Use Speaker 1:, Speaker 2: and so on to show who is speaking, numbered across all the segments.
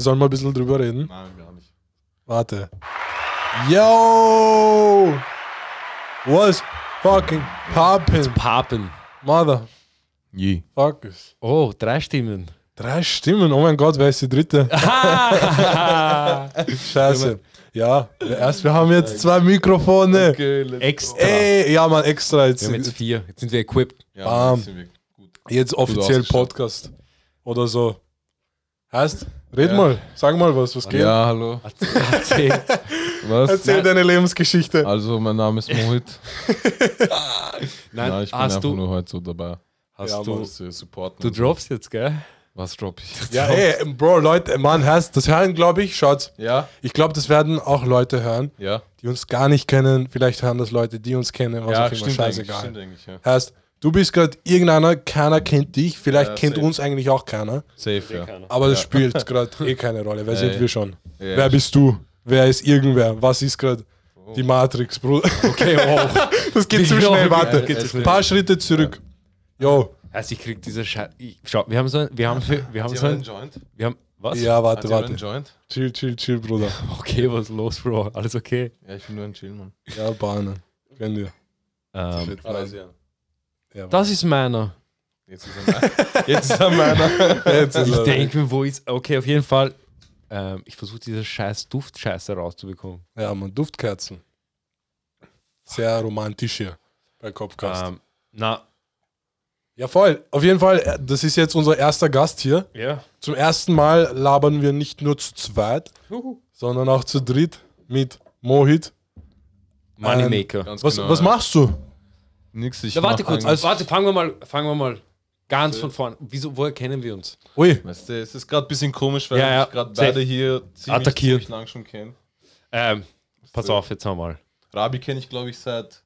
Speaker 1: Sollen wir ein bisschen drüber reden?
Speaker 2: Nein, gar nicht.
Speaker 1: Warte. Yo! What's fucking poppin'?
Speaker 3: Papen.
Speaker 1: Motherfuckers.
Speaker 2: Je.
Speaker 3: Oh, drei Stimmen.
Speaker 1: Drei Stimmen, oh mein Gott, wer ist die dritte?
Speaker 3: Ah.
Speaker 1: Scheiße. Ja, erst, wir haben jetzt zwei Mikrofone.
Speaker 3: Extra.
Speaker 1: Ey, ja, man, extra
Speaker 3: Wir haben jetzt
Speaker 1: jetzt.
Speaker 3: vier. Jetzt sind wir equipped.
Speaker 2: Ja,
Speaker 1: Bam.
Speaker 2: das sind wir gut.
Speaker 1: Jetzt offiziell
Speaker 2: ausgeschaut.
Speaker 1: Podcast. Oder so. Heißt, red
Speaker 2: Ja.
Speaker 1: mal, sag mal was, was geht.
Speaker 2: Ja, hallo.
Speaker 3: Erzähl.
Speaker 2: Was?
Speaker 1: Erzähl deine Lebensgeschichte.
Speaker 2: Also, mein Name ist Mohit.
Speaker 3: Nein,
Speaker 2: Nein, ich bin
Speaker 3: hast
Speaker 2: einfach
Speaker 3: du,
Speaker 2: nur heute so dabei.
Speaker 3: hast
Speaker 1: Ja,
Speaker 3: du,
Speaker 1: Mann.
Speaker 2: Zu supporten.
Speaker 3: du
Speaker 2: und so.
Speaker 3: droppst jetzt, gell?
Speaker 2: Was drop ich?
Speaker 1: Ja, ey, Bro, Leute, Mann, heißt, das hören, glaube ich, schaut,
Speaker 2: Ja?
Speaker 1: ich glaube, das werden auch Leute hören,
Speaker 2: Ja.
Speaker 1: die uns gar nicht kennen. Vielleicht hören das Leute, die uns kennen, was auch immer,
Speaker 2: eigentlich,
Speaker 1: scheißegal.
Speaker 2: stimmt eigentlich, ja.
Speaker 1: Heißt, du bist gerade irgendeiner, keiner kennt dich, vielleicht
Speaker 2: Ja,
Speaker 1: kennt
Speaker 2: safe.
Speaker 1: uns eigentlich auch keiner,
Speaker 2: Safe, ja.
Speaker 1: aber das spielt gerade eh keine Rolle. Wer sind
Speaker 2: Ey.
Speaker 1: wir schon?
Speaker 2: Ja, Oh.
Speaker 1: Wer bist du? Wer ist irgendwer? Was ist gerade die Matrix, Bruder?
Speaker 3: Okay, wow.
Speaker 1: Das geht zu
Speaker 3: Wie
Speaker 1: schnell,
Speaker 3: lange?
Speaker 1: warte.
Speaker 2: Ja, geht zu
Speaker 1: Ein
Speaker 2: schnell.
Speaker 1: paar Schritte zurück. Yo,
Speaker 3: Also ich krieg diese Scheiße. Schau, wir haben so ein, wir haben, für, wir haben
Speaker 2: Die
Speaker 3: so
Speaker 2: haben
Speaker 3: ein,
Speaker 2: Joint.
Speaker 3: wir haben, was?
Speaker 1: ja,
Speaker 2: Hat
Speaker 1: warte,
Speaker 2: die einen
Speaker 1: warte.
Speaker 2: Joint?
Speaker 1: Chill, chill, chill, Bruder.
Speaker 3: Okay, was ist los, Bro? Alles okay.
Speaker 2: Ja, ich bin nur ein Chillmann.
Speaker 1: Ja, Bahnen. Gönn dir.
Speaker 3: Ähm,
Speaker 1: Ah,
Speaker 2: ja.
Speaker 1: Ja,
Speaker 3: das ist meiner.
Speaker 2: Jetzt ist er meiner. Jetzt ist er meiner.
Speaker 1: Jetzt ist
Speaker 3: Ich
Speaker 1: er-
Speaker 3: denke mir, wo ist. Okay, auf jeden Fall. Ähm, ich versuche diese scheiß Duftscheiße rauszubekommen.
Speaker 1: Ja, man, Duftkerzen. Sehr romantisch hier bei Kopfkast.
Speaker 3: Ähm, na,
Speaker 1: Ja, voll. Auf jeden Fall, äh, das ist jetzt unser erster Gast hier.
Speaker 3: ja.
Speaker 1: Zum ersten Mal labern wir nicht nur zu zweit, sondern auch zu dritt mit Mohit.
Speaker 3: Moneymaker.
Speaker 2: Ganz
Speaker 1: Was,
Speaker 2: genau,
Speaker 1: was
Speaker 2: ja.
Speaker 1: machst du?
Speaker 2: Nix, ich
Speaker 3: Ja, warte
Speaker 2: mach
Speaker 3: kurz, Also,
Speaker 2: eigentlich-
Speaker 3: warte, fangen wir mal, fangen wir mal ganz von vorn. Wieso, woher kennen wir uns?
Speaker 1: Ui,
Speaker 2: Weißt du, es ist gerade ein bisschen komisch, weil
Speaker 3: Ja, ja.
Speaker 2: ich gerade
Speaker 3: Safe.
Speaker 2: beide hier ziemlich,
Speaker 3: Attackieren.
Speaker 2: ziemlich lang schon kenne.
Speaker 3: Ähm, pass auf, jetzt einmal.
Speaker 2: Rabi kenne ich, glaube ich, seit.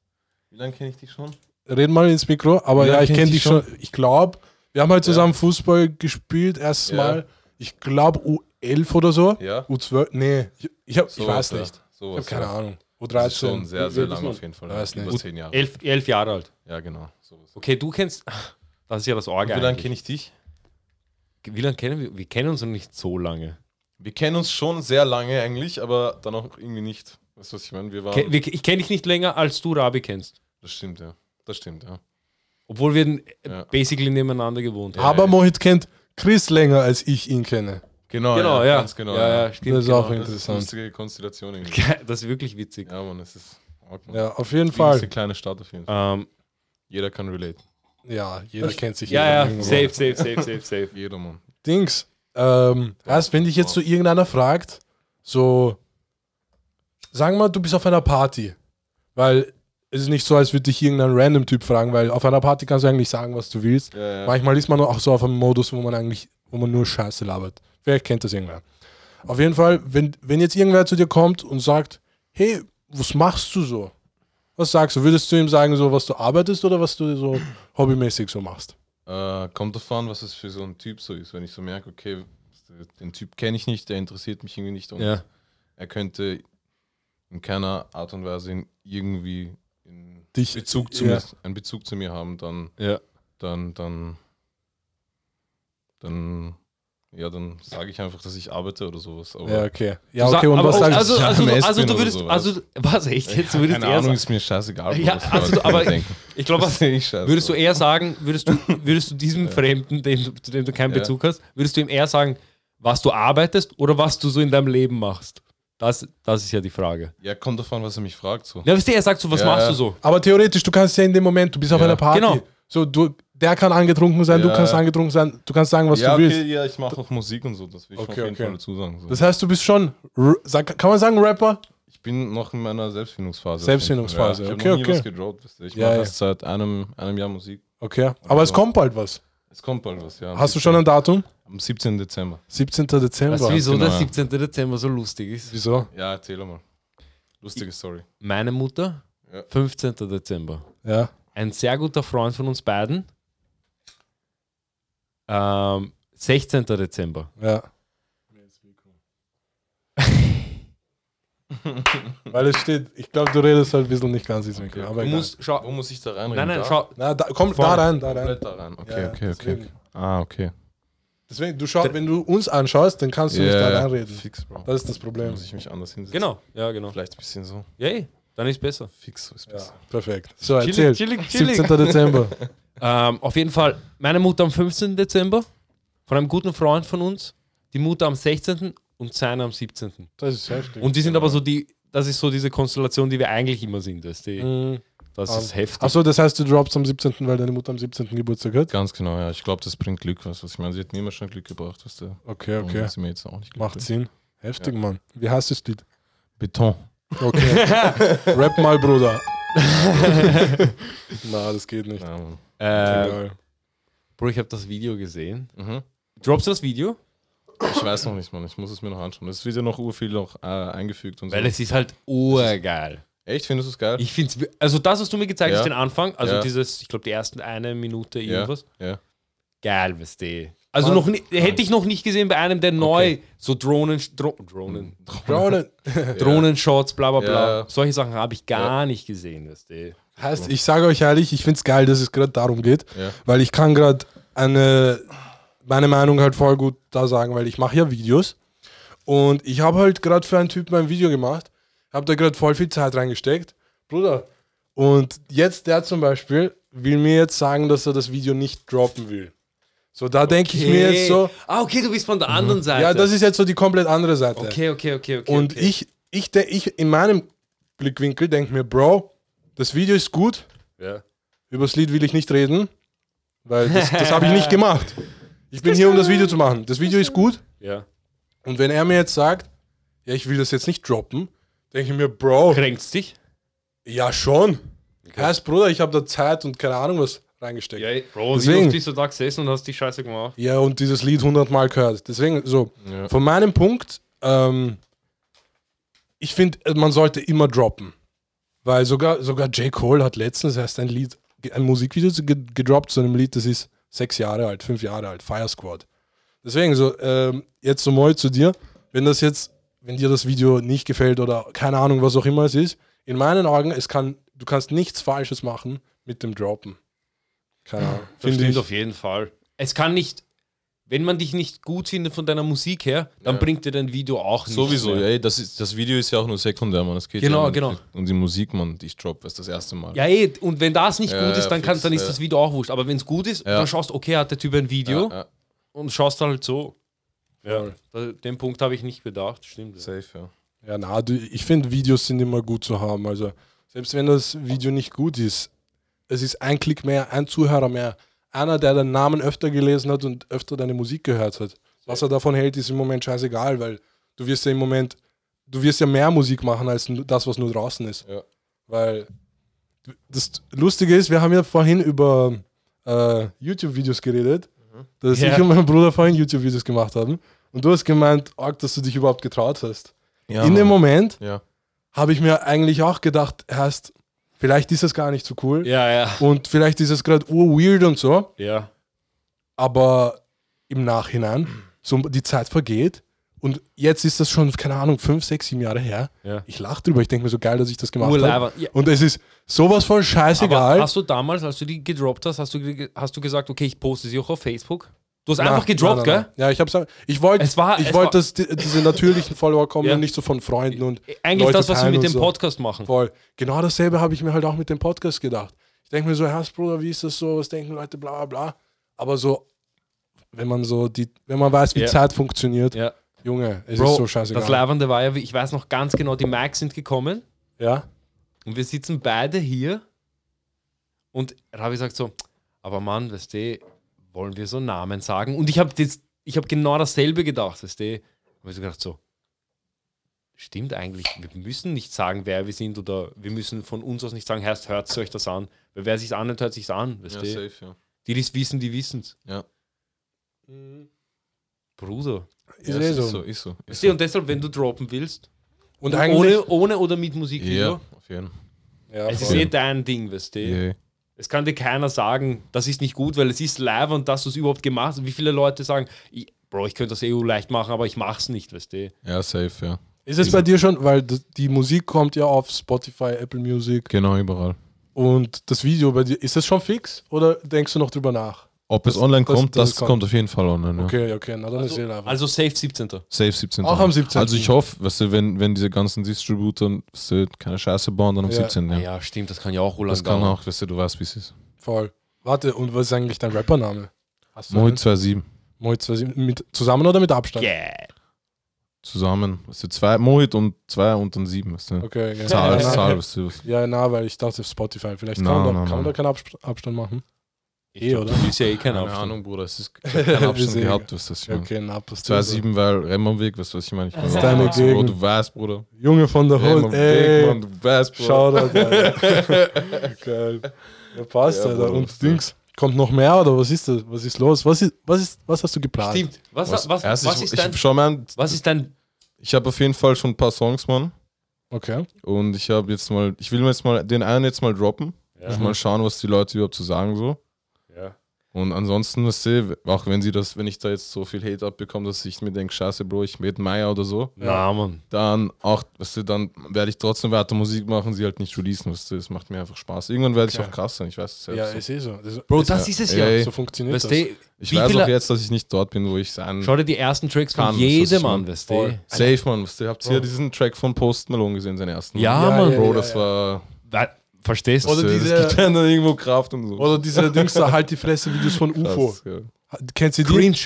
Speaker 2: Wie lange kenne ich dich schon?
Speaker 1: red mal ins Mikro. Aber
Speaker 2: Ja,
Speaker 1: ja, ich
Speaker 2: kennt
Speaker 1: kenne dich
Speaker 2: dich
Speaker 1: schon. Ich glaube, wir haben halt zusammen Fußball gespielt, erstes
Speaker 2: Ja.
Speaker 1: Mal. Ich glaube U11 oder so.
Speaker 2: Ja.
Speaker 1: U12, nee. Ich, ich, hab, ich weiß
Speaker 2: ja.
Speaker 1: nicht. Ich
Speaker 2: Sowas,
Speaker 1: habe keine
Speaker 2: ja.
Speaker 1: Ahnung.
Speaker 2: Das ist schon
Speaker 1: U13.
Speaker 2: sehr,
Speaker 3: Wie
Speaker 2: sehr
Speaker 3: alt ist
Speaker 2: lang
Speaker 3: man?
Speaker 2: auf jeden Fall.
Speaker 1: Weiß
Speaker 2: Über
Speaker 1: nicht.
Speaker 2: zehn Jahre.
Speaker 3: Elf, elf Jahre alt.
Speaker 2: Ja, genau. Sowas.
Speaker 3: Okay, du kennst. Das ist ja das
Speaker 2: Und
Speaker 3: Orgel.
Speaker 2: wie lange kenne ich dich?
Speaker 3: Wie lange kennen wir? Wir kennen uns noch nicht so lange.
Speaker 2: Wir kennen uns schon sehr lange eigentlich, aber dann auch irgendwie nicht. Weißt du, was ich meine? Wir waren.
Speaker 3: Ke- wir- Ich kenne dich nicht länger, als du Rabi kennst.
Speaker 2: das stimmt, ja. Das stimmt, ja.
Speaker 3: Obwohl wir äh,
Speaker 2: Ja.
Speaker 3: basically nebeneinander gewohnt haben.
Speaker 1: Aber Mohit kennt Chris länger, als ich ihn kenne.
Speaker 2: Genau,
Speaker 3: Genau, ja.
Speaker 2: Ganz genau.
Speaker 3: ja,
Speaker 2: ja.
Speaker 3: ja, stimmt.
Speaker 1: Das ist auch
Speaker 2: Das ist eine
Speaker 1: Interessant.
Speaker 2: lustige Konstellation irgendwie.
Speaker 3: genau. das ist wirklich witzig.
Speaker 2: Ja, Mann, es ist. arg, Mann.
Speaker 1: Ja, Ah. auf jeden
Speaker 2: Wie ist
Speaker 1: Fall.
Speaker 2: eine kleine Stadt auf jeden Fall.
Speaker 3: Ähm,
Speaker 2: Jeder kann relate.
Speaker 1: Ja, jeder kennt sich. jeder
Speaker 3: ja, ja,
Speaker 1: irgendwo.
Speaker 3: safe, safe, safe, safe, safe.
Speaker 2: Jeder, Mann.
Speaker 1: Dings. Ähm, erst wenn dich jetzt so irgendeiner fragt, so, sagen wir, mal, du bist auf einer Party, weil es ist nicht so, als würde dich irgendein random Typ fragen, weil auf einer Party kannst du eigentlich sagen, was du willst.
Speaker 2: Ja, ja.
Speaker 1: Manchmal ist man auch so auf einem Modus, wo man eigentlich, wo man nur Scheiße labert. Vielleicht kennt das irgendwer. Auf jeden Fall, wenn, wenn jetzt irgendwer zu dir kommt und sagt, hey, was machst du so? Was sagst du? Würdest du ihm sagen, so was du arbeitest oder was du so hobbymäßig so machst?
Speaker 2: Äh, kommt drauf an, was es für so ein Typ so ist. Wenn ich so merke, okay, den Typ kenne ich nicht, der interessiert mich irgendwie nicht und
Speaker 3: Ja.
Speaker 2: er könnte in keiner Art und Weise in irgendwie in
Speaker 1: Dich-
Speaker 2: Bezug zu
Speaker 1: ja.
Speaker 2: mir, einen Bezug zu mir haben, dann,
Speaker 3: Ja.
Speaker 2: dann, dann, dann, ja, dann sage ich einfach, dass ich arbeite oder sowas. Aber
Speaker 1: Ja, okay. Ja,
Speaker 3: Du sag-
Speaker 1: okay, und
Speaker 3: aber
Speaker 1: was
Speaker 3: auch-
Speaker 1: sagst
Speaker 3: also,
Speaker 2: Ja,
Speaker 3: also,
Speaker 2: MS
Speaker 3: also,
Speaker 2: bin
Speaker 3: du
Speaker 2: oder
Speaker 3: würdest,
Speaker 2: so,
Speaker 3: also, was echt, jetzt würdest du
Speaker 2: keine
Speaker 3: eher
Speaker 2: Ahnung,
Speaker 3: sagen,
Speaker 2: ist mir scheißegal.
Speaker 3: Ja,
Speaker 2: was die
Speaker 3: also,
Speaker 2: Leute
Speaker 3: aber-
Speaker 2: denken.
Speaker 3: ich glaube,
Speaker 2: Das ist eh scheiße.
Speaker 3: würdest du eher sagen, würdest du, würdest du diesem Fremden, den, zu dem du keinen
Speaker 2: Ja.
Speaker 3: Bezug hast, würdest du ihm eher sagen, was du arbeitest oder was du so in deinem Leben machst? Das, das ist ja die Frage.
Speaker 2: ja, kommt davon, was er mich fragt. So.
Speaker 3: Na, wisst ihr, er sagt so, was
Speaker 2: Ja,
Speaker 3: machst
Speaker 2: ja.
Speaker 3: du so?
Speaker 1: Aber theoretisch, du kannst ja in dem Moment, du bist auf
Speaker 2: Ja.
Speaker 1: einer Party.
Speaker 3: Genau.
Speaker 1: So, du, der kann angetrunken sein, du
Speaker 2: Ja.
Speaker 1: kannst angetrunken sein, du kannst sagen, was
Speaker 2: ja,
Speaker 1: du willst.
Speaker 2: okay, ja, ich mache auch Musik und so, das will ich
Speaker 1: Okay,
Speaker 2: auf jeden
Speaker 1: okay.
Speaker 2: Fall dazu sagen. So.
Speaker 1: Das heißt, du bist schon, r- sag, kann man sagen, Rapper?
Speaker 2: Ich bin noch in meiner Selbstfindungsphase.
Speaker 1: Selbstfindungsphase,
Speaker 2: Ja, ich
Speaker 1: okay,
Speaker 2: habe noch nie
Speaker 1: okay.
Speaker 2: was gedroppt. wisst ihr. Ich
Speaker 1: Ja,
Speaker 2: mache
Speaker 1: ja.
Speaker 2: erst seit einem, einem Jahr Musik.
Speaker 1: Okay. Aber
Speaker 2: Also-
Speaker 1: es kommt bald was.
Speaker 2: Es kommt bald was, ja. am
Speaker 1: Hast du
Speaker 2: 17.
Speaker 1: schon ein Datum?
Speaker 2: Am 17. Dezember.
Speaker 1: 17. Dezember.
Speaker 3: Weißt du, wieso
Speaker 2: genau,
Speaker 3: der
Speaker 2: ja.
Speaker 3: 17. Dezember so lustig ist?
Speaker 1: Wieso?
Speaker 2: Ja, erzähl mal. Lustige Story.
Speaker 3: Meine Mutter,
Speaker 2: Ja.
Speaker 3: 15. Dezember.
Speaker 1: Ja.
Speaker 3: Ein sehr guter Freund von uns beiden, ähm, 16. Dezember.
Speaker 1: Ja. Weil es steht, ich glaube, du redest halt ein bisschen nicht ganz ins Mikro.
Speaker 2: Okay,
Speaker 1: aber
Speaker 2: du
Speaker 1: egal.
Speaker 2: musst, schau, wo muss ich da rein?
Speaker 3: Nein, nein,
Speaker 2: da?
Speaker 3: schau,
Speaker 1: Na, Ah. da, komm, da
Speaker 3: Vorne.
Speaker 1: rein, da rein.
Speaker 2: Komplett da rein. Okay,
Speaker 1: Ja,
Speaker 2: okay, okay,
Speaker 1: deswegen.
Speaker 2: okay. Ah, okay.
Speaker 1: Deswegen, du schau, wenn du uns anschaust, dann kannst du nicht da reinreden.
Speaker 2: Fix, Bro.
Speaker 1: Das ist das Problem.
Speaker 2: muss ich mich anders hinsetzen.
Speaker 3: Genau, ja, genau.
Speaker 2: Vielleicht ein bisschen so.
Speaker 3: Yay, dann ist besser.
Speaker 2: Fix so ist
Speaker 1: Ja,
Speaker 2: besser.
Speaker 1: perfekt. So, erzähl. 17. Dezember.
Speaker 3: Ähm, auf jeden Fall, meine Mutter am 15. Dezember, von einem guten Freund von uns, die Mutter am 16. und seine am 17.
Speaker 1: Das ist heftig.
Speaker 3: Und die sind aber so die, das ist so diese Konstellation, die wir eigentlich immer sind. Das, die,
Speaker 2: Mhm.
Speaker 3: das ist heftig.
Speaker 1: Achso, Mm. das heißt, du droppst am 17., weil deine Mutter am 17. Geburtstag hat?
Speaker 2: Ganz genau, ja. Ich glaube, das bringt Glück, was, was ich meine. Sie hat mir immer schon Glück gebracht, was der.
Speaker 1: Okay,
Speaker 2: Warum
Speaker 1: okay.
Speaker 2: ist sie mir jetzt auch nicht Glück
Speaker 1: Macht
Speaker 2: bringt.
Speaker 1: Sinn. Heftig, Mann. Wie heißt das Lied?
Speaker 2: Beton.
Speaker 1: Okay. Rap mal, Bruder. Na, das geht nicht.
Speaker 2: Ja, Mann.
Speaker 3: äh,
Speaker 1: Egal.
Speaker 3: Bro, ich habe das Video gesehen.
Speaker 2: mhm.
Speaker 3: Droppst du das Video?
Speaker 2: Ich weiß noch nicht, Mann. Ich muss es mir noch anschauen. Es wird ja noch urviel noch äh, eingefügt und so.
Speaker 3: Weil es ist halt urgeil.
Speaker 2: Echt, findest du es geil?
Speaker 3: Ich find's, wi- also das, was du mir gezeigt
Speaker 2: Ja.
Speaker 3: hast, den Anfang, also
Speaker 2: Ja.
Speaker 3: dieses, ich glaube, die ersten eine Minute
Speaker 2: ja.
Speaker 3: irgendwas.
Speaker 2: Ja.
Speaker 3: Geil, was die. Also
Speaker 1: Was?
Speaker 3: noch nie, hätte ich noch nicht gesehen bei einem, der neu so Drohnen, Dro Drohnen,
Speaker 2: Mhm.
Speaker 1: Braunen.
Speaker 3: Drohnenshots, bla bla bla.
Speaker 2: Ja.
Speaker 3: Solche Sachen habe ich gar nicht gesehen, was die.
Speaker 1: Heißt, ich sage euch ehrlich, ich finde es geil, dass es gerade darum geht,
Speaker 2: Ja.
Speaker 1: weil ich kann gerade eine, meine Meinung halt voll gut da sagen, weil ich mache ja Videos und ich habe halt gerade für einen Typen ein Video gemacht, habe da gerade voll viel Zeit reingesteckt, Bruder. Und jetzt der zum Beispiel will mir jetzt sagen, dass er das Video nicht droppen will. So, da denke ich mir jetzt so,
Speaker 3: Ah, okay, du bist von der anderen Seite.
Speaker 1: ja, das ist jetzt so die komplett andere Seite.
Speaker 3: Okay, okay, okay, okay.
Speaker 1: Und
Speaker 3: okay.
Speaker 1: ich, ich, de- ich in meinem Blickwinkel denke mir, Bro, das Video ist gut,
Speaker 3: Ja.
Speaker 1: über das Lied will ich nicht reden, weil das, das habe ich nicht gemacht. Ich bin hier, um das Video zu machen. Das Video ist gut.
Speaker 3: ja.
Speaker 1: Und wenn er mir jetzt sagt, ja, ich will das jetzt nicht droppen, denke ich mir, Bro,
Speaker 3: Kränkt's dich?
Speaker 1: ja schon. Heißt, Bruder, ich habe da Zeit und keine Ahnung was reingesteckt. Ja,
Speaker 3: Bro,
Speaker 1: Deswegen.
Speaker 3: wie oft bist du da gesessen und hast die Scheiße gemacht?
Speaker 1: und dieses Lied hundertmal gehört. Deswegen, so,
Speaker 2: Ja.
Speaker 1: von meinem Punkt, ähm, ich finde, man sollte immer droppen. Weil sogar, sogar J. Cole hat letztens erst ein Lied, ein Musikvideo zu- ge- gedroppt zu einem Lied, das ist sechs Jahre alt, fünf Jahre alt, Fire Squad. Deswegen, so, ähm, jetzt so mal zu dir, wenn das jetzt, wenn dir das Video nicht gefällt oder keine Ahnung, was auch immer es ist, in meinen Augen, es kann, du kannst nichts Falsches machen mit dem Droppen. Keine Ahnung.
Speaker 3: Das
Speaker 1: Finde
Speaker 3: stimmt
Speaker 1: ich.
Speaker 3: auf jeden Fall. Es kann nicht, wenn man dich nicht gut findet von deiner Musik her, dann bringt dir dein Video auch nichts
Speaker 2: Sowieso,
Speaker 3: mehr.
Speaker 2: ey, das, ist, das Video ist ja auch nur sekundär, Mann. Es geht
Speaker 3: Genau,
Speaker 2: ja um,
Speaker 3: genau.
Speaker 2: um die Musik, Mann, die ich droppe, ist das erste Mal.
Speaker 3: Ja, eh, und wenn das nicht
Speaker 2: Ja,
Speaker 3: gut ist,
Speaker 2: ja,
Speaker 3: dann, kann,
Speaker 2: fix,
Speaker 3: dann ist
Speaker 2: ja.
Speaker 3: das Video auch wurscht. Aber wenn es gut ist,
Speaker 2: Ja.
Speaker 3: dann schaust okay, hat der Typ ein Video
Speaker 2: Ja, ja,
Speaker 3: und schaust halt so. Ja,
Speaker 1: Voll.
Speaker 3: da, den Punkt habe ich nicht bedacht, stimmt. Ja.
Speaker 2: safe, ja.
Speaker 1: Ja, na, du, ich finde, Videos sind immer gut zu haben. Also, selbst wenn das Video nicht gut ist, es ist ein Klick mehr, ein Zuhörer mehr. Einer, der deinen Namen öfter gelesen hat und öfter deine Musik gehört hat. Was er davon hält, ist im Moment scheißegal, weil du wirst ja im Moment, du wirst ja mehr Musik machen als nur das, was nur draußen ist.
Speaker 2: Ja.
Speaker 1: Weil das Lustige ist, wir haben ja vorhin über äh, YouTube-Videos geredet, dass
Speaker 3: Ja.
Speaker 1: ich und mein Bruder vorhin YouTube-Videos gemacht haben. Und du hast gemeint, arg, dass du dich überhaupt getraut hast.
Speaker 2: ja
Speaker 1: In dem
Speaker 2: Mann.
Speaker 1: Moment
Speaker 2: Ja.
Speaker 1: habe ich mir eigentlich auch gedacht, erst, vielleicht ist das gar nicht so cool
Speaker 3: ja, ja,
Speaker 1: und vielleicht ist es gerade urweird und so,
Speaker 3: ja.
Speaker 1: aber im Nachhinein,
Speaker 3: Mhm.
Speaker 1: so die Zeit vergeht und jetzt ist das schon, keine Ahnung, fünf, sechs, sieben Jahre her.
Speaker 3: Ja.
Speaker 1: Ich lache drüber, ich denke mir so geil, dass ich das gemacht habe.
Speaker 3: Urleiber. Ja.
Speaker 1: Und es ist sowas von scheißegal.
Speaker 3: Aber hast du damals, als du die gedroppt hast, hast du, ge- hast du gesagt, okay, ich poste sie auch auf Facebook? Du hast
Speaker 1: Na,
Speaker 3: einfach
Speaker 1: nein, nein,
Speaker 3: gedroppt, gell?
Speaker 1: nein. Ja, ich hab's. Ich wollte,
Speaker 3: Es war-
Speaker 1: ich
Speaker 3: es war-
Speaker 1: wollte, dass die, diese natürlichen Follower kommen
Speaker 3: Ja.
Speaker 1: und nicht so von Freunden und
Speaker 3: Äh, Eigentlich
Speaker 1: Leute
Speaker 3: das, was wir
Speaker 1: teilen
Speaker 3: mit
Speaker 1: und
Speaker 3: dem
Speaker 1: so.
Speaker 3: Podcast machen.
Speaker 1: Voll. Genau dasselbe habe ich mir halt auch mit dem Podcast gedacht. Ich denke mir so, Herz, Bruder, wie ist das so? Was denken Leute, bla bla bla. Aber so, wenn man so die, wenn man weiß, wie
Speaker 3: Ja.
Speaker 1: Zeit funktioniert,
Speaker 3: Ja.
Speaker 1: Junge, es
Speaker 3: Bro,
Speaker 1: ist so
Speaker 3: das
Speaker 1: scheißegal.
Speaker 3: Leibernde war ja, wie- ich weiß noch ganz genau, die Macs sind gekommen
Speaker 1: Ja?
Speaker 3: Und wir sitzen beide hier und Ravi sagt so, aber Mann, weißt du, wollen wir so Namen sagen? Und ich habe ich habe genau dasselbe gedacht, weißt du. Habe ich so gedacht so, stimmt eigentlich, wir müssen nicht sagen, wer wir sind oder wir müssen von uns aus nicht sagen, heißt, hört euch das an. Weil wer sich's anhört, hört sich's an, weißt
Speaker 2: Ja,
Speaker 3: du.
Speaker 2: safe, ja.
Speaker 3: Die, die es wissen, die wissen's.
Speaker 2: Ja.
Speaker 3: Bruder.
Speaker 1: Ist
Speaker 2: ja
Speaker 1: eh
Speaker 2: ist
Speaker 1: so.
Speaker 2: so, ist so. Ist
Speaker 3: Weißt
Speaker 2: so.
Speaker 3: du, und deshalb, wenn du droppen willst,
Speaker 1: Und eigentlich.
Speaker 3: ohne, ohne oder mit Musikvideo,
Speaker 2: Ja, auf jeden Fall.
Speaker 1: ja,
Speaker 3: es ist
Speaker 1: voll.
Speaker 3: eh dein Ding, weißt du.
Speaker 2: Yeah.
Speaker 3: Es kann dir keiner sagen, das ist nicht gut, weil es ist live und dass du es überhaupt gemacht hast. Wie viele Leute sagen, ich, Bro, ich könnte das EU leicht machen, aber ich mach's nicht, weißt du?
Speaker 2: Ja, safe, ja.
Speaker 1: ist es bei dir schon, weil das, die Musik kommt ja auf Spotify, Apple Music
Speaker 2: Genau, überall.
Speaker 1: und das Video bei dir, ist das schon fix oder denkst du noch drüber nach?
Speaker 2: Ob es online
Speaker 1: das-
Speaker 2: kommt,
Speaker 1: das
Speaker 2: das,
Speaker 1: kommt.
Speaker 2: kommt. auf jeden Fall online. Ja.
Speaker 1: Okay, okay, na dann ist
Speaker 3: Also,
Speaker 1: eh einfach.
Speaker 3: also safe 17.
Speaker 2: Safe 17.
Speaker 1: Auch am 17..
Speaker 2: Also ich hoffe, weißt du, wenn, wenn diese ganzen Distributor weißt du, keine Scheiße bauen, dann am
Speaker 1: Ja.
Speaker 2: 17.
Speaker 3: Ja.
Speaker 2: Ja.
Speaker 3: stimmt, das kann ja auch Roland
Speaker 2: Das kann auch, weißt du, du weißt, wie es ist.
Speaker 1: Voll. Warte, und was ist eigentlich dein Rappername? Hast du einen?
Speaker 2: Moit 27
Speaker 1: Moit 27. mit zusammen oder mit Abstand?
Speaker 3: Yeah.
Speaker 2: zusammen. Weißt du, zwei Moit und zwei und dann sieben. Weißt du.
Speaker 1: Okay, ja.
Speaker 2: Zahl,
Speaker 1: ja, na,
Speaker 2: Zahl, weißt du.
Speaker 1: Ja, na, weil ich dachte auf Spotify. Vielleicht
Speaker 2: Na,
Speaker 1: kann, man da,
Speaker 2: na,
Speaker 1: kann man
Speaker 2: na.
Speaker 1: da keinen Abst Abstand machen.
Speaker 3: Ich
Speaker 1: Eh,
Speaker 3: glaub,
Speaker 1: oder?
Speaker 3: Du bist ja eh kein
Speaker 2: Keine
Speaker 3: Abstand.
Speaker 2: Ahnung, Bruder. Es ist kein
Speaker 1: Ist
Speaker 2: Abstand
Speaker 1: egal.
Speaker 2: gehabt, weißt du. was ich
Speaker 1: Ja,
Speaker 2: meine.
Speaker 1: okay, na, passt.
Speaker 2: 2-7, weil Remmerweg, weißt du, was ich meine? Ich meine
Speaker 1: ist deine
Speaker 2: Bro,
Speaker 1: Gegend.
Speaker 2: Du weißt, Bruder.
Speaker 1: Junge von der Hood,
Speaker 2: Remmerweg,
Speaker 1: ey.
Speaker 2: Mann, du weißt, Bruder.
Speaker 1: Schau da, Geil. Ja, passt,
Speaker 2: Ja,
Speaker 1: Alter.
Speaker 2: Bruder,
Speaker 1: Und
Speaker 2: ja.
Speaker 1: Dings. Kommt noch mehr oder was ist das? Was ist los? Was, ist, was, ist, was hast du geplant?
Speaker 3: Stimmt. Was,
Speaker 2: Was,
Speaker 3: was, was,
Speaker 2: erst, ich,
Speaker 3: ist
Speaker 2: ich,
Speaker 3: dein,
Speaker 2: schau mal, an,
Speaker 3: was ist dein
Speaker 2: ich habe auf jeden Fall schon ein paar Songs, Mann.
Speaker 1: Okay.
Speaker 2: Und ich habe jetzt mal, ich will mir jetzt mal den einen jetzt mal droppen.
Speaker 3: Ja.
Speaker 1: Mhm.
Speaker 2: Mal schauen, was die Leute überhaupt zu sagen so.
Speaker 3: Ja.
Speaker 2: Und ansonsten, was sie, auch wenn sie das, wenn ich da jetzt so viel Hate abbekomme, dass ich mir denke, scheiße, Bro, ich mit Meier oder so,
Speaker 3: Namen?
Speaker 2: dann auch, weißt du, dann werde ich trotzdem weiter Musik machen, sie halt nicht releasen, weißt du, es macht mir einfach Spaß. Irgendwann werde ich
Speaker 1: Okay.
Speaker 2: auch krass sein, ich weiß es
Speaker 1: Ja,
Speaker 2: selbst.
Speaker 1: ich sehe so. Das,
Speaker 3: Bro, das ist es ja.
Speaker 2: Ey,
Speaker 1: so funktioniert
Speaker 3: Weißt
Speaker 1: das.
Speaker 3: du,
Speaker 2: ich
Speaker 3: wie
Speaker 2: weiß
Speaker 3: viele-
Speaker 2: auch jetzt, dass ich nicht dort bin, wo ich sein
Speaker 3: Schau dir die ersten Tracks von
Speaker 2: Kann, das
Speaker 3: jedem
Speaker 2: ist
Speaker 3: an,
Speaker 2: schon-
Speaker 3: weißt du?
Speaker 1: Voll.
Speaker 2: Safe, Mann. Wisst ihr, Habt ihr
Speaker 1: Bro.
Speaker 2: diesen Track von Post Malone gesehen, seinen ersten?
Speaker 1: Ja,
Speaker 3: Ja, Mann.
Speaker 1: ja,
Speaker 2: Bro,
Speaker 1: ja.
Speaker 2: das war.
Speaker 3: Wa- Verstehst
Speaker 1: Oder
Speaker 2: das, äh,
Speaker 1: diese-
Speaker 2: das gibt einem dann irgendwo Kraft und so.
Speaker 1: Oder diese Dings da, halt die Fresse Videos von
Speaker 2: Krass,
Speaker 1: UFO.
Speaker 2: ja.
Speaker 1: Kennst du die?
Speaker 3: Cringe.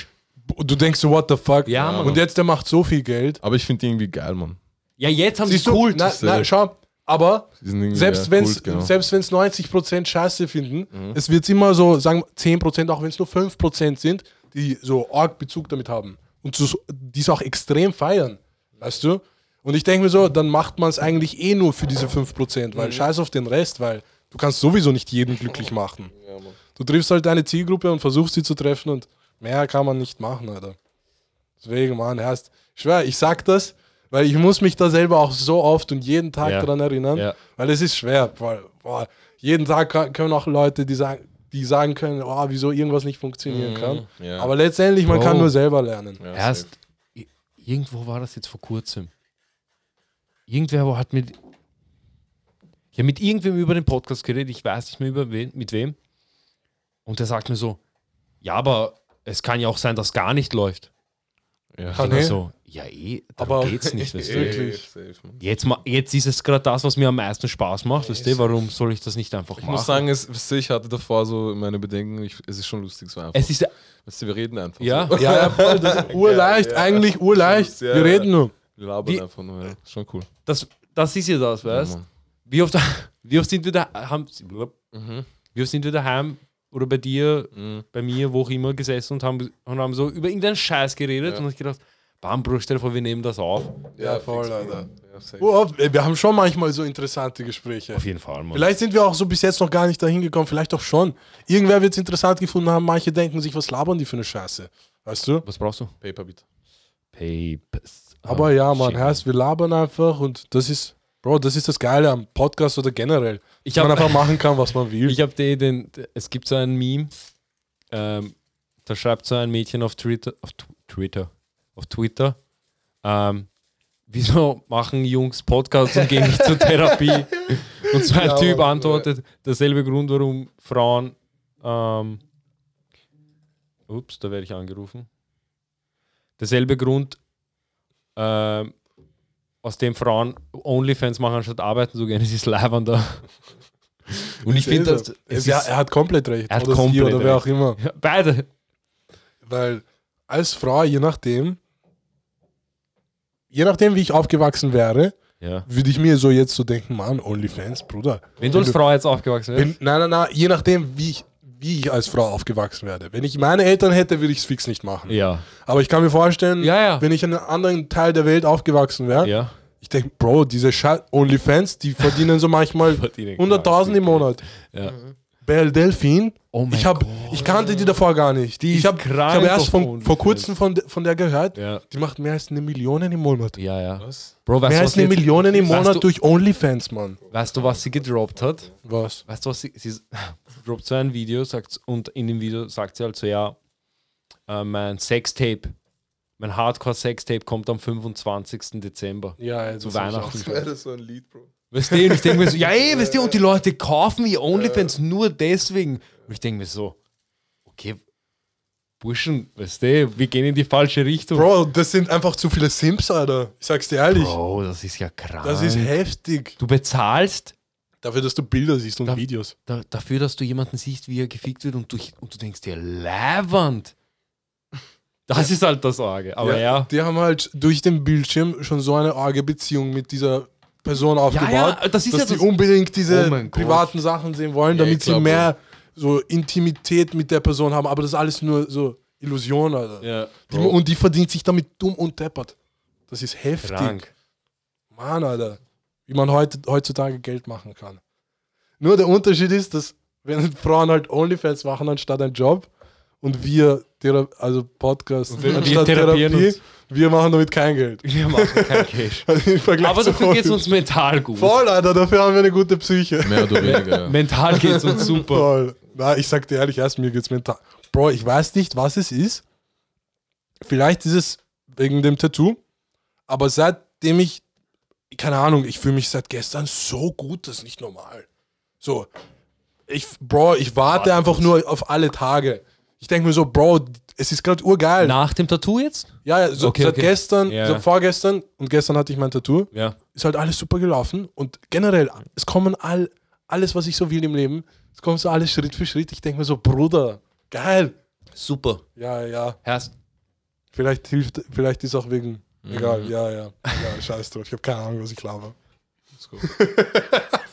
Speaker 1: Du denkst so, what the fuck?
Speaker 3: Ja, Mann.
Speaker 1: Und jetzt, der macht so viel Geld.
Speaker 2: Aber ich finde die irgendwie geil, Mann.
Speaker 3: Ja, jetzt haben sie
Speaker 1: du?
Speaker 3: cool.
Speaker 1: Na,
Speaker 2: ist,
Speaker 1: na,
Speaker 2: äh,
Speaker 1: schau, aber
Speaker 2: Die sind irgendwie
Speaker 1: selbst
Speaker 2: ja,
Speaker 1: wenn es
Speaker 2: Kult, genau. Mhm.
Speaker 1: selbst wenn's 90% Scheiße finden, es wird immer so, sagen wir, 10%, auch wenn es nur 5% sind, die so arg Bezug damit haben. Und so, die es auch extrem feiern. Weißt du? Und ich denke mir so, dann macht man es eigentlich eh nur für diese 5%,
Speaker 2: Mhm.
Speaker 1: weil scheiß auf den Rest, weil du kannst sowieso nicht jeden glücklich machen. du triffst halt deine Zielgruppe und versuchst sie zu treffen und mehr kann man nicht machen, Alter. Deswegen, Mann, erst, ich schwör, ich sag das, weil ich muss mich da selber auch so oft und jeden Tag
Speaker 3: Ja.
Speaker 1: dran erinnern,
Speaker 3: Ja.
Speaker 1: weil es ist schwer, weil boah, jeden Tag ka- können auch Leute, die sagen, die sagen können, oh, wieso irgendwas nicht funktionieren kann.
Speaker 2: Mhm, ja. Oh.
Speaker 1: Aber letztendlich, man
Speaker 3: Bro.
Speaker 1: kann nur selber lernen.
Speaker 2: Ja,
Speaker 3: Erst,
Speaker 2: safe.
Speaker 3: i- irgendwo war das jetzt vor kurzem. Irgendwer wo hat mit. Ich habe mit irgendwem über den Podcast geredet, ich weiß nicht mehr über wen, mit wem. Und der sagt mir so: Ja, aber es kann ja auch sein, dass gar nicht läuft.
Speaker 2: Ja.
Speaker 1: Kann-
Speaker 3: Ich war
Speaker 1: Nee.
Speaker 3: so, ja, eh, darum
Speaker 1: Aber-
Speaker 3: geht's nicht. Weißt du?
Speaker 1: Ey. wirklich.
Speaker 2: Safe, Mann.
Speaker 3: jetzt, ma- jetzt ist es gerade das, was mir am meisten Spaß macht. Weißt du, warum soll ich das nicht einfach
Speaker 2: Ich
Speaker 3: machen?
Speaker 2: muss sagen, es, wisst ihr, ich hatte davor so meine Bedenken, ich, es ist schon lustig so einfach.
Speaker 3: es ist.
Speaker 2: Weißt du, wir reden einfach.
Speaker 3: Ja,
Speaker 2: So.
Speaker 1: Ja, ja, voll, das ist urleicht,
Speaker 2: ja.
Speaker 1: eigentlich urleicht.
Speaker 2: Ja,
Speaker 1: Wir
Speaker 2: ja.
Speaker 1: reden nur.
Speaker 2: Wir labern
Speaker 3: Wie-
Speaker 2: einfach nur. Ja. Schon cool.
Speaker 3: das, das ist ja das, weißt
Speaker 2: Mann.
Speaker 3: wie oft, wie oft sind wir da, haben, wie oft sind wir daheim oder bei dir,
Speaker 2: Mhm.
Speaker 3: bei mir, wo auch immer gesessen und haben, und haben so über irgendeinen Scheiß geredet
Speaker 2: Ja.
Speaker 3: und ich gedacht, bam, Bruder, stell dir vor, wir nehmen das auf.
Speaker 1: Ja, voll, Alter.
Speaker 2: Ja, safe.
Speaker 1: Oh, wir haben schon manchmal so interessante Gespräche.
Speaker 3: Auf jeden Fall, Mann.
Speaker 1: Vielleicht sind wir auch so bis jetzt noch gar nicht dahin gekommen, vielleicht auch schon. Irgendwer wird es interessant gefunden haben, manche denken sich, was labern die für eine Scheiße. Weißt du?
Speaker 3: Was brauchst du?
Speaker 2: Paper Ah, bitte.
Speaker 3: Papers.
Speaker 1: Aber ja, Mann,
Speaker 3: shit.
Speaker 1: heißt, wir labern einfach und das ist, Bro, das ist das Geile am Podcast oder generell.
Speaker 3: Ich
Speaker 1: dass man
Speaker 3: hab-
Speaker 1: einfach machen kann, was man will.
Speaker 3: Ich habe den, den, es gibt so ein Meme, ähm, da schreibt so ein Mädchen auf Twitter, auf Tw- Twitter, auf Twitter, ähm, wieso machen Jungs Podcasts und gehen nicht zur Therapie? Und so ein
Speaker 2: Ja,
Speaker 3: Typ
Speaker 2: Mann.
Speaker 3: antwortet, derselbe Grund, warum Frauen, ähm, ups, da werde ich angerufen, derselbe Grund, ähm, aus dem Frauen Onlyfans machen, anstatt arbeiten zu gehen, es ist leibender. Und ich finde, das es
Speaker 1: ja,
Speaker 3: ist-
Speaker 1: er hat komplett recht.
Speaker 3: Er hat
Speaker 1: oder
Speaker 3: komplett
Speaker 1: sie oder wer
Speaker 3: recht.
Speaker 1: auch immer.
Speaker 3: Ja, Beide.
Speaker 1: Weil als Frau, je nachdem, je nachdem, wie ich aufgewachsen wäre,
Speaker 3: Ja.
Speaker 1: würde ich mir so jetzt so denken, Mann, Onlyfans, Bruder.
Speaker 3: Wenn du als Frau jetzt aufgewachsen
Speaker 1: Wenn,
Speaker 3: bist.
Speaker 1: nein, nein, nein, je nachdem, wie ich, wie ich als Frau aufgewachsen werde. Wenn ich meine Eltern hätte, würde ich es fix nicht machen.
Speaker 3: Ja.
Speaker 1: Aber ich kann mir vorstellen,
Speaker 3: Ja, ja.
Speaker 1: wenn ich in einem anderen Teil der Welt aufgewachsen wäre,
Speaker 3: Ja.
Speaker 1: ich denke, Bro, diese Scha Onlyfans, die verdienen so manchmal
Speaker 3: Verdienen
Speaker 1: 100.000 im Monat.
Speaker 3: Ja.
Speaker 1: Belle Delphine,
Speaker 3: Oh mein
Speaker 1: ich, hab, ich kannte die davor gar nicht.
Speaker 3: Die
Speaker 1: ich
Speaker 3: ist
Speaker 1: habe
Speaker 3: krank
Speaker 1: hab erst
Speaker 3: auf
Speaker 1: von,
Speaker 3: OnlyFans.
Speaker 1: vor kurzem von, de- von der gehört,
Speaker 3: Ja.
Speaker 1: die macht mehr als eine Million im Monat.
Speaker 3: Ja, ja.
Speaker 2: Was?
Speaker 3: Bro, weißt
Speaker 1: mehr
Speaker 3: du,
Speaker 1: als
Speaker 3: was
Speaker 1: eine
Speaker 3: jetzt-
Speaker 1: Million im
Speaker 3: weißt
Speaker 1: Monat
Speaker 3: du-
Speaker 1: durch Onlyfans, Mann.
Speaker 3: Weißt du, was sie gedroppt hat?
Speaker 1: Was?
Speaker 3: Weißt du, was sie, sie droppt so ein Video sagt, und in dem Video sagt sie halt so, ja, äh, mein Sextape, mein Hardcore-Sextape kommt am 25. Dezember.
Speaker 1: Ja, also
Speaker 3: Zu Weihnachten.
Speaker 2: Wäre das so ein Lied, Bro?
Speaker 3: Weißt du, und ich denke mir so, ja, ey, weißt du, und die Leute kaufen ihr Onlyfans nur deswegen. Und ich denke mir so, okay, Burschen, weißt du, wir gehen in die falsche Richtung.
Speaker 1: Bro, das sind einfach zu viele Sims, Alter. Ich sag's dir ehrlich.
Speaker 3: Bro, das ist ja krank.
Speaker 1: Das ist heftig.
Speaker 3: du bezahlst
Speaker 1: Dafür, dass du Bilder siehst und
Speaker 3: Da-
Speaker 1: Videos.
Speaker 3: da, dafür, dass du jemanden siehst, wie er gefickt wird und du, und du denkst dir, Levant. Das ist halt das Arge. Aber ja.
Speaker 1: Die haben halt durch den Bildschirm schon so eine arge Beziehung mit dieser Person aufgebaut,
Speaker 3: ja, das ist
Speaker 1: dass
Speaker 3: ja
Speaker 1: die
Speaker 3: das-
Speaker 1: unbedingt
Speaker 3: Oh
Speaker 1: diese
Speaker 3: mein Gott.
Speaker 1: privaten Sachen sehen wollen,
Speaker 2: Ja,
Speaker 1: damit
Speaker 2: ich glaub,
Speaker 1: sie mehr so Intimität mit der Person haben. Aber das ist alles nur so Illusion, Alter.
Speaker 3: ja.
Speaker 1: Die, und die verdient sich damit dumm und deppert. Das ist heftig.
Speaker 3: Krank.
Speaker 1: Mann, Alter. Wie man heute, heutzutage Geld machen kann. Nur der Unterschied ist, dass wenn Frauen halt Onlyfans machen anstatt einen Job und wir, Thera also Podcast,
Speaker 3: wir- wir
Speaker 1: anstatt
Speaker 3: therapieren
Speaker 1: Therapie,
Speaker 3: uns.
Speaker 1: wir machen damit kein Geld.
Speaker 3: Wir machen kein Cash.
Speaker 1: Also Im Vergleich
Speaker 3: Aber
Speaker 1: zu
Speaker 3: dafür geht es
Speaker 1: Hollywood.
Speaker 3: uns mental gut.
Speaker 1: Voll, Alter, dafür haben wir eine gute Psyche.
Speaker 2: Mehr oder weniger. ja.
Speaker 3: Mental geht es uns super.
Speaker 1: Voll. Na, ich sag dir ehrlich, erst mir geht's mental. Bro, ich weiß nicht, was es ist. Vielleicht ist es wegen dem Tattoo, aber seitdem ich, keine Ahnung, ich fühle mich seit gestern so gut, das ist nicht normal. So, ich, Bro, ich warte einfach nur auf alle Tage. Ich denke mir so, Bro, es ist gerade urgeil.
Speaker 3: Nach dem Tattoo jetzt?
Speaker 1: Ja, ja, so,
Speaker 3: Okay,
Speaker 1: seit
Speaker 3: okay.
Speaker 1: gestern,
Speaker 3: Ja, ja.
Speaker 1: seit vorgestern und gestern hatte ich mein Tattoo
Speaker 3: Ja.
Speaker 1: ist halt alles super gelaufen und generell, es kommen all, alles, was ich so will im Leben, es kommt so alles Schritt für Schritt. Ich denke mir so, Bruder, geil.
Speaker 3: Super.
Speaker 1: Ja, ja,
Speaker 3: Herst.
Speaker 1: vielleicht hilft, vielleicht ist auch wegen, egal, ja, ja, ja, scheiß drauf, ich habe keine Ahnung, was ich laber.
Speaker 2: Let's go.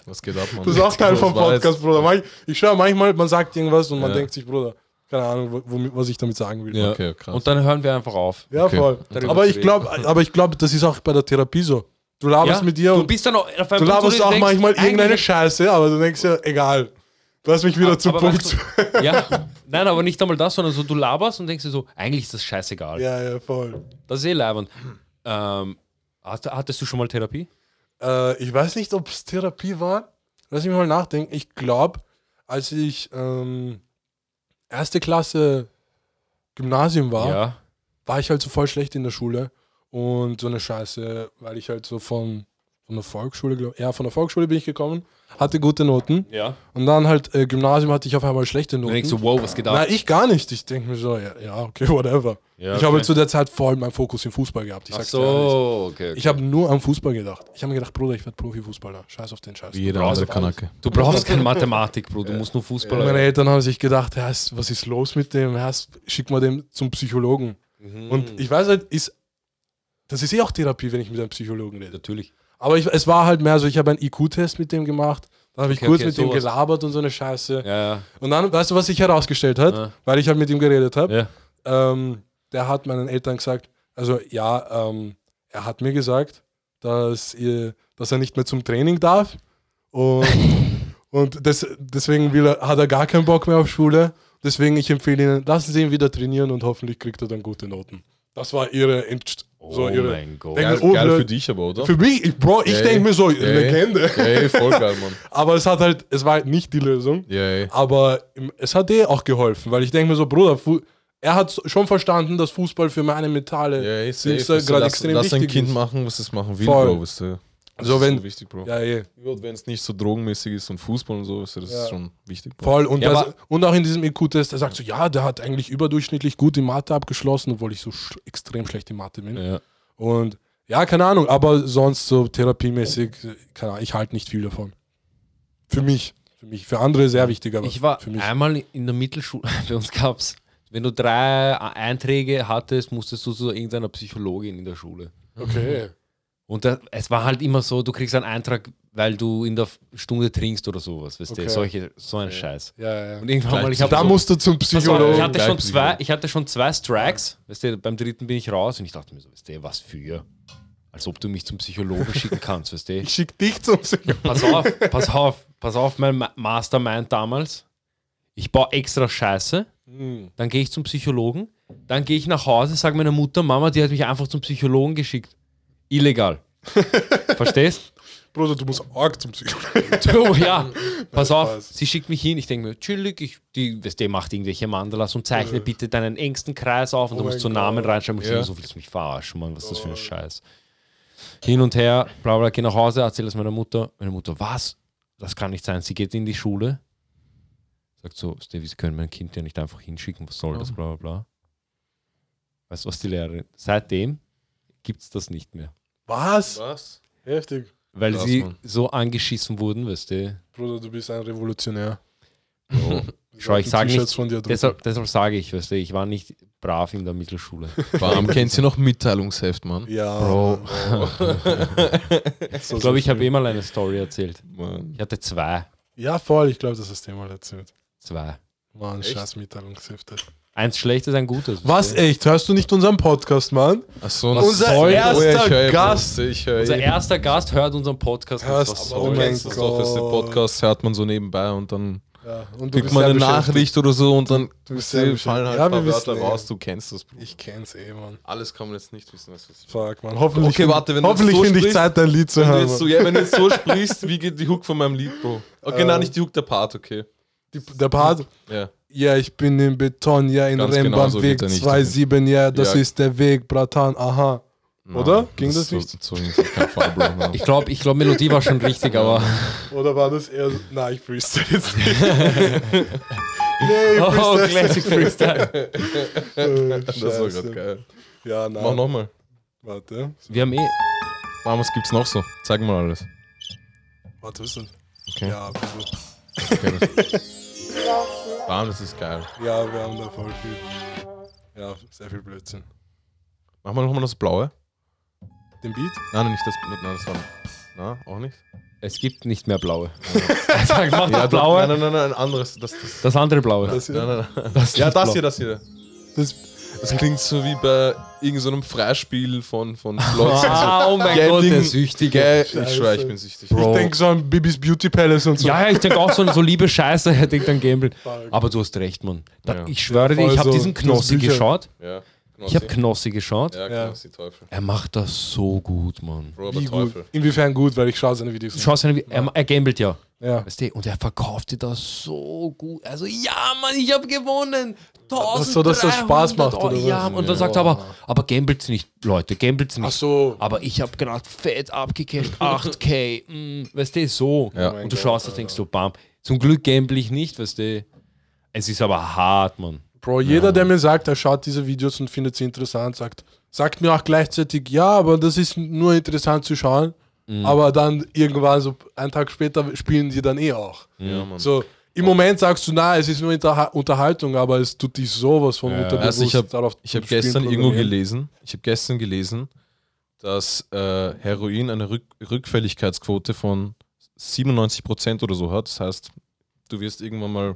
Speaker 2: Was geht ab, Mann?
Speaker 1: Das ist auch Teil
Speaker 2: Das
Speaker 1: vom
Speaker 2: war jetzt-
Speaker 1: Podcast, Bruder. Manch, ich schaue manchmal, man sagt irgendwas und man
Speaker 2: Ja.
Speaker 1: denkt sich, Bruder, keine Ahnung, wo- womit, was ich damit sagen will.
Speaker 3: Ja.
Speaker 2: Okay, krass.
Speaker 3: Und dann hören wir einfach auf.
Speaker 1: Ja,
Speaker 2: Okay.
Speaker 1: voll.
Speaker 3: Darüber
Speaker 1: Aber
Speaker 3: zu
Speaker 1: ich
Speaker 3: reden.
Speaker 1: glaube, aber ich glaube, das ist auch bei der Therapie so. Du laberst mit dir
Speaker 3: du
Speaker 1: und
Speaker 3: bist dann auch auf einem
Speaker 1: Du
Speaker 3: Punkt, wo
Speaker 1: laberst
Speaker 3: dir
Speaker 1: auch
Speaker 3: denkst,
Speaker 1: manchmal irgendeine
Speaker 3: eigentlich-
Speaker 1: Scheiße, aber du denkst ja, egal. Lass mich wieder
Speaker 3: Aber-
Speaker 1: zum
Speaker 3: aber
Speaker 1: Punkt.
Speaker 3: weißt du- Ja, nein, aber nicht einmal das, sondern so du laberst und denkst dir so, eigentlich ist das scheißegal.
Speaker 1: ja, ja, voll.
Speaker 3: Das ist eh leibend. Ähm, hast, hattest du schon mal Therapie?
Speaker 1: Äh, ich weiß nicht, ob es Therapie war. Lass mich mal nachdenken. Ich glaube, als ich ähm, erste Klasse Gymnasium war,
Speaker 3: Ja.
Speaker 1: war ich halt so voll schlecht in der Schule und so eine Scheiße, weil ich halt so von, von der Volksschule, glaub, ja, von der Volksschule bin ich gekommen, hatte gute Noten
Speaker 3: Ja.
Speaker 1: und dann halt äh, Gymnasium hatte ich auf einmal schlechte
Speaker 3: Du
Speaker 1: Noten.
Speaker 3: denkst so, wow, was geht ab?
Speaker 1: Na, ich gar nicht. Ich denke mir so, ja, ja okay, whatever.
Speaker 3: Ja,
Speaker 1: Ich habe
Speaker 3: okay.
Speaker 1: halt zu der Zeit voll meinen Fokus im Fußball gehabt. Ich
Speaker 3: Ach
Speaker 1: sag's dir ehrlich.
Speaker 3: so, okay. okay.
Speaker 1: Ich habe nur am Fußball gedacht. Ich habe mir gedacht, Bruder, ich werde Profifußballer. Scheiß auf den Scheiß.
Speaker 2: Wie jeder
Speaker 3: Raus
Speaker 2: andere
Speaker 3: auf alles.
Speaker 2: Kanake.
Speaker 3: Du brauchst keine Mathematik, Bro, du musst nur
Speaker 1: Und meine
Speaker 3: Fußballer.
Speaker 1: Eltern haben sich gedacht, Herst, was ist los mit dem? Herst, schick mal den zum Psychologen.
Speaker 3: Mhm.
Speaker 1: Und ich weiß halt, ist, das ist eh auch Therapie, wenn ich mit einem Psychologen rede.
Speaker 3: Natürlich.
Speaker 1: Aber ich, es war halt mehr so, ich habe einen IQ-Test mit dem gemacht. Dann habe ich
Speaker 3: Okay,
Speaker 1: kurz
Speaker 3: okay,
Speaker 1: mit ihm
Speaker 3: sowas.
Speaker 1: gelabert und so eine Scheiße.
Speaker 3: Ja,
Speaker 1: Und dann, weißt du, was sich herausgestellt hat?
Speaker 3: Ja.
Speaker 1: Weil ich halt mit ihm geredet habe.
Speaker 3: ja.
Speaker 1: ähm, der hat meinen Eltern gesagt, also ja, ähm, er hat mir gesagt, dass, ihr, dass er nicht mehr zum Training darf und, und des, deswegen will er, hat er gar keinen Bock mehr auf Schule. Deswegen, ich empfehle Ihnen, lassen Sie ihn wieder trainieren und hoffentlich kriegt er dann gute Noten. Das war ihre... Entst so
Speaker 3: oh
Speaker 1: ihre
Speaker 3: mein Gott.
Speaker 1: Denk-
Speaker 2: Geil,
Speaker 1: Oh,
Speaker 2: geil
Speaker 1: blöd.
Speaker 2: für dich aber, oder?
Speaker 1: für mich, ich, Bro, ich
Speaker 2: Ja,
Speaker 1: denke
Speaker 2: ja.
Speaker 1: mir so,
Speaker 2: Ja, ja.
Speaker 1: Legende.
Speaker 2: Ey, voll geil, Mann.
Speaker 1: Aber es hat halt, es war halt nicht die Lösung.
Speaker 2: Ja, ey.
Speaker 1: Aber im- es hat eh auch geholfen, weil ich denke mir so, Bruder, Fu er hat s- schon verstanden, dass Fußball für meine mentale
Speaker 2: Ja, ey, safe.
Speaker 1: Dings da
Speaker 2: weißt du,
Speaker 1: gerade
Speaker 2: lass,
Speaker 1: extrem
Speaker 2: lass dein
Speaker 1: wichtig
Speaker 2: Kind
Speaker 1: ist.
Speaker 2: machen, was es machen will,
Speaker 1: Voll.
Speaker 2: Bro. Weißt du. Das
Speaker 1: So,
Speaker 2: ist
Speaker 1: wenn-
Speaker 2: so wichtig, Bro.
Speaker 1: Ja, eh.
Speaker 2: Wenn es nicht so drogenmäßig ist und Fußball und so, weißt du, das
Speaker 1: Ja.
Speaker 2: ist schon wichtig, Bro.
Speaker 1: Voll. Und,
Speaker 3: Ja,
Speaker 1: das,
Speaker 3: aber-
Speaker 1: und auch in diesem IQ-Test, er sagt so, ja, der hat eigentlich überdurchschnittlich gut in Mathe abgeschlossen, obwohl ich so sch extrem schlecht in Mathe bin.
Speaker 3: Ja.
Speaker 1: Und ja, keine Ahnung, aber sonst so therapiemäßig, äh, keine Ahnung, ich halte nicht viel davon. Für mich. Für mich. Für andere sehr wichtig, aber
Speaker 3: Ich war
Speaker 1: für mich.
Speaker 3: einmal in der Mittelschule, bei uns gab es, wenn du drei A- Einträge hattest, musstest du zu irgendeiner Psychologin in der Schule.
Speaker 1: Okay.
Speaker 3: Und da, es war halt immer so, du kriegst einen Eintrag, weil du in der Stunde trinkst oder sowas, weißt
Speaker 1: Okay.
Speaker 3: du, solche, so ein Scheiß.
Speaker 1: Ja, ja.
Speaker 3: Und irgendwann mal, ich habe
Speaker 1: da
Speaker 3: so,
Speaker 1: musst du zum
Speaker 3: Pass auf, ich
Speaker 1: Psychologen.
Speaker 3: hatte,
Speaker 2: Gleich
Speaker 3: schon
Speaker 2: Psychologen.
Speaker 3: zwei, ich hatte schon zwei Strikes, weißt du, beim dritten bin ich raus und ich dachte mir so, weißt du, was für, als ob du mich zum Psychologen schicken kannst, weißt du.
Speaker 1: Ich schick dich zum Psychologen.
Speaker 3: Pass auf, pass auf, pass auf, mein Ma- Mastermind damals. Ich baue extra Scheiße, dann gehe ich zum Psychologen, dann gehe ich nach Hause, sage meiner Mutter, Mama, die hat mich einfach zum Psychologen geschickt. Illegal. Verstehst?
Speaker 1: Bruder, du musst arg zum Psychologen.
Speaker 3: Du, ja, pass auf,
Speaker 1: Spaß.
Speaker 3: sie schickt mich hin. Ich denke mir, chillig, ich, die, weißt du, macht irgendwelche Mandalas und zeichne bitte deinen engsten Kreis auf und
Speaker 1: Oh
Speaker 3: du
Speaker 1: mein
Speaker 3: musst so
Speaker 1: Gott.
Speaker 3: Namen reinschreiben. Ich
Speaker 2: Ja.
Speaker 3: denke mir, so willst du mich verarschen, Mann, was ist das für ein Scheiß? Hin und her, bla bla, geh nach Hause, erzähl das meiner Mutter. Meine Mutter, was? Das kann nicht sein. Sie geht in die Schule, sagt so, Stevie, sie können mein Kind ja nicht einfach hinschicken, was soll das, bla bla bla. Weißt du, was die Lehrerin? Seitdem gibt es das nicht mehr.
Speaker 1: Was?
Speaker 2: Was?
Speaker 1: Heftig.
Speaker 3: Weil
Speaker 2: Krass,
Speaker 3: sie
Speaker 2: Mann.
Speaker 3: so angeschissen wurden, weißt du.
Speaker 1: Bruder, du bist ein Revolutionär.
Speaker 3: Bro. Schau,
Speaker 1: sollten
Speaker 3: ich sage
Speaker 1: T-Shirts
Speaker 3: nicht,
Speaker 1: von dir drucken.
Speaker 3: deshalb, deshalb sage ich, weißt du, ich war nicht brav in der Mittelschule.
Speaker 2: Warum kennst du noch Mitteilungsheft, Mann?
Speaker 1: Ja.
Speaker 3: Bro.
Speaker 1: So,
Speaker 3: Ich
Speaker 1: so
Speaker 3: glaube, ich habe
Speaker 1: schlimm.
Speaker 3: eh mal eine Story erzählt.
Speaker 2: Mann.
Speaker 3: Ich hatte zwei.
Speaker 1: Ja, voll. Ich glaube, das ist Thema erzählt.
Speaker 3: Zwei.
Speaker 1: Mann,
Speaker 2: Echt?
Speaker 1: scheiß Mitteilungshefte.
Speaker 3: Eins schlechtes, ein gutes. weißt
Speaker 1: Was,
Speaker 3: du.
Speaker 1: echt? Hörst du nicht unseren Podcast, Mann?
Speaker 2: Ach so,
Speaker 1: Was
Speaker 2: das-
Speaker 1: soll
Speaker 2: ich
Speaker 1: erster
Speaker 2: höre eh,
Speaker 1: Gast?
Speaker 2: Ich höre
Speaker 3: Unser
Speaker 2: eh.
Speaker 3: erster Gast hört unseren Podcast. und
Speaker 1: Hörst-
Speaker 3: was
Speaker 1: aber Oh
Speaker 2: Du
Speaker 3: soll
Speaker 1: mein
Speaker 2: kennst das doch, dass der
Speaker 1: Gott.
Speaker 2: Podcast hört man so nebenbei und dann
Speaker 1: Ja, und
Speaker 2: kriegt man
Speaker 1: sehr
Speaker 2: eine
Speaker 1: beschäftigt.
Speaker 2: Nachricht oder so und dann
Speaker 1: Du bist
Speaker 2: sie
Speaker 1: sehr
Speaker 2: fallen
Speaker 1: beschäftigt.
Speaker 2: halt
Speaker 1: Ja,
Speaker 2: ein paar
Speaker 1: wir
Speaker 2: Wörter
Speaker 1: wissen,
Speaker 2: raus,
Speaker 1: ja.
Speaker 2: du kennst das. Bruder.
Speaker 1: Ich kenn's eh, Mann.
Speaker 2: Alles kann man jetzt nicht wissen, was das ist.
Speaker 1: Fuck, Mann. Hoffentlich,
Speaker 2: Okay, warte, wenn du
Speaker 1: hoffentlich
Speaker 2: so
Speaker 1: finde ich
Speaker 2: sprichst-
Speaker 1: Zeit, dein Lied zu
Speaker 2: Wenn du
Speaker 1: hören.
Speaker 2: jetzt so, ja, wenn du jetzt so sprichst, wie geht die Hook von meinem Lied, Bro? Okay,
Speaker 1: Äh.
Speaker 2: nein, nicht die Hook, der Part, okay.
Speaker 1: Die- der Part,
Speaker 2: Ja.
Speaker 1: ja, ich bin im Beton, ja, in
Speaker 2: Ganz genau so
Speaker 1: Rembahnweg
Speaker 2: geht er nicht
Speaker 1: 27, ja, das
Speaker 2: Ja.
Speaker 1: ist der Weg, Bratan, aha. Oder?
Speaker 2: Nein,
Speaker 1: Ging das
Speaker 2: so,
Speaker 1: nicht?
Speaker 2: So ging auf keinen Fall, Bro. Mann.
Speaker 3: Ich glaube, ich glaub, Melodie war schon richtig, aber
Speaker 1: Oder war das eher. Nein, ich freestyle jetzt nicht. nee, ich
Speaker 3: Oh,
Speaker 1: freestyle.
Speaker 3: Classic Freestyle.
Speaker 1: Äh,
Speaker 2: das war gerade
Speaker 1: Scheiße.
Speaker 2: geil.
Speaker 1: Ja,
Speaker 2: Mach
Speaker 1: nein.
Speaker 2: nochmal.
Speaker 1: Warte.
Speaker 3: Wir haben eh.
Speaker 2: Mann, was gibt's noch so? Zeig mal alles.
Speaker 1: Warte, was ist denn?
Speaker 2: Okay.
Speaker 1: Ja, Bruder.
Speaker 2: okay das Mann, das ist geil.
Speaker 1: ja, wir haben da voll viel. Ja, sehr viel Blödsinn.
Speaker 2: Mach mal nochmal das Blaue.
Speaker 1: Den Beat?
Speaker 2: Nein, nicht das. Nein, das war. Na, auch nicht?
Speaker 3: Es gibt nicht mehr blaue. Sag, mach das
Speaker 2: doch,
Speaker 3: blaue.
Speaker 2: Nein, nein, nein, nein, ein anderes. Das, das,
Speaker 3: Das andere blaue.
Speaker 1: Das hier?
Speaker 2: nein, nein, nein.
Speaker 3: Das
Speaker 2: ja,
Speaker 3: ist
Speaker 2: das
Speaker 3: blau.
Speaker 2: hier, das hier.
Speaker 1: Das,
Speaker 2: Das klingt so wie bei irgendeinem Freispiel von, von Vlogs.
Speaker 3: Ah, oh mein Gott,
Speaker 2: Gambling-
Speaker 3: der Süchtige.
Speaker 2: Gell, ich
Speaker 1: Scheiße.
Speaker 2: schwöre, ich bin süchtig.
Speaker 1: ich denke so an Bibis Beauty Palace und so.
Speaker 3: Ja, ja, ich denke auch so, so liebe Scheiße, ich denke dann Gamble.
Speaker 1: Fuck.
Speaker 3: Aber du hast recht, Mann. Da,
Speaker 2: Ja.
Speaker 3: Ich schwöre dir,
Speaker 1: Voll
Speaker 3: ich habe
Speaker 1: so,
Speaker 3: diesen
Speaker 1: das
Speaker 3: Knossi
Speaker 1: Bücher.
Speaker 3: geschaut.
Speaker 2: Ja, Knossi.
Speaker 3: Ich habe Knossi geschaut.
Speaker 2: ja,
Speaker 1: Ja.
Speaker 2: Knossi, Teufel.
Speaker 3: Er macht das so gut, Mann.
Speaker 2: Bro, aber
Speaker 1: Wie gut?
Speaker 2: Teufel.
Speaker 1: Inwiefern gut, weil ich schaue seine Videos.
Speaker 3: Du
Speaker 1: nicht.
Speaker 3: schaust ja, wie, er, er gambelt ja.
Speaker 1: Ja.
Speaker 3: Weißt du, und er verkauft dir das so gut. Also, ja, Mann, ich habe gewonnen.
Speaker 1: Ach so, dass das Spaß macht,
Speaker 3: 1300
Speaker 1: oder
Speaker 3: Euro. Ja,
Speaker 1: was?
Speaker 3: und dann sagt er aber, aber gambelt's nicht, Leute, gambelt's nicht.
Speaker 1: Ach so.
Speaker 3: Aber ich habe gerade fett abgecasht, 8K, mm, weißt du, so.
Speaker 2: Ja.
Speaker 1: mein
Speaker 3: Und du
Speaker 1: Gott,
Speaker 3: schaust und denkst so, bam. Zum Glück gamble ich nicht, weißt du. Es ist aber hart, Mann.
Speaker 1: Bro, jeder, der mir sagt, er schaut diese Videos und findet sie interessant, sagt, sagt mir auch gleichzeitig, ja, aber das ist nur interessant zu schauen.
Speaker 2: Mhm.
Speaker 1: Aber dann irgendwann, so einen Tag später, spielen die dann eh auch.
Speaker 2: Ja, Mann.
Speaker 1: So, im Moment sagst du, na, es ist nur Interha Unterhaltung, aber es tut dich sowas von unterbewusst
Speaker 2: Also ich habe
Speaker 1: darauf
Speaker 2: ich
Speaker 1: zum
Speaker 2: hab
Speaker 1: Spielen
Speaker 2: gestern irgendwo
Speaker 1: programmieren.
Speaker 2: gelesen, ich habe gestern gelesen, dass äh, Heroin eine Rück Rückfälligkeitsquote von 97% oder so hat. Das heißt, du wirst irgendwann mal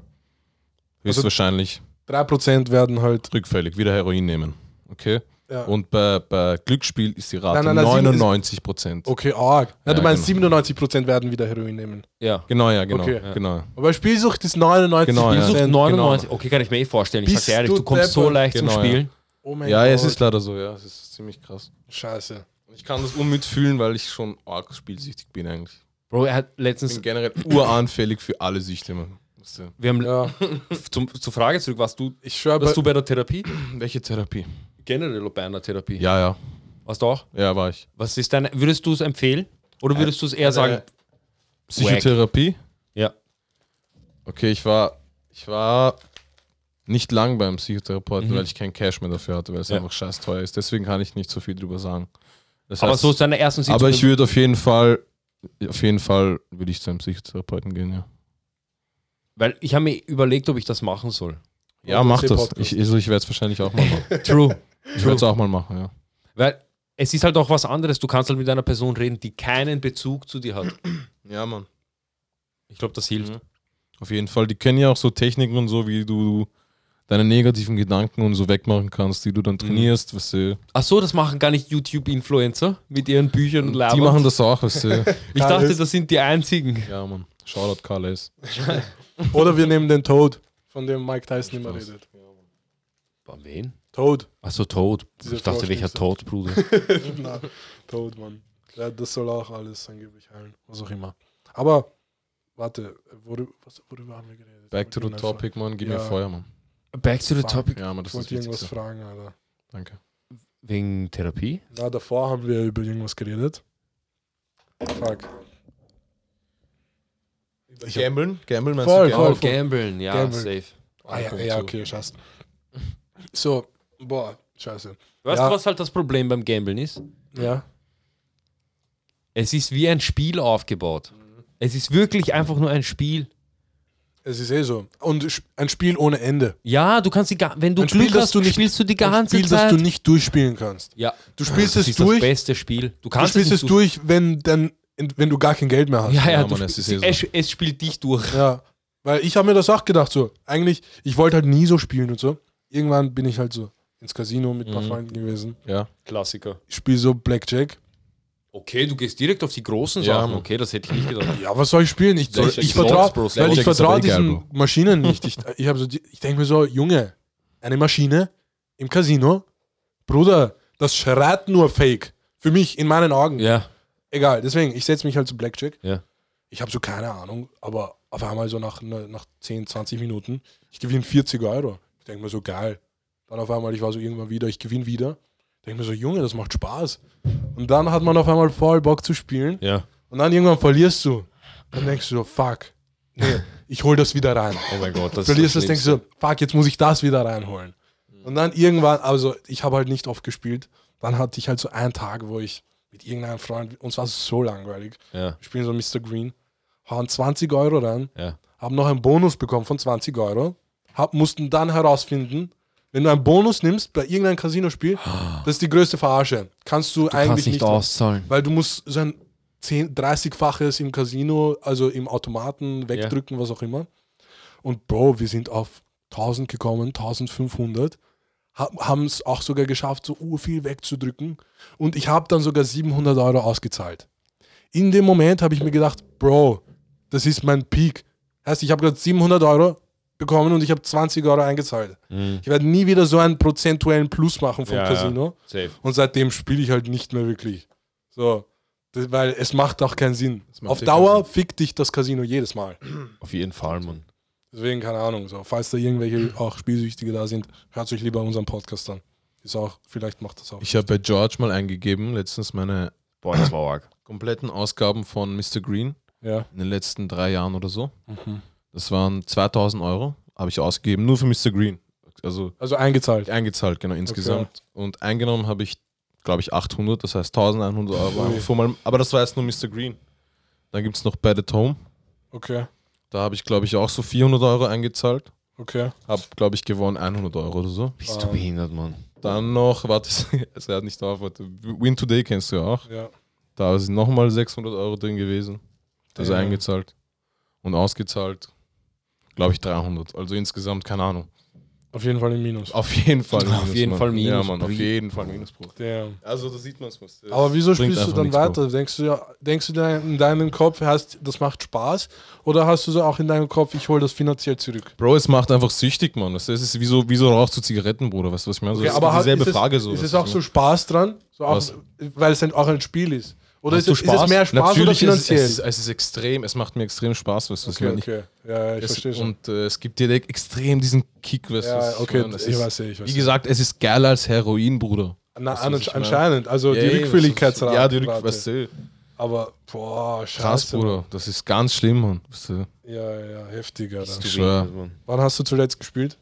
Speaker 2: Also höchstwahrscheinlich
Speaker 1: 3% werden halt.
Speaker 2: rückfällig wieder Heroin nehmen. Okay?
Speaker 1: Ja.
Speaker 2: Und bei, bei Glücksspiel ist die Rate
Speaker 1: Nein, nein, nein,
Speaker 2: 99 Prozent.
Speaker 1: Okay, arg. Na,
Speaker 2: Ja,
Speaker 1: du meinst,
Speaker 2: genau.
Speaker 1: 97% werden wieder Heroin nehmen.
Speaker 3: Ja.
Speaker 2: Genau, ja, genau.
Speaker 1: Okay.
Speaker 2: genau.
Speaker 1: Aber Spielsucht ist 99%.
Speaker 2: Genau, ja.
Speaker 3: Du suchst
Speaker 2: Prozent,
Speaker 3: 99, okay, kann ich mir eh vorstellen. Ich
Speaker 1: Bist
Speaker 3: sag's dir ehrlich,
Speaker 1: du
Speaker 3: du kommst so
Speaker 1: deppert.
Speaker 3: leicht
Speaker 2: Genau,
Speaker 3: zum
Speaker 2: ja.
Speaker 3: Spielen.
Speaker 1: Oh mein
Speaker 2: Ja,
Speaker 1: Gott.
Speaker 2: es ist leider so, ja. Es ist ziemlich krass.
Speaker 1: Scheiße.
Speaker 2: Ich kann das unmit fühlen, weil ich schon arg spielsüchtig bin eigentlich.
Speaker 3: Bro, er hat
Speaker 2: Ich
Speaker 3: letztens,
Speaker 2: bin generell uranfällig für alle Süchte, Mann. Weißt du?
Speaker 3: wir haben
Speaker 1: Ja,
Speaker 3: zum, zur Frage zurück, warst du,
Speaker 1: ich schwöre,
Speaker 3: warst du bei der Therapie?
Speaker 2: Welche Therapie?
Speaker 3: Generell bei einer Therapie.
Speaker 2: Ja, ja.
Speaker 3: Warst du auch? Äh,
Speaker 2: Ja, war ich.
Speaker 3: Was ist deine, würdest du es empfehlen? Oder würdest du es eher sagen?
Speaker 2: Psychotherapie?
Speaker 3: Ja.
Speaker 2: Okay, ich war, ich war nicht lang beim Psychotherapeuten, weil ich keinen Cash mehr dafür hatte, weil es
Speaker 3: Mhm. Ja.
Speaker 2: einfach scheiß teuer ist. Deswegen kann ich nicht so viel drüber sagen. Das
Speaker 3: Aber
Speaker 2: heißt,
Speaker 3: so ist deine ersten Sitzung.
Speaker 2: aber ich würde auf jeden Fall, auf jeden Fall würde ich zu einem Psychotherapeuten gehen, ja.
Speaker 3: Weil ich habe mir überlegt, ob ich das machen soll.
Speaker 2: Ja,
Speaker 1: Und
Speaker 2: mach
Speaker 1: das
Speaker 2: das.
Speaker 1: Podcast.
Speaker 2: Ich, also ich werde es wahrscheinlich auch mal machen.
Speaker 3: True.
Speaker 2: Ich werde es auch mal machen, ja.
Speaker 3: Weil es ist halt auch was anderes. Du kannst halt mit einer Person reden, die keinen Bezug zu dir hat.
Speaker 2: Ja, Mann.
Speaker 3: Ich glaube, das hilft.
Speaker 2: Mhm. Auf jeden Fall. Die kennen ja auch so Techniken und so, wie du deine negativen Gedanken und so wegmachen kannst, die du
Speaker 1: Mhm.
Speaker 2: dann trainierst. Weißt du.
Speaker 3: Ach so, das machen gar nicht YouTube-Influencer mit ihren Büchern und Labern.
Speaker 2: Die machen das auch. Weißt du.
Speaker 3: Ich dachte, das sind die einzigen.
Speaker 2: ja, Mann. Shoutout Karl S.
Speaker 1: Oder wir nehmen den Tod, von dem Mike Tyson immer redet.
Speaker 3: Bei wen?
Speaker 1: Tod.
Speaker 3: Achso, Tod.
Speaker 1: Dieser
Speaker 3: ich dachte, welcher
Speaker 1: Vorschlag-
Speaker 3: Tod, Bruder?
Speaker 1: Na, Tod, Mann. Ja, das soll auch alles angeblich heilen. Was auch immer. Aber, warte, worüber, was, worüber haben wir geredet?
Speaker 2: Back to the
Speaker 1: Irgendein
Speaker 2: topic, Mann. Gib
Speaker 1: Ja.
Speaker 2: mir Feuer, Mann.
Speaker 3: Back to the
Speaker 1: Fuck.
Speaker 3: topic.
Speaker 2: Ja, Mann,
Speaker 1: Ich
Speaker 2: das ist
Speaker 1: wollte irgendwas
Speaker 2: wichtig.
Speaker 1: fragen, Alter.
Speaker 2: Danke.
Speaker 3: Wegen Therapie?
Speaker 1: Na, davor haben wir über irgendwas geredet. Fuck. Ich hab-
Speaker 2: Gambeln? Gambeln
Speaker 1: meinst du Voll, Gambeln? voll.
Speaker 3: gamblen, ja,
Speaker 1: Gamblen.
Speaker 3: safe.
Speaker 1: Ah, ja, ja, okay, scheiße. So, boah, Scheiße.
Speaker 3: Weißt du,
Speaker 1: Ja.
Speaker 3: was halt das Problem beim Gambeln ist?
Speaker 1: Ja.
Speaker 3: Es ist wie ein Spiel aufgebaut. Es ist wirklich einfach nur ein Spiel.
Speaker 1: Es ist eh so. Und sch- ein Spiel ohne Ende.
Speaker 3: Ja, du kannst die, ga- wenn du
Speaker 1: Ein
Speaker 3: Glück
Speaker 1: Spiel, das
Speaker 3: hast,
Speaker 1: du nicht-
Speaker 3: spielst du die
Speaker 1: ein
Speaker 3: ganze
Speaker 1: Spiel,
Speaker 3: Zeit.
Speaker 1: das du nicht durchspielen kannst.
Speaker 3: ja,
Speaker 1: Du spielst
Speaker 3: das
Speaker 1: es
Speaker 3: ist das
Speaker 1: durch.
Speaker 3: beste Spiel. Du
Speaker 1: Du
Speaker 3: kannst
Speaker 1: spielst es
Speaker 3: nicht
Speaker 1: durch, wenn, dann, wenn du gar kein Geld mehr hast.
Speaker 3: Ja, ja,
Speaker 2: Ja,
Speaker 3: du
Speaker 2: Mann, es
Speaker 3: spielst-
Speaker 2: ist eh
Speaker 3: es, es spielt dich durch.
Speaker 1: Ja, weil ich habe mir das auch gedacht, so, eigentlich, ich wollte halt nie so spielen und so. Irgendwann bin ich halt so ins Casino mit ein paar
Speaker 2: Mhm.
Speaker 1: Freunden gewesen.
Speaker 2: Ja.
Speaker 3: Klassiker.
Speaker 1: Ich spiele so Blackjack.
Speaker 3: Okay, du gehst direkt auf die großen
Speaker 2: Ja,
Speaker 3: Sachen.
Speaker 2: Mann.
Speaker 3: Okay, das hätte ich nicht gedacht.
Speaker 1: Ja, was soll ich spielen? Ich,
Speaker 3: Blackjack
Speaker 1: ich
Speaker 3: ist
Speaker 1: vertraue
Speaker 2: Lords, Bro.
Speaker 1: weil ich
Speaker 2: Blackjack ist aber
Speaker 1: vertrau
Speaker 2: egal,
Speaker 1: diesen
Speaker 2: Bro.
Speaker 1: Maschinen nicht. Ich, ich, hab so, die- ich denke mir so, Junge, eine Maschine im Casino, Bruder, das schreit nur Fake. Für mich, in meinen Augen.
Speaker 3: Ja.
Speaker 1: Egal, deswegen, ich setze mich halt zu Blackjack.
Speaker 3: Ja.
Speaker 1: Ich habe so keine Ahnung, aber auf einmal so nach, ne- nach 10, 20 Minuten, ich gewinne 40 Euro. Ich denke mir so, geil. Dann auf einmal, ich war so irgendwann wieder, ich gewinne wieder. Denke mir so, Junge, das macht Spaß. Und dann hat man auf einmal voll Bock zu spielen.
Speaker 3: Ja.
Speaker 1: Und dann irgendwann verlierst du. Dann denkst du so, fuck, nee, ich hol das wieder rein.
Speaker 3: Oh mein Gott, das
Speaker 1: verlierst das,
Speaker 3: ist
Speaker 1: denkst du, fuck, jetzt muss ich das wieder reinholen.
Speaker 3: Mhm.
Speaker 1: Und dann irgendwann, also ich habe halt nicht oft gespielt, dann hatte ich halt so einen Tag, wo ich mit irgendeinem Freund, uns war es so langweilig, wir
Speaker 3: Ja.
Speaker 1: spielen so Mr. Green, hauen 20 Euro rein,
Speaker 3: Ja.
Speaker 1: haben noch einen Bonus bekommen von 20 Euro, hab, mussten dann herausfinden, wenn du einen Bonus nimmst bei irgendeinem Casinospiel, das ist die größte Verarsche. Kannst du, eigentlich
Speaker 3: Kannst nicht
Speaker 1: nicht
Speaker 3: auszahlen.
Speaker 1: weil du musst so ein 10, 30-faches im Casino, also im Automaten wegdrücken, was auch immer. Und Bro, wir sind auf 1000 gekommen, 1500. Haben es auch sogar geschafft, so urviel wegzudrücken. Und ich habe dann sogar 700 Euro ausgezahlt. In dem Moment habe ich mir gedacht, Bro, das ist mein Peak. Heißt, ich habe gerade 700 Euro bekommen und ich habe 20 Euro eingezahlt. Ich werde nie wieder so einen prozentuellen Plus machen vom
Speaker 3: Mhm. Ja, ja.
Speaker 1: Casino.
Speaker 3: Safe.
Speaker 1: Und seitdem spiele ich halt nicht mehr wirklich. So. Das, weil es macht auch keinen Sinn.
Speaker 2: Es macht
Speaker 1: Auf
Speaker 2: eh keinen
Speaker 1: Dauer fickt dich das Casino jedes Mal.
Speaker 2: Auf jeden Fall, Mann.
Speaker 1: Deswegen, keine Ahnung. So, falls da irgendwelche auch Spielsüchtige da sind, hört euch lieber unseren Podcast an. Ist auch, vielleicht macht das auch.
Speaker 2: Ich habe bei George mal eingegeben, letztens meine
Speaker 3: Boah, das war arg.
Speaker 2: kompletten Ausgaben von Mr. Green
Speaker 1: ja.
Speaker 2: in den letzten drei Jahren oder so. Das waren 2000 Euro, habe ich ausgegeben, nur für Mr. Green. Also
Speaker 1: Also eingezahlt.
Speaker 2: eingezahlt, genau, insgesamt. Und eingenommen habe ich, glaube ich, 800, das heißt 1100 Euro.
Speaker 1: Ui.
Speaker 2: einfach vor meinem- Aber das war jetzt nur Mr. Green. Dann gibt es noch Bad at Home.
Speaker 1: Okay.
Speaker 2: Da habe ich, glaube ich, auch so 400 Euro eingezahlt.
Speaker 1: Okay.
Speaker 2: Habe, glaube ich, gewonnen 100 Euro oder so.
Speaker 3: Bist du behindert, Mann?
Speaker 2: Dann noch, warte, es hört nicht auf, warte. Win Today kennst du ja auch.
Speaker 1: Ja.
Speaker 2: Da sind nochmal 600 Euro drin gewesen. Also
Speaker 1: Damn.
Speaker 2: eingezahlt. Und ausgezahlt, glaube ich, 300. Also insgesamt, keine Ahnung.
Speaker 1: Auf jeden Fall im Minus.
Speaker 2: Auf jeden Fall
Speaker 3: Auf jeden
Speaker 2: Mann.
Speaker 3: Fall
Speaker 2: Ja,
Speaker 3: Minus,
Speaker 2: Mann, auf
Speaker 3: Brie.
Speaker 2: jeden Fall Minus, Bruder.
Speaker 1: Damn.
Speaker 2: Also da sieht man es.
Speaker 1: Aber wieso
Speaker 2: bringt
Speaker 1: spielst du
Speaker 2: einfach
Speaker 1: dann
Speaker 2: nichts, Bro.
Speaker 1: weiter? Denkst du, ja, denkst du dir in deinem Kopf, hast, das macht Spaß? Oder hast du so auch in deinem Kopf, ich hole das finanziell zurück?
Speaker 2: Bro, es macht einfach süchtig, Mann. Das ist wie so, wie so rauchst du Zigaretten, Bruder. Weißt du, was ich meine? So,
Speaker 1: Okay,
Speaker 2: das
Speaker 1: aber
Speaker 2: Also ist
Speaker 1: hat-
Speaker 2: dieselbe
Speaker 1: ist es,
Speaker 2: Frage. So,
Speaker 1: Ist
Speaker 2: weißt
Speaker 1: es
Speaker 2: du,
Speaker 1: auch
Speaker 2: was
Speaker 1: so
Speaker 2: ich
Speaker 1: Spaß dran? So auch,
Speaker 2: Was?
Speaker 1: weil es dann auch ein Spiel ist. Oder
Speaker 2: meine?
Speaker 1: ist
Speaker 2: Hast du
Speaker 1: es, ist es mehr Spaß
Speaker 2: Natürlich
Speaker 1: oder
Speaker 2: ist es-
Speaker 1: finanziell?
Speaker 2: Es, ist- es ist extrem. Es macht mir extrem Spaß, weißt du, was
Speaker 1: okay,
Speaker 2: ich meine?
Speaker 1: okay. Ja, ich verstehe
Speaker 2: Es,
Speaker 1: schon.
Speaker 2: und äh, es gibt dir extrem diesen Kick, weißt du? was
Speaker 1: Ja,
Speaker 2: ich
Speaker 1: okay,
Speaker 2: meine? Das
Speaker 1: ich
Speaker 2: ist-
Speaker 1: weiß, eh, ich weiß.
Speaker 2: Wie
Speaker 1: eh.
Speaker 2: gesagt, es ist geiler als Heroin, Bruder.
Speaker 1: Na,
Speaker 2: weißt du, was ich meine?
Speaker 1: anscheinend. Also die
Speaker 2: Ey, was-
Speaker 1: Rückfälligkeitsrate.
Speaker 2: Ja, die Rückfälligkeit.
Speaker 1: Rate.
Speaker 2: Weißt du,
Speaker 1: Aber, boah, scheiße.
Speaker 2: krass, Bruder. Das ist ganz schlimm, Mann. Weißt du?
Speaker 1: Ja, ja, heftig, Alter.
Speaker 2: du
Speaker 3: Bist
Speaker 2: schwör.
Speaker 3: behindert, Mann?
Speaker 1: Wann hast du zuletzt gespielt?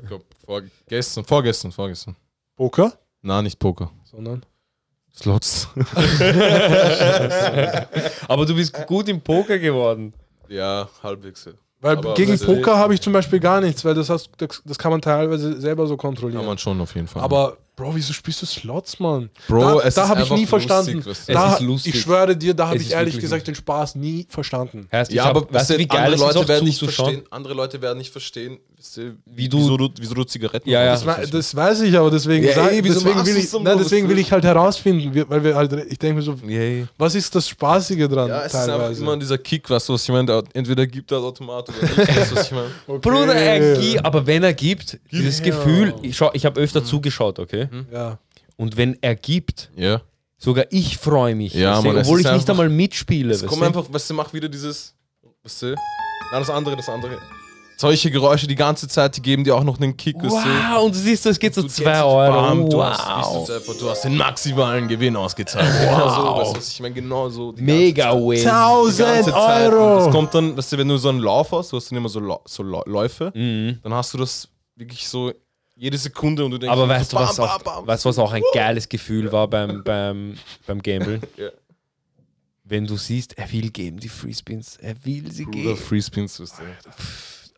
Speaker 2: Ich glaub, vorgestern, vorgestern, vorgestern.
Speaker 1: Poker?
Speaker 2: Na, nicht Poker.
Speaker 1: Sondern?
Speaker 2: Slots.
Speaker 3: Aber du bist gut im Poker geworden.
Speaker 2: ja, halbwegs. ja.
Speaker 1: Weil
Speaker 2: Aber
Speaker 1: gegen
Speaker 2: weißt du-
Speaker 1: Poker habe ich zum Beispiel gar nichts, weil das, hast, das, das kann man teilweise selber so kontrollieren.
Speaker 2: Kann man schon auf jeden Fall.
Speaker 1: Aber, Bro, wieso spielst du Slots, Mann?
Speaker 2: Bro,
Speaker 1: da,
Speaker 2: es
Speaker 1: da
Speaker 2: ist
Speaker 1: habe ich
Speaker 2: einfach
Speaker 1: nie verstanden.
Speaker 2: lustig, weißt du.
Speaker 1: da,
Speaker 3: Es ist lustig.
Speaker 1: Ich schwöre dir, da habe
Speaker 3: Es
Speaker 1: ich
Speaker 3: ist
Speaker 1: ehrlich
Speaker 3: wirklich
Speaker 1: gesagt den Spaß nie verstanden.
Speaker 3: Heißt,
Speaker 2: ja, aber weißt du,
Speaker 3: wie geil
Speaker 2: andere
Speaker 3: es ist,
Speaker 2: Leute
Speaker 3: auch
Speaker 2: werden nicht
Speaker 3: zuzuschauen?
Speaker 2: verstehen. Andere Leute werden nicht verstehen, weißt du,
Speaker 3: Wie du-
Speaker 2: wieso du, wieso du Zigaretten
Speaker 3: Ja, ja.
Speaker 2: rauchst,
Speaker 1: Das,
Speaker 2: weißt
Speaker 1: wei-
Speaker 2: du.
Speaker 1: das weiß ich, aber deswegen,
Speaker 2: Ja,
Speaker 1: sag-
Speaker 2: ey, wieso
Speaker 1: deswegen,
Speaker 2: machst
Speaker 1: will,
Speaker 2: du's
Speaker 1: ich,
Speaker 2: so,
Speaker 1: nein,
Speaker 2: Bro?
Speaker 1: deswegen will ich halt herausfinden, wir- weil wir halt, ich denke mir so,
Speaker 2: Yay.
Speaker 1: was ist das Spaßige dran
Speaker 2: Ja, es ist einfach
Speaker 1: teilweise?
Speaker 2: immer dieser Kick, weißt du, was ich meine? Der- Entweder gibt er Automat oder nicht, weißt du, was ich meine?
Speaker 1: Okay.
Speaker 3: Bruder, er gibt, aber wenn er gibt, dieses
Speaker 1: Ja.
Speaker 3: Gefühl, ich, schau, ich habe
Speaker 2: Mhm.
Speaker 3: öfter zugeschaut, okay?
Speaker 1: Ja.
Speaker 3: Und wenn er gibt,
Speaker 2: Ja.
Speaker 3: sogar ich freue mich,
Speaker 2: Ja,
Speaker 3: weißt du,
Speaker 2: Mann, es
Speaker 3: obwohl
Speaker 2: ist
Speaker 3: ich nicht
Speaker 2: einfach-
Speaker 3: einmal mitspiele.
Speaker 2: Es
Speaker 3: weißt
Speaker 2: kommt
Speaker 3: du?
Speaker 2: einfach, weißt du, mach wieder dieses, weißt du? Nein, das andere, das andere. Solche Geräusche die ganze Zeit, die geben dir auch noch einen Kick, weißt du?
Speaker 3: Wow, und du siehst, das geht so
Speaker 2: Du
Speaker 3: 2
Speaker 2: denkst, bam,
Speaker 3: Euro.
Speaker 2: Du hast, bist
Speaker 3: Wow.
Speaker 2: du einfach, du hast den maximalen Gewinn ausgezahlt. Wow. so, weißt du, was ich meine? Genau so. die
Speaker 3: Mega win.
Speaker 1: 1000
Speaker 2: ganze Zeit. Und Das
Speaker 1: Euro!
Speaker 2: kommt dann,
Speaker 3: Mhm.
Speaker 2: weißt du, wenn du so einen Lauf hast, du hast dann immer so, Lau- so Lau- Läufe, dann hast du das wirklich so jede Sekunde und du denkst,
Speaker 3: Aber
Speaker 2: dir so,
Speaker 3: weißt du, was auch, weißt, du, was auch ein geiles Gefühl war beim, beim, beim Gamble?
Speaker 2: Ja.
Speaker 3: Wenn du siehst, er will geben, die Freespins. Er will sie
Speaker 2: Bruder,
Speaker 3: geben.
Speaker 2: Freespins, weißt du.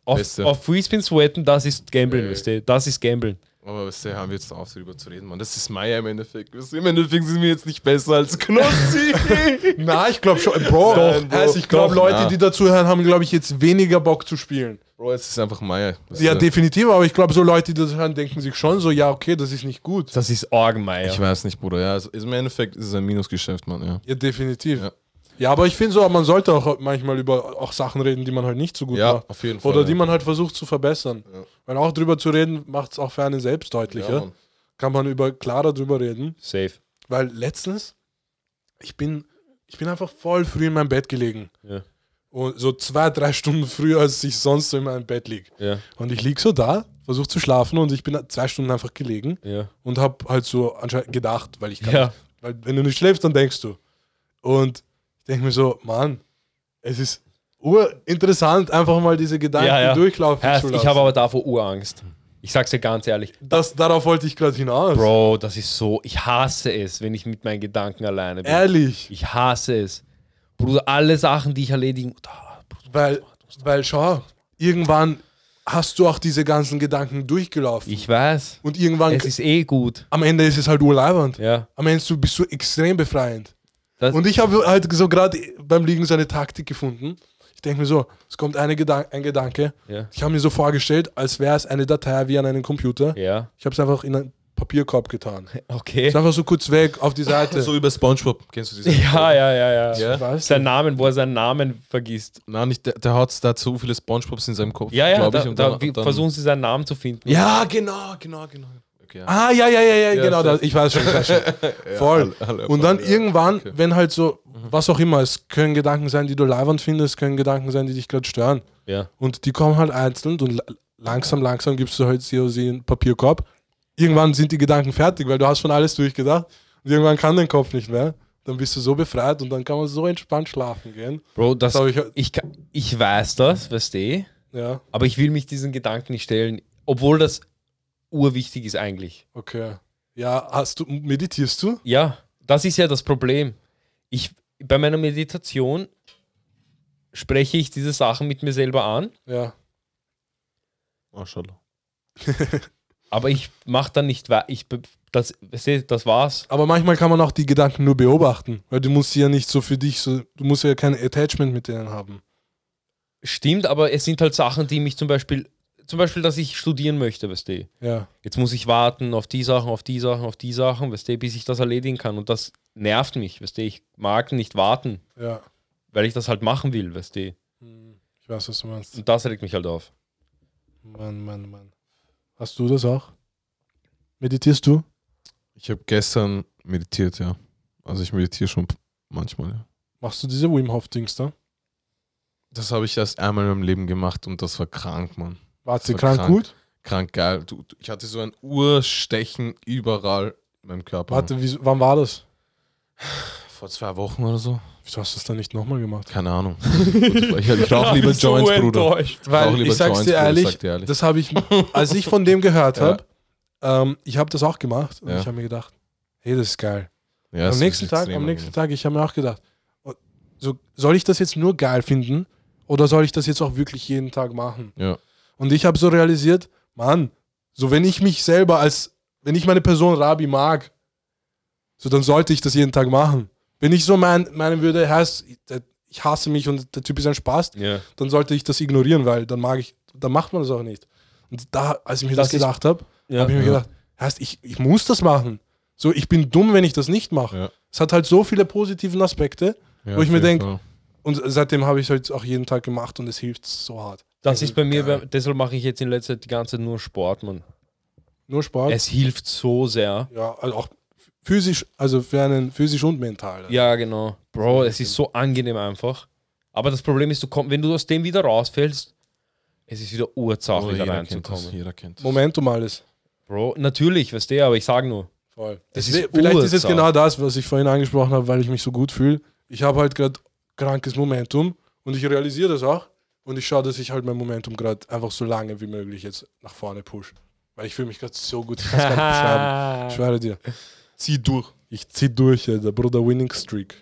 Speaker 3: Auf,
Speaker 2: Beste.
Speaker 3: auf Freespins wetten, das ist Gamblen,
Speaker 2: Äh.
Speaker 3: weißt du? Das ist Gamblen.
Speaker 2: Aber weißt du, haben wir jetzt auf, darüber zu reden, Mann. Das ist Maya im Endeffekt. Weißt du, Im Endeffekt sind wir jetzt nicht besser als Knossi.
Speaker 1: Na, ich glaube schon, Bro.
Speaker 2: Nein, Bro.
Speaker 1: also ich glaube,
Speaker 2: Doch,
Speaker 1: Leute,
Speaker 2: na.
Speaker 1: die dazuhören, haben, glaube ich, jetzt weniger Bock zu spielen.
Speaker 2: Bro, jetzt ist einfach Maya. weißt
Speaker 1: Ja,
Speaker 2: du.
Speaker 1: definitiv, aber ich glaube, so Leute, die das hören, denken sich schon so, ja, okay, das ist nicht gut.
Speaker 3: Das ist Orgenmeier.
Speaker 2: Ich weiß nicht, Bruder. Ja, es ist im Endeffekt ist es ein Minusgeschäft, Mann. Ja,
Speaker 1: Ja, definitiv.
Speaker 2: Ja.
Speaker 1: Ja, aber ich finde so, man sollte auch manchmal über auch Sachen reden, die man halt nicht so gut
Speaker 2: ja
Speaker 1: macht.
Speaker 2: auf jeden Fall.
Speaker 1: Oder die
Speaker 2: ja.
Speaker 1: man halt versucht zu verbessern. Weil auch drüber zu reden, macht es auch für einen selbst
Speaker 2: Ja,
Speaker 1: deutlicher.
Speaker 2: Mann.
Speaker 1: Kann man über klarer drüber reden.
Speaker 3: Safe.
Speaker 1: Weil letztens, ich bin, ich bin einfach voll früh in meinem Bett gelegen.
Speaker 3: Ja.
Speaker 1: Und so zwei, drei Stunden früher, als ich sonst so in meinem Bett liege.
Speaker 3: Ja,
Speaker 1: Und ich lieg so da, versuche zu schlafen und ich bin zwei Stunden einfach gelegen
Speaker 3: ja.
Speaker 1: und habe halt so anscheinend gedacht, weil ich kann,
Speaker 3: Ja.
Speaker 1: weil wenn du nicht schläfst, dann denkst du. Und ich denke mir so, Mann, es ist urinteressant, einfach mal diese Gedanken
Speaker 3: Ja, ja.
Speaker 1: durchlaufen
Speaker 3: Heißt,
Speaker 1: zu
Speaker 3: ich
Speaker 1: lassen.
Speaker 3: habe aber davor Urangst. Ich sag's dir ganz ehrlich.
Speaker 1: das, darauf wollte ich gerade hinaus.
Speaker 3: Bro, das ist so. Ich hasse es, wenn ich mit meinen Gedanken alleine bin.
Speaker 1: Ehrlich,
Speaker 3: Ich hasse es. Bruder, alle Sachen, die ich erledigen. Da, Bruder.
Speaker 1: weil, weil schau, irgendwann hast du auch diese ganzen Gedanken durchgelaufen.
Speaker 3: Ich weiß.
Speaker 1: und irgendwann,
Speaker 3: Es ist eh gut.
Speaker 1: am Ende ist es halt urleibernd.
Speaker 3: Ja.
Speaker 1: Am Ende bist du- bist du extrem befreiend.
Speaker 3: Das,
Speaker 1: Und ich habe halt so gerade beim Liegen so eine Taktik gefunden. Ich denke mir so, es kommt eine Gedan ein Gedanke.
Speaker 3: ja.
Speaker 1: Ich habe mir so vorgestellt, als wäre es eine Datei wie an einem Computer.
Speaker 3: ja.
Speaker 1: Ich habe es einfach in einen Papierkorb getan.
Speaker 3: Okay.
Speaker 1: Ist einfach so kurz weg auf die Seite.
Speaker 2: So über Spongebob. Kennst du diese?
Speaker 3: Ja, ja, ja, ja.
Speaker 2: Ja.
Speaker 1: Was?
Speaker 3: Sein Namen, wo er seinen Namen vergisst.
Speaker 2: Nein, nicht, der, der hat da zu viele Spongebobs in seinem Kopf.
Speaker 3: Ja, ja,
Speaker 2: glaub
Speaker 3: da,
Speaker 2: ich, und
Speaker 3: da
Speaker 2: dann-
Speaker 3: wie-
Speaker 2: dann-
Speaker 3: versuchen sie seinen Namen zu finden.
Speaker 1: Ja, genau, genau, genau.
Speaker 2: Okay, ja.
Speaker 1: Ah, ja, ja, ja, ja, genau.
Speaker 2: stimmt.
Speaker 1: Das, ich weiß schon, ich weiß schon. Voll.
Speaker 2: alle- alle
Speaker 1: Und dann
Speaker 2: erfahren, ja.
Speaker 1: irgendwann,
Speaker 2: Okay. Mhm.
Speaker 1: wenn halt so, was auch immer, es können Gedanken sein, die du leiwand findest, können Gedanken sein, die dich gerade stören.
Speaker 3: Ja.
Speaker 1: Und die kommen halt einzeln und la- langsam, langsam gibst du halt sie sie in den Papierkorb. Irgendwann sind die Gedanken fertig, weil du hast schon alles durchgedacht. Und irgendwann kann dein Kopf nicht mehr. Dann bist du so befreit und dann kann man so entspannt schlafen gehen.
Speaker 3: Bro, das,
Speaker 1: Das hab ich,
Speaker 3: ich, ka- ich weiß das, weißt du?
Speaker 1: ja,
Speaker 3: Aber ich will mich diesen Gedanken nicht stellen, obwohl das urwichtig ist eigentlich.
Speaker 1: okay. Ja, hast du, meditierst du?
Speaker 3: Ja, das ist ja das Problem. Ich, bei meiner Meditation spreche ich diese Sachen mit mir selber an,
Speaker 1: Ja.
Speaker 2: Maschallah.
Speaker 3: aber ich mache dann nicht weiter. Ich, be- das, weißt du, das war's.
Speaker 1: Aber manchmal kann man auch die Gedanken nur beobachten, weil du musst sie ja nicht so für dich, so, du musst ja kein Attachment mit denen haben.
Speaker 3: Stimmt, aber es sind halt Sachen, die mich zum Beispiel, zum Beispiel, dass ich studieren möchte, weißt du?
Speaker 1: Ja,
Speaker 3: Jetzt muss ich warten auf die Sachen, auf die Sachen, auf die Sachen, weißt du, bis ich das erledigen kann. Und das nervt mich, weißt du? Ich mag nicht warten,
Speaker 1: ja. Hm,
Speaker 3: weil ich das halt machen will, weißt du?
Speaker 1: Ich weiß, was du meinst.
Speaker 3: Und das regt mich halt auf.
Speaker 1: Mann, Mann, Mann. Hast du das auch? Meditierst du?
Speaker 2: Ich habe gestern meditiert, ja. Also ich meditiere schon manchmal, ja.
Speaker 1: Machst du diese Wim Hof-Dings da?
Speaker 2: Das habe ich erst einmal in meinem Leben gemacht und das war krank, Mann.
Speaker 1: War sie
Speaker 2: war
Speaker 1: krank,
Speaker 2: krank.
Speaker 1: gut?
Speaker 2: Krank geil. Du, du, ich hatte so ein Urstechen überall in meinem Körper.
Speaker 1: Warte, wieso- wann war das?
Speaker 2: Vor zwei Wochen oder so?
Speaker 1: Wieso hast du das dann nicht nochmal gemacht?
Speaker 2: Keine Ahnung. ich ich rauche lieber Joints, Bruder. Auch
Speaker 1: Weil
Speaker 2: lieber
Speaker 1: ich sag's
Speaker 2: Joints,
Speaker 1: dir
Speaker 2: Bruder,
Speaker 1: ehrlich,
Speaker 2: sag dir ehrlich.
Speaker 1: das habe ich, als ich von dem gehört
Speaker 2: Ja.
Speaker 1: habe, ähm, ich habe das auch gemacht und
Speaker 2: Ja.
Speaker 1: ich habe mir gedacht, hey, das ist geil.
Speaker 2: Ja, es
Speaker 1: am
Speaker 2: ist
Speaker 1: nächsten Tag,
Speaker 2: extrem
Speaker 1: am nächsten
Speaker 2: angenehm.
Speaker 1: Tag, ich habe mir auch gedacht, oh, so, soll ich das jetzt nur geil finden oder soll ich das jetzt auch wirklich jeden Tag machen?
Speaker 2: Ja.
Speaker 1: Und ich habe so realisiert, Mann, so wenn ich mich selber als, wenn ich meine Person Rabi mag, so dann sollte ich das jeden Tag machen. Wenn ich so mein, meinen würde, heißt, ich hasse mich und der Typ ist ein Spaß,
Speaker 3: Ja.
Speaker 1: dann sollte ich das ignorieren, weil dann mag ich, dann macht man das auch nicht. Und da, als ich mir das,
Speaker 3: Das ist-
Speaker 1: gedacht habe,
Speaker 3: Ja.
Speaker 1: habe ich mir
Speaker 2: Ja.
Speaker 1: gedacht, heißt, ich, ich muss das machen. So, ich bin dumm, wenn ich das nicht mache.
Speaker 2: Ja.
Speaker 1: Es hat halt so viele positiven Aspekte
Speaker 2: Ja,
Speaker 1: wo ich
Speaker 2: auf
Speaker 1: mir
Speaker 2: jeden
Speaker 1: denk-
Speaker 2: Fall.
Speaker 1: und seitdem habe ich es halt auch jeden Tag gemacht und es hilft so hart.
Speaker 3: Das ist bei mir,
Speaker 1: Geil.
Speaker 3: weil- deshalb mache ich jetzt in letzter Zeit die ganze Zeit nur Sport, Mann.
Speaker 1: Nur Spaß.
Speaker 3: Es hilft so sehr.
Speaker 1: ja, also auch physisch, also für einen physisch und mental.
Speaker 3: Ja, genau. Bro, es ist so angenehm einfach. Aber das Problem ist, du komm, wenn du aus dem wieder rausfällst, es ist wieder
Speaker 2: Oh,
Speaker 3: urzauchlich
Speaker 2: jeder kennt das,
Speaker 3: reinzukommen.
Speaker 2: jeder kennt das.
Speaker 1: Momentum alles.
Speaker 3: Bro, natürlich, weißt du, aber ich sag nur.
Speaker 1: Voll.
Speaker 3: Das
Speaker 1: Deswegen-
Speaker 3: ist
Speaker 1: vielleicht ist es
Speaker 3: urzart.
Speaker 1: genau das, was ich vorhin angesprochen habe, weil ich mich so gut fühle. Ich habe halt gerade krankes Momentum und ich realisiere das auch und ich schaue, dass ich halt mein Momentum gerade einfach so lange wie möglich jetzt nach vorne push. Weil ich fühle mich gerade so gut. Ich kann es gar nicht beschreiben. Ich schwöre dir.
Speaker 2: Zieh durch.
Speaker 1: Ich zieh durch, der Bruder Winning Streak.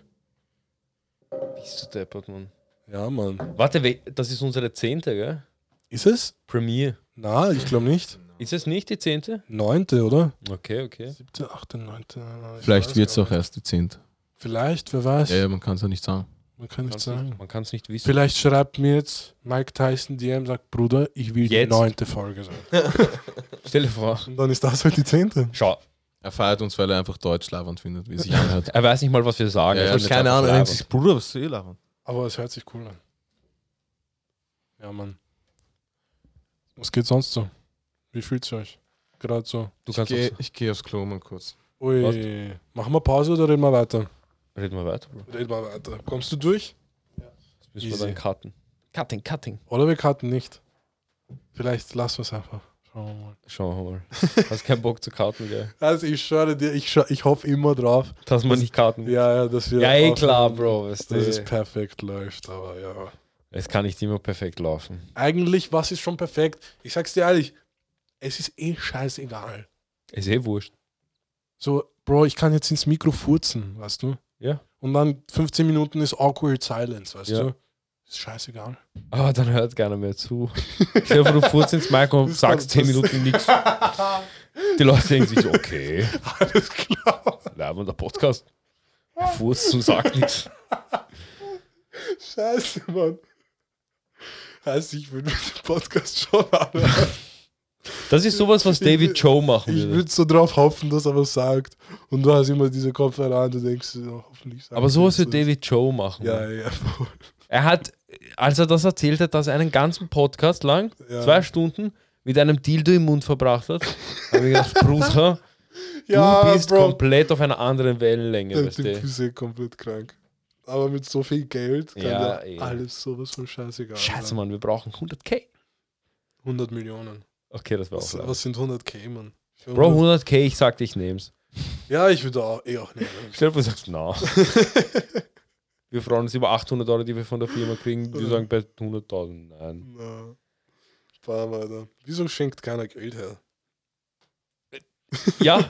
Speaker 3: Bist du deppert, Mann.
Speaker 1: Ja, Mann.
Speaker 3: Warte, we- das ist unsere zehnte, gell?
Speaker 1: Ist es?
Speaker 3: Premiere.
Speaker 1: Na, ich glaube nicht.
Speaker 3: Ist es nicht die zehnte?
Speaker 1: Neunte, oder?
Speaker 3: Okay, okay.
Speaker 1: Siebte, achte, neunte. ich
Speaker 2: Vielleicht
Speaker 1: weiß
Speaker 2: wird es
Speaker 1: gar
Speaker 2: auch erst die 10.
Speaker 1: nicht. Vielleicht, wer weiß.
Speaker 2: Ja, ja, man kann es ja nicht sagen.
Speaker 1: Man kann nicht
Speaker 3: Kannst nicht-
Speaker 1: sagen.
Speaker 3: Man kann es nicht wissen.
Speaker 1: Vielleicht schreibt mir jetzt Mike Tyson DM, sagt, Bruder, ich will die
Speaker 3: Jetzt?
Speaker 1: neunte Folge sein.
Speaker 3: Stell dir vor.
Speaker 1: Und dann ist das halt die zehnte.
Speaker 3: Schau,
Speaker 2: Er feiert uns, weil er einfach Deutsch labend findet, wie es sich anhört.
Speaker 3: er weiß nicht mal, was wir sagen.
Speaker 2: Ja,
Speaker 3: Er
Speaker 2: ja,
Speaker 3: soll jetzt einfach
Speaker 2: er denkt
Speaker 3: labern.
Speaker 2: sich, Bruder, was soll ich labern?
Speaker 1: Aber es hört sich cool an. Ja, Mann. Was geht sonst so? Wie fühlt's euch? Gerade so.
Speaker 3: Du
Speaker 2: Ich
Speaker 3: kannst
Speaker 2: gehe
Speaker 3: auch
Speaker 2: geh aufs Klo mal kurz.
Speaker 1: Ui. Machen wir Pause oder reden wir weiter?
Speaker 3: Reden wir weiter, Bro.
Speaker 1: Reden wir weiter. Kommst du durch?
Speaker 3: Das müssen wir
Speaker 1: Easy.
Speaker 3: dann cutten. Cutting, cutting.
Speaker 1: Oder wir cutten nicht. Vielleicht lassen wir es einfach. Schauen wir mal.
Speaker 3: Schauen wir mal. Hast keinen Bock zu cutten, gell?
Speaker 1: Also ich schwöre dir, ich, schwö- ich hoffe immer drauf.
Speaker 3: Dass man nicht cutten. Ja,
Speaker 1: Ja, ja, dass wir.
Speaker 3: ja eh
Speaker 1: auch-
Speaker 3: klar, Bro. Weißt du,
Speaker 1: Dass es perfekt läuft, aber ja.
Speaker 3: es kann nicht immer perfekt laufen.
Speaker 1: Eigentlich, was ist schon perfekt? Ich sag's dir ehrlich, es ist eh scheißegal.
Speaker 3: Ist eh wurscht.
Speaker 1: So, Bro, ich kann jetzt ins Mikro furzen, weißt du?
Speaker 3: Ja.
Speaker 1: Und dann 15 Minuten ist awkward silence, weißt
Speaker 3: Ja.
Speaker 1: du? Ist scheißegal.
Speaker 3: Aber Ah, dann hört keiner mehr zu. Stell dir vor, du furzt ins Mic und
Speaker 1: Das
Speaker 3: sagst
Speaker 1: kann-
Speaker 3: 10 Minuten nichts. Die Leute denken sich, okay,
Speaker 1: Alles klar.
Speaker 3: leibender Podcast. Er furzt und sagt nichts.
Speaker 1: Scheiße, Mann. Heißt, ich würde mir den Podcast schon anhören.
Speaker 3: Das ist sowas, was David Joe machen
Speaker 1: Ich
Speaker 3: würde.
Speaker 1: würde so drauf hoffen, dass er was sagt. Und du hast immer diese Kopfhörer an, du denkst, oh, hoffentlich sagt
Speaker 3: Aber
Speaker 1: er
Speaker 3: sowas wird
Speaker 1: nichts.
Speaker 3: David Joe machen.
Speaker 1: Ja, ja, voll.
Speaker 3: Er hat, als er das erzählt hat, dass er einen ganzen Podcast lang,
Speaker 1: Ja.
Speaker 3: zwei Stunden, mit einem Dildo im Mund verbracht hat, habe ich gedacht, Bruder, du
Speaker 1: ja,
Speaker 3: bist
Speaker 1: Bro.
Speaker 3: komplett auf einer anderen Wellenlänge.
Speaker 1: Der
Speaker 3: Weißt
Speaker 1: Typ
Speaker 3: du?
Speaker 1: ist eh komplett krank. Aber mit so viel Geld kann
Speaker 3: Ja,
Speaker 1: der
Speaker 3: eh.
Speaker 1: alles sowas von scheißegal.
Speaker 3: Scheiße,
Speaker 1: sein.
Speaker 3: Mann, wir brauchen 100k.
Speaker 1: 100 Millionen.
Speaker 3: Okay, das war auch
Speaker 1: Was,
Speaker 3: klar.
Speaker 1: was sind 100k, Mann?
Speaker 3: Bro, 100k, ich sagte, ich nehm's.
Speaker 1: Ja, ich würde auch, eh auch nehmen.
Speaker 3: Stell dir vor, du sagst, na. wir freuen uns über 800 Euro, die wir von der Firma kriegen. Wir sagen bei 100.000, nein.
Speaker 1: Na, Sparen wir, Alter. Wieso schenkt keiner Geld her?
Speaker 3: Ja,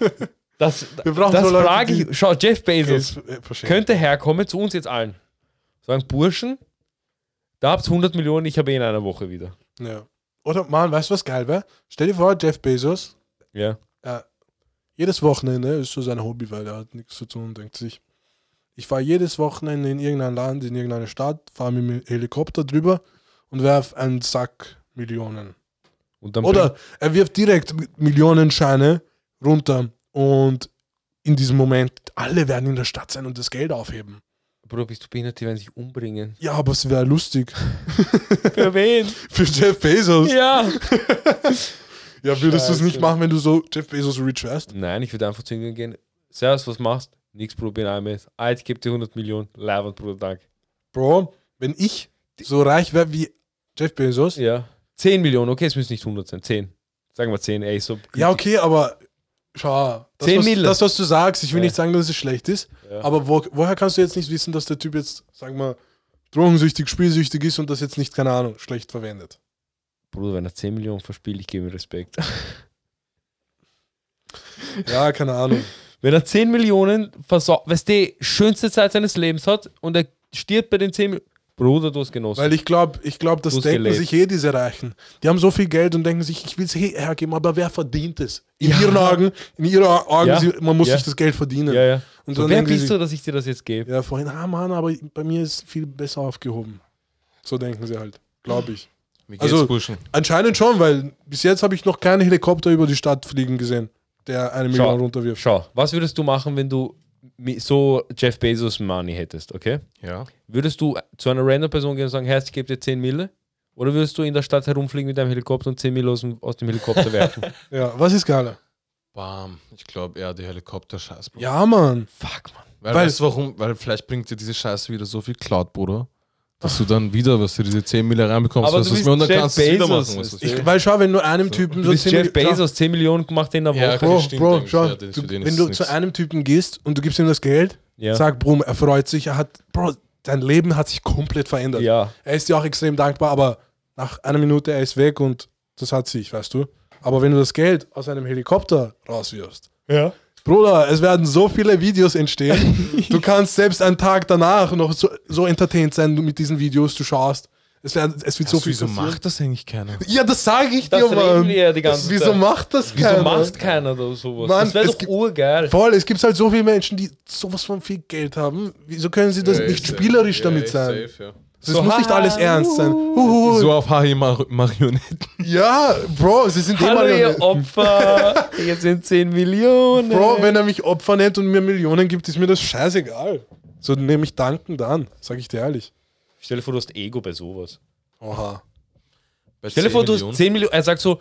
Speaker 3: das,
Speaker 1: Wir brauchen
Speaker 3: das
Speaker 1: so Leute,
Speaker 3: frage
Speaker 1: die
Speaker 3: ich. Schau, Jeff Bezos.
Speaker 1: Geld äh, verschenken.
Speaker 3: könnte herkommen zu uns jetzt allen. Sagen, Burschen, da habt 100 Millionen, ich habe eh in einer Woche wieder.
Speaker 1: Ja. Oder, Mann, weißt du, was geil wäre? Stell dir vor, Jeff Bezos,
Speaker 3: Ja.
Speaker 1: jedes Wochenende ist so sein Hobby, weil er hat nichts zu tun, denkt sich. Ich fahre jedes Wochenende in irgendein Land, in irgendeine Stadt, fahre mit dem Helikopter drüber und werf einen Sack Millionen.
Speaker 3: Und dann
Speaker 1: Oder er wirft direkt M- Millionenscheine runter und in diesem Moment, alle werden in der Stadt sein und das Geld aufheben.
Speaker 3: bring- Bruder, bist du behindert, die werden sich umbringen.
Speaker 1: Ja, aber es wäre lustig.
Speaker 3: Für wen?
Speaker 1: Für Jeff Bezos.
Speaker 3: ja.
Speaker 1: Ja, würdest du es nicht
Speaker 3: Scheiße.
Speaker 1: machen, wenn du so Jeff Bezos rich wärst?
Speaker 3: Nein, ich würde einfach zu ihm gehen. Servus, was machst? Nix, Bruder, bin ein Mess. Ah, ich gebe dir 100 Millionen. Leibend, Bruder, danke.
Speaker 1: Bro, wenn ich so reich wäre wie Jeff Bezos,
Speaker 3: Ja. 10 Millionen, okay, es müssen nicht 100 sein. 10. Sagen wir 10, ey, so.
Speaker 1: Ja, okay, aber schau, das,
Speaker 3: Zehn
Speaker 1: was,
Speaker 3: Mille.
Speaker 1: das was du sagst, ich will
Speaker 3: Ja.
Speaker 1: nicht sagen, dass es schlecht ist,
Speaker 3: Ja.
Speaker 1: aber wo, woher kannst du jetzt nicht wissen, dass der Typ jetzt, sagen wir, drogensüchtig, spielsüchtig ist und das jetzt nicht, keine Ahnung, schlecht verwendet?
Speaker 3: Bruder, wenn er 10 Millionen verspielt, ich gebe ihm Respekt.
Speaker 1: Ja, keine Ahnung.
Speaker 3: Wenn er 10 Millionen versorgt, weißt du, schönste Zeit seines Lebens hat und er stirbt bei den 10 Millionen. Bruder, du hast genossen.
Speaker 1: Weil ich glaube, ich glaub, das
Speaker 3: Bloß
Speaker 1: denken
Speaker 3: gelebt.
Speaker 1: sich eh diese Reichen. Die haben so viel Geld und denken sich, ich will es eh hergeben, aber wer verdient es? In
Speaker 3: Ja.
Speaker 1: ihren Augen, in ihren Augen,
Speaker 3: Ja.
Speaker 1: sie, man muss
Speaker 3: Ja.
Speaker 1: sich das Geld verdienen.
Speaker 3: ja, ja.
Speaker 1: Und
Speaker 3: So,
Speaker 1: dann
Speaker 3: wer
Speaker 1: denken sie
Speaker 3: bist
Speaker 1: sich,
Speaker 3: du, dass ich dir das jetzt gebe?
Speaker 1: Ja, vorhin, ah Mann, aber bei mir ist viel besser aufgehoben. So denken sie halt, glaube ich.
Speaker 2: Wie geht's,
Speaker 1: Also-
Speaker 2: Burschen?
Speaker 1: Anscheinend schon, weil bis jetzt habe ich noch keinen Helikopter über die Stadt fliegen gesehen, der eine Million runterwirft.
Speaker 3: Schau, was würdest du machen, wenn du mi- so Jeff Bezos Money hättest, okay?
Speaker 2: Ja.
Speaker 3: Würdest du zu einer random Person gehen und sagen, Herr, ich gebe dir 10 Mille? Oder würdest du in der Stadt herumfliegen mit deinem Helikopter und 10 Mille aus dem, aus dem Helikopter werfen?
Speaker 1: Ja, was ist geiler?
Speaker 2: Bam. Ich glaube eher die Helikopter-Scheiß, Bruder.
Speaker 1: Ja, Mann.
Speaker 3: Fuck, Mann.
Speaker 2: Weil,
Speaker 1: Weil-
Speaker 2: weißt du warum? Weil vielleicht bringt dir diese Scheiße wieder so viel Cloud, Bruder, dass du dann wieder, was du diese 10 Mille reinbekommst,
Speaker 3: Aber
Speaker 2: was
Speaker 3: du bist
Speaker 2: mir und dann
Speaker 3: Jeff
Speaker 2: kannst du es wieder
Speaker 3: Bezos,
Speaker 2: machen.
Speaker 3: weißt
Speaker 2: weißt du?
Speaker 3: du?
Speaker 1: Ich, weil schau, wenn du einem Typen
Speaker 3: Du
Speaker 1: so
Speaker 3: bist
Speaker 1: zehn
Speaker 3: Jeff
Speaker 1: Mil- schau,
Speaker 3: Bezos, 10 Millionen gemacht in der
Speaker 2: Ja,
Speaker 3: Woche.
Speaker 2: okay.
Speaker 1: Bro,
Speaker 2: stimmt
Speaker 1: Bro,
Speaker 2: eigentlich,
Speaker 1: schau,
Speaker 2: ja, das-
Speaker 1: du,
Speaker 2: für den
Speaker 1: wenn
Speaker 2: ist
Speaker 1: du
Speaker 2: nix.
Speaker 1: zu einem Typen gehst und du gibst ihm das Geld,
Speaker 3: Ja.
Speaker 1: sag, Brum, er freut sich, er hat, Bro, dein Leben hat sich komplett verändert.
Speaker 3: ja.
Speaker 1: Er ist dir auch extrem dankbar, aber nach einer Minute, er ist weg und das hat sich, weißt du? Aber wenn du das Geld aus einem Helikopter rauswirfst,
Speaker 4: Ja.
Speaker 1: Bruder, es werden so viele Videos entstehen. Du kannst selbst einen Tag danach noch so, so entertained sein mit diesen Videos, du schaust. Es, werden, es wird so viel
Speaker 2: wieso
Speaker 1: passieren.
Speaker 2: macht das eigentlich keiner?
Speaker 1: Ja, das sage ich
Speaker 4: Das
Speaker 1: dir,
Speaker 4: reden
Speaker 1: Mann.
Speaker 4: wir ja die ganze
Speaker 1: Das- Wieso
Speaker 4: Zeit.
Speaker 1: macht das
Speaker 4: Wieso
Speaker 1: keiner?
Speaker 4: macht keiner da sowas?
Speaker 1: Mann,
Speaker 4: das wäre
Speaker 1: es
Speaker 4: doch
Speaker 1: gibt-
Speaker 4: urgeil.
Speaker 1: Voll, es gibt halt so viele Menschen, die sowas von viel Geld haben. Wieso können sie das nicht spielerisch damit sein? Es
Speaker 4: So,
Speaker 1: muss nicht alles
Speaker 4: haha,
Speaker 1: ernst sein. Huhu.
Speaker 2: So auf HI Mar Marionetten.
Speaker 1: Ja, Bro, sie sind eh
Speaker 4: Hallo,
Speaker 1: immer...
Speaker 4: ihr Opfer. Jetzt sind 10 Millionen.
Speaker 1: Bro, wenn er mich Opfer nennt und mir Millionen gibt, ist mir das scheißegal. So nehme ich dankend an, sag ich dir ehrlich.
Speaker 3: Stell dir vor, du hast Ego bei sowas.
Speaker 1: Oha.
Speaker 2: Bei
Speaker 3: Stell dir vor,
Speaker 2: 10
Speaker 3: du hast
Speaker 2: Millionen.
Speaker 3: 10 Millionen. Er sagt so,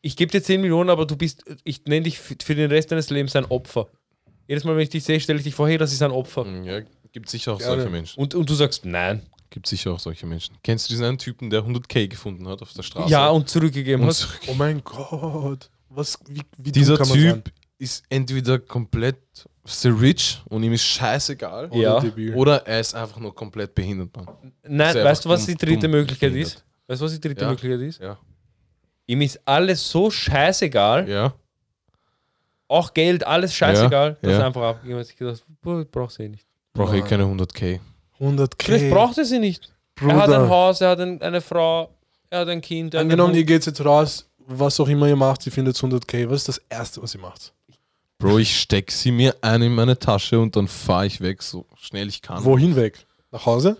Speaker 3: ich gebe dir 10 Millionen, aber du bist, ich nenne dich f- für den Rest deines Lebens ein Opfer. Jedes Mal, wenn ich dich sehe, stelle ich dich vor, hey, das ist ein Opfer.
Speaker 2: Ja, gibt sicher auch
Speaker 1: Gerne.
Speaker 2: solche Menschen.
Speaker 3: Und, und du sagst, nein.
Speaker 2: Gibt sicher auch solche Menschen. Kennst du diesen einen Typen, der 100k gefunden hat auf der Straße?
Speaker 3: Ja, und zurückgegeben
Speaker 2: Also. Und
Speaker 3: hast.
Speaker 2: zurück-
Speaker 1: Oh mein Gott. Was, wie, wie
Speaker 2: Dieser
Speaker 1: dumm kann man sein?
Speaker 2: Typ ist entweder komplett so rich und ihm ist scheißegal.
Speaker 3: Ja.
Speaker 1: Oder Debil.
Speaker 2: Oder er ist einfach nur komplett behindert, Mann.
Speaker 3: Nein,
Speaker 2: Ist er
Speaker 3: weißt du,
Speaker 2: einfach
Speaker 3: was die
Speaker 2: dumm-
Speaker 3: dritte
Speaker 2: dumm
Speaker 3: Möglichkeit
Speaker 2: behindert.
Speaker 3: ist? Weißt du, was die dritte
Speaker 2: Ja.
Speaker 3: Möglichkeit ist?
Speaker 2: Ja.
Speaker 3: Ihm ist alles so scheißegal,
Speaker 2: Ja.
Speaker 3: auch Geld, alles scheißegal,
Speaker 2: Ja,
Speaker 3: dass
Speaker 2: ja.
Speaker 3: er einfach abgegeben hat. Ich gedacht, boah, ich brauch sie eh nicht.
Speaker 2: Brauche ich
Speaker 1: Nein.
Speaker 2: keine 100k.
Speaker 1: 100k.
Speaker 3: Vielleicht braucht er sie nicht. Er hat ein
Speaker 1: Bruder.
Speaker 3: Haus, er hat ein, eine Frau, er hat ein Kind. Er hat einen
Speaker 1: Angenommen, ihr
Speaker 3: Hund.
Speaker 1: geht jetzt raus, was auch immer ihr macht, sie findet 100k. Was ist das Erste, was ihr macht?
Speaker 2: Bro, ich steck sie mir ein in meine Tasche und dann fahre ich weg, so schnell ich kann.
Speaker 1: Wohin weg? Nach Hause?